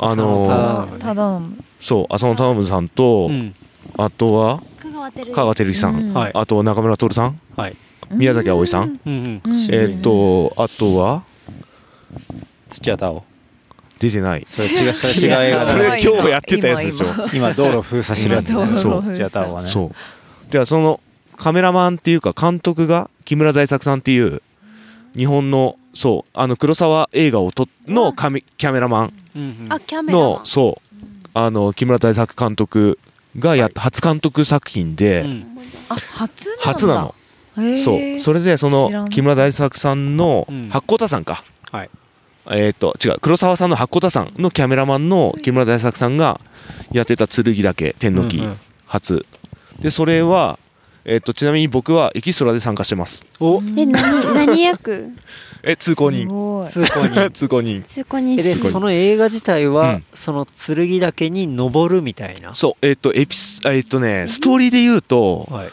D: あのー
E: あただの
D: そう浅野頼むさんと
C: うん
D: あとは
F: 香川照之
D: 香川照之さん
C: はい
D: あと中村徹さん
C: はい
D: 宮崎あおいさん
C: うんうん
D: えーっとあとは
G: う土屋太鳳
D: 出てない
G: それ違うそれ違う映画
D: そ
G: だ
D: れ
G: ね
D: 今日もやってたやつでしょ
E: 今
G: 今道路封鎖してるやつ
E: 今
G: ね
E: 道
D: 路封鎖
G: 土屋太鳳はね
D: そうではそのカメラマンっていうか監督が木村大作さんっていう日本のそうあの黒沢映画をとのカメキャメラマン
C: うんうん
F: あキャメラマン
D: のそうあの木村大作監督がやった初監督作品
C: う
D: で
C: ん
E: あ初なんだ
D: 初なの
E: へー
D: そうそれでそ
E: 知ら
D: の
E: ん
D: 木村大作さんの
C: うん
D: 八甲田さんか
C: はい
D: えー、と違う黒沢さんの八甲田さんのキャメラマンの木村大作さんがやってた「剣岳天の木
C: うんうん」
D: 初でそれは、えー、とちなみに僕はエキストラで参加してます
C: お
F: え何何役
D: え通行
E: す
D: 人
E: ごい
C: 通行に
D: 通行人
F: 通行人
C: えでその映画自体は、
D: うん
C: その剣岳に登るみたいな
D: そうえっ、とエピスえっ、とねストーリーで言うと
C: はい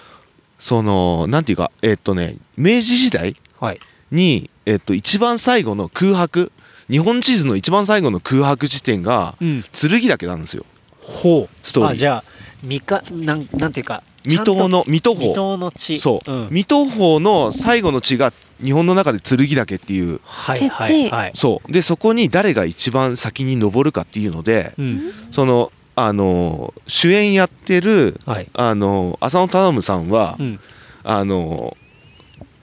D: そのなんていうかえっ、とね明治時代
C: はい
D: に、えっと一番最後の空白日本地図の一番最後の空白地点が
C: うん
D: 剣岳なんですよ
C: ほう
D: ストーリー
C: あじゃあみかなんなんていうか
D: 水戸の水戸
C: ちゃんと水
D: 峰
C: 戸の地
D: そう、
C: ん
D: 水戸峰の最後の地が日本の中で剣岳っていう
C: はいはいはい
D: そうでそこに誰が一番先に登るかっていうので、
C: うん
D: そのあの主演やってる
C: はい
D: あの浅野忠信さんは、
C: うん
D: あの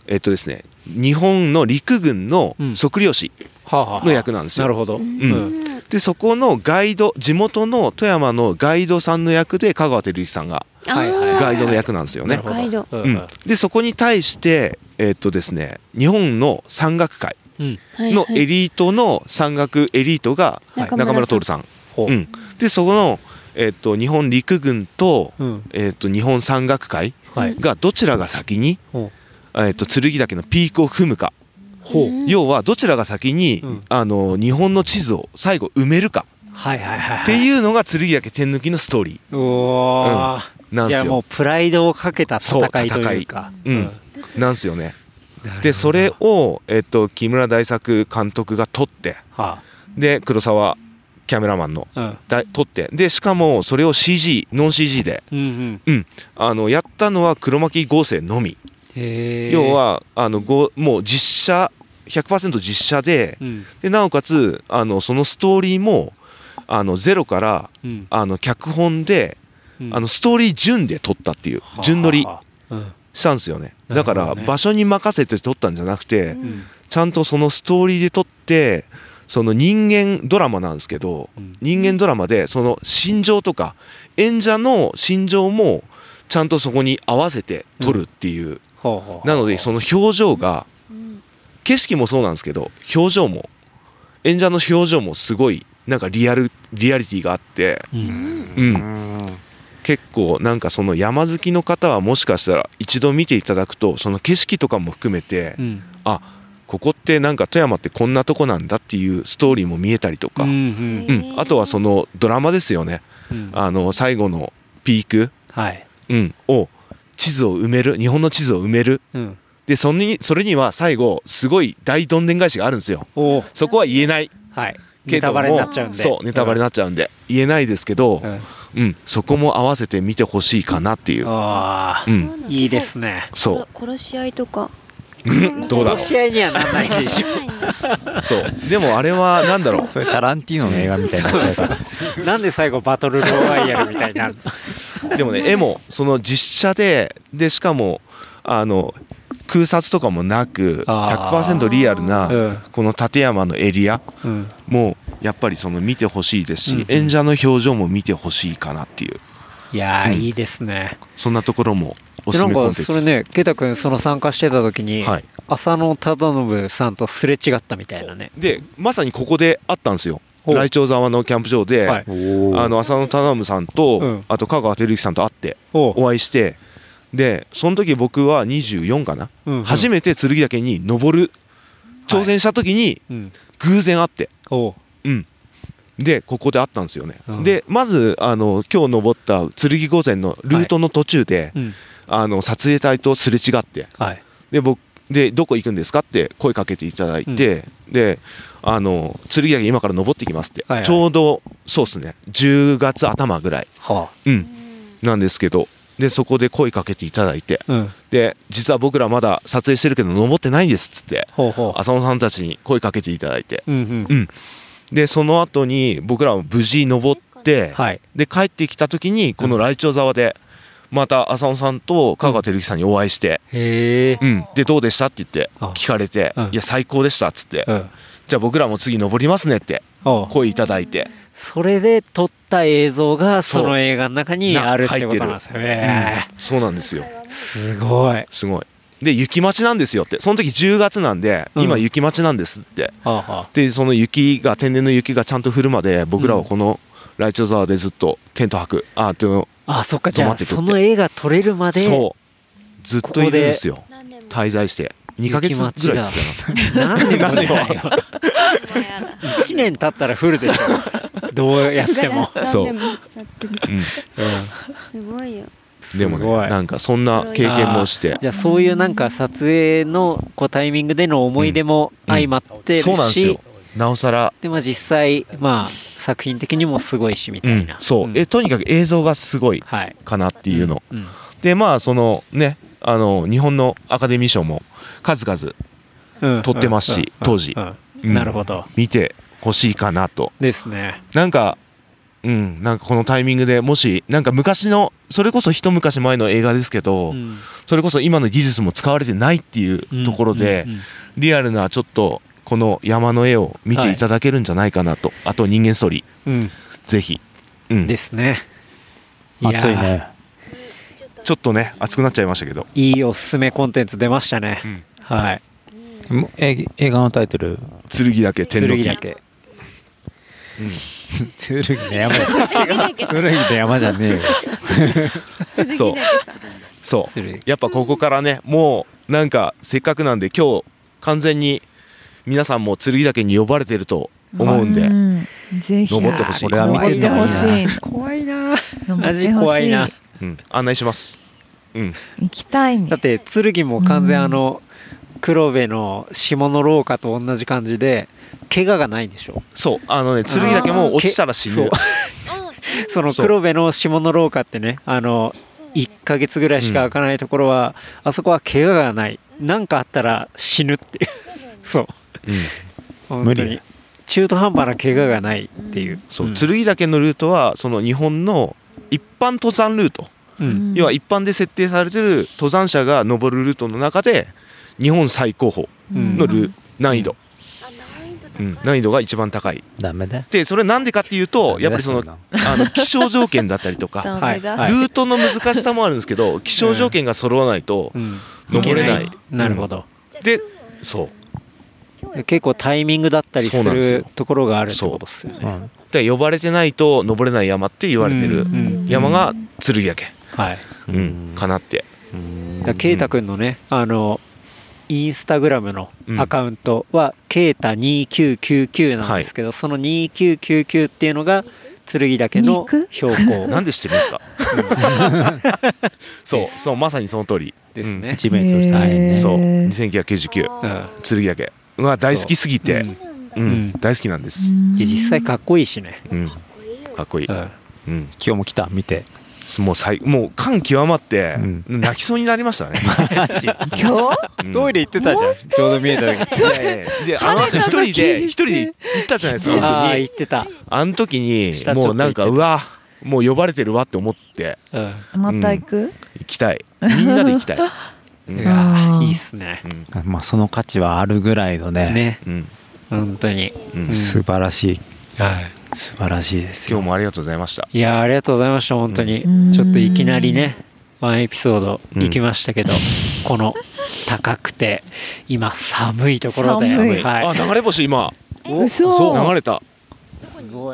D: えっとですね日本の陸軍の
C: うん
D: 測量士
C: はあはあはあ
D: の役なんですよ、
C: なるほどうん
D: うんでそこのガイド地元の富山のガイドさんの役で香川照之さんが
C: はいはい
F: あー
D: ガイドの役なんですよね
C: なるほど
F: ガイド
C: うん
D: うん、でそこに対して、えーっとですね、日本の山岳会
C: うん
F: はい
D: の
F: はい
D: エリートの山岳エリートが
C: はい
F: 中
D: 中村
F: 村さん
D: 徹さん。
C: ほ
D: うん、でそこの、えーっと日本陸軍と,、
C: うん
D: えーっと日本山岳会
C: はい
D: がどちらが先に、
C: ほ
D: えーっと剣岳のピークを踏むか、
C: うほう
D: 要はどちらが先に、
C: うん
D: あの日本の地図を最後埋めるか
C: はいはいはい
D: って
C: う
D: いうのが剣岳天抜きのストーリ
C: うおー
D: ーなん
C: じ
D: で
C: ゃあ
D: す
C: もう
D: よ。
C: プライドをかけた戦いというか
D: うん
C: うん
D: なんすよね。
C: なるほど
D: でそれを、えっと木村大作監督が撮って
C: は
D: で黒沢キャメラマンの
C: あ
D: だ撮ってでしかもそれを CG ノン CG で、
C: うんうんうん
D: うん、あのやったのは黒巻合成のみ、
C: へえ
D: 要はあのごもう実写100%実写で
C: うん
D: でなおかつあのそのストーリーもあのゼロから
C: うん
D: あの脚本で、
C: うん
D: あのストーリー順で撮ったっていう順撮り
C: うん
D: したんですよね
C: なる
D: だ
C: ほ
D: か
C: どね
D: ら場所に任せて撮ったんじゃなく
C: う
D: て、
C: ん
D: ちゃんとそのストーリーで撮ってその人間ドラマなんですけど、
C: うん
D: 人間ドラマでその心情とか演者の心情もちゃんとそこに合わせて撮るっていう、
C: ほうほう
D: なのでその表情が景色もそうなんですけど表情も演者の表情もすごいなんかリアルリアリティがあって、
C: うん
D: うん
G: うん
D: 結構なんかその山好きの方はもしかしたら一度見ていただくとその景色とかも含めて、
C: うん
D: あここってなんか富山ってこんなとこなんだっていうストーリーも見えたりとか、
C: う
D: うん
C: ん
D: あとはそのドラマですよね
C: うん
D: あの最後のピーク、
C: はい、
D: うん、を地図を埋める日本の地図を埋める
C: うん、
D: でそれにそれには最後すごい大どんでん返しがあるんですよ
C: おお
D: そこは言えない
C: はいネ
D: け
C: タ
D: ども
C: バレになっちゃうんで
D: そうネタバレに
C: な
D: なっちゃうんで、言えないですけど、
C: うん、
D: うん、そこも合わせて見てほしいかなっていう。
C: ああ
D: うん、
C: いいですね
D: そ
F: 殺し合いとか
D: う。 どうだろ
C: 試合にはならないで し
D: う。そう。でもあれはなんだろう。
G: それタランティーノの映画みたいになっちゃうから
C: ょなんで最後バトルロワイヤルみたいになる
D: で もね、絵もその実写で、でしかもあの空撮とかもなく、
C: あー
D: 100%リアル
C: う
D: なんこの立山のエリア
C: うん
D: もやっぱりその見てほしいですし、
C: うんうん
D: 演者の表情も見てほしいかなっていう、
C: いやー、
D: うん
C: いいですね
D: そんなところもお
C: ですな
D: す
C: ん
D: めコン
C: か
D: テン
C: そ
D: ツ。
C: れね圭太君その参加してた時に、
D: はい。
C: 浅野忠信さんとすれ違ったみたいなね
D: で、まさにここであったんですよ。
C: ほう
D: 来鳥沢のキャンプ場で、
C: はい
D: あの浅野忠信さんと、
C: うん
D: あと香川照之さんと会って
C: お
D: お会いしてでその時僕は24かな、
C: うんうん
D: 初めて剣岳に登る挑戦した時に
C: うん
D: 偶然会って、
C: おう
D: うんでここで会ったんですよね、
C: うん
D: でまずあの今日登った剣御前のルートの途中で、
C: うん
D: あの撮影隊とすれ違って
C: はい
D: で僕でどこ行くんですかって声かけていただいて、であの剣岳今から登ってきますって、
C: はいはい
D: ちょうどそうですね10月頭ぐらい、
C: は
D: うん、なんですけどでそこで声かけていただいて
C: あうん
D: で実は僕らまだ撮影してるけど登ってないんですっつって
C: ほうほ
D: 浅野さんたちに声かけていただいて
C: ううん
D: うんでその後に僕らも無事登って、
C: うんはい
D: で帰ってきた時にこのライチョウ沢でまた浅野さんと香川照之さんにお会いして、
C: へえ
D: うん、でどうでしたって言って
C: あ
D: 聞かれて
C: うん
D: 「いや最高でした」っつって
C: うん
D: 「じゃあ僕らも次登りますね」って
C: おう
D: 声いただいて
C: それで撮った映像がそ
D: そう
C: の映画の中に
D: な
C: あるってことなんですよね、
D: そうなんですよ
C: すごい
D: すごいで雪待ちなんですよってその時10月なんで
C: うん
D: 今雪待ちなんですって
C: はあは
D: でその雪が天然の雪がちゃんと降るまで僕らはこのライチョウ沢でずっとテント泊くあーっていうの
C: ああそっかじゃ
D: 止ま
C: あ
D: って撮って
C: その絵が撮れるまで
D: そうずっといるんですよ滞在して2ヶ月ぐらいっつってたな
C: 何年も出ないわ1年経ったらフルでしょ どうやっても、
D: そう
F: 何年も使ってるすごいよ
D: でも
C: すご
D: ね
C: い
D: なんかそんな経験もして
C: じゃあそういうなんか撮影のこうタイミングでの思い出も相まってるし、
D: そうなんですよなおさら
C: でまあ実際まあ作品的にもすごいしみた
D: う
C: い
D: ん
C: な、
D: そう、
C: ん
D: えとにかく映像がすごい
C: はい、
D: かなっていうの、
C: うん、
D: でまあそのねあの日本のアカデミー賞も数々
C: うん
D: 撮ってますし
C: うんうん
D: 当時
C: うん
D: うん
C: なるほど
D: 見てほしいかなと
C: ですね
D: なんかうんなんかこのタイミングでもしなんか昔のそれこそ一昔前の映画ですけど、
C: うん
D: それこそ今の技術も使われてないっていうところで、
C: うんうんうん
D: リアルなちょっとこの山の絵を見ていただけるんじゃないかなと、あと人間ストーリ
C: うん
D: ーぜひ、うん、
C: で
D: ち
C: すねやー
G: 熱いね
D: ょっとね熱くなっちゃいましたけど
C: いいおすすめコンテンツ出ましたね、
D: うん
C: はい
G: もえ映画のタイトル
D: 剣だけ天
C: 剣
D: 気
C: だけ
G: 「剣の山」「剣の山」じゃねえよ
D: そうそう
C: 剣
D: やっぱここからねもうなんかせっかくなんで今日完全に皆さんも剣岳に呼ばれてると思うんで、
E: んぜひ
D: 登ってほしい
G: これは見
E: 登
G: て
E: っ
G: ん
E: て
G: のがい
E: ほ
G: い
E: し
G: ない
C: 怖いな
E: 登
C: マ
E: っ
C: ジ
E: てほし
C: 怖いな
D: うん、案内します、うん、
E: 行きたいね
C: だって剣も完全あの黒部の下の廊下と同じ感じで怪我がないんでしょ
D: そうあのね剣岳も落ちたら死
C: そう
D: ぬ
C: その黒部の下の廊下ってねあの1ヶ月ぐらいしか開かないところは、あそこは怪我がない何かあったら死ぬっていう そう
D: うん
C: 本当
G: 無
C: に
G: 理
C: 中途半端な怪我がないっていう
D: そう、
C: ん
D: 剣岳のルートはその日本の一般登山ルート、
C: うん
D: 要は一般で設定されてる登山者が登るルートの中で日本最高峰
C: うん
D: のル、難易度、うん、難易度が一番高い
G: ダメだ
D: でそれなんでかっていうとやっぱりその
G: ダメ
D: あの気象条件だったりと か
E: ダ
C: は
E: メ
C: い
E: だ、
C: はい
D: ルートの難しさもあるんですけど気象条件が揃わないと
C: うん
D: 登れない、
C: なるほど、
D: でそう
C: 結構タイミングだったりす
D: そうなんです
C: る
D: よ
C: ところがあるってことですよ
D: そう
C: ね。
D: で呼ばれてないと登れない山って言われてる
C: うんうん
D: 山が剣岳、
C: はい。
D: うんかなって
C: だからケイタくんのね、あの、インスタグラムのアカウントは、ケイタ2999なんですけど、その2999っていうのが、剣岳の
E: 肉
C: 標
D: な
C: 高
D: んで知ってるんですか そうそうまさにその通り
C: ですね。
G: 1メートル大変
E: へ
G: ね
E: ー
D: そう2999
C: うん
D: 剣岳うわ大好きすぎて
C: そう
D: うん
C: うん
D: 大好きなんです、
C: いや実際かっこいいしね。
D: うん、かっこいい、
C: うん
D: うん、
G: 今日も来た見て
D: もう最もう感極まって
G: うん
D: 泣きそうになりましたね、
E: 今
D: うん
G: トイレ行ってたじゃんちょうど見えた時
D: いやいやであの後一人で一人で行ったじゃないですか
C: ああ
D: 本
C: 言ってた。
D: 当にあの時に
C: 下ちょっと
D: もうなんか
C: 行っ
D: うわもう呼ばれてるわって思って
C: うん
E: 日また行く、
D: 行きたいみんなで行きたい、うん
C: い
E: ん
C: やいいっすね。
G: まあその価値はあるぐらいのね
C: ね
D: うん
C: 本当に。
D: うん
C: うん
G: 素晴らしい
C: はい。
G: 素晴らしいです
D: 今
G: よ
D: 日もありがとうございました
C: いやーありがとうございました本当に、
E: うん
C: ちょっといきなりねワンエピソード
D: うん
C: 行きましたけど、この高くて今寒いところで
E: 寒い
C: はい、
D: あ流れ星今
E: う嘘
D: そう流れたあっ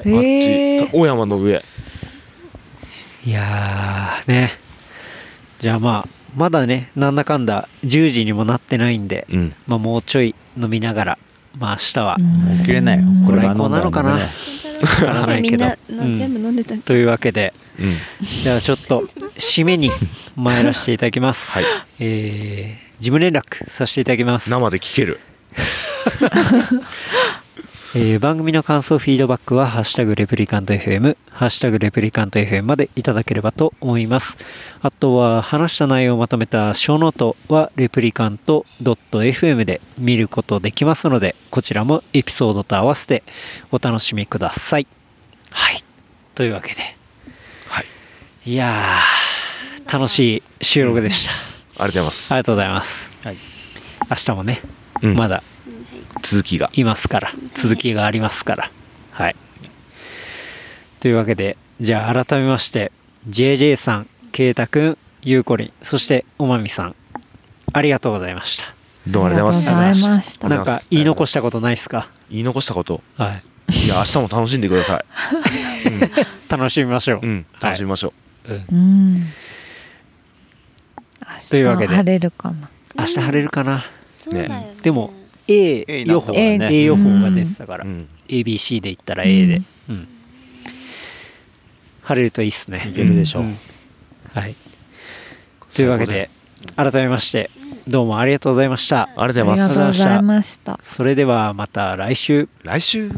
E: え
D: ち
E: ー
D: 大山の上
C: いやーねじゃあまあまだねなんだかんだ10時にもなってないんで、
D: うん
C: まあ、もうちょい飲みながらまあ明日は、
E: うん
G: 切れないよこれは飲んだ
C: これこうなの
G: ら
C: かな
G: 飲んでね
C: らないけど
F: みんなな全部飲んでた、
C: というわけで
D: うん
C: じゃあちょっと締めに参らせていただきます、
D: はい
C: えー事務連絡させていただきます
D: 生で聞ける
C: えー番組の感想、フィードバックは、ハッシュタグレプリカント FM、ハッシュタグレプリカント FM までいただければと思います。あとは、話した内容をまとめた小ノートは、レプリカント .fm で見ることできますので、こちらもエピソードと合わせてお楽しみください。はい。というわけで、
D: はい
C: いやー、楽しい収録でした。
D: ありがとうございます
C: ありがとうございます。明日もね、
D: うん
C: まだ
D: 続きが
C: いますから続きがありますからはいというわけでじゃあ改めまして JJ さん圭太くんゆうこりんそしておまみさんありがとうございました
D: どうもありがとうござい
E: あり
D: ま
E: がとうご
D: す
E: ざいました
D: あり
C: な
D: がと
C: ん
D: うございます
C: か言い残したことないですか
D: 言い残したこと
C: はい
D: いや明日も楽しんでくださ
C: 楽しみましょう、
D: いうん楽しみましょう
C: うん
E: うん
C: というわけで
E: 明日晴れるかな
C: 明日晴れるかな
F: そうだよね
C: でも A
G: A
C: 予報、
E: とか
G: なん
E: ね
C: A 予報が出てたから、
D: うん
C: ABC で言ったら A で、うん晴れるといいっすね
G: いけるでしょう
C: うんはい。というわけで、改めまして、どうもありがとうございました。
D: ありがと
E: あ
D: う
E: りが
D: ございま
E: とうご
D: す
E: ざいました
C: それではまた来週。
D: 来週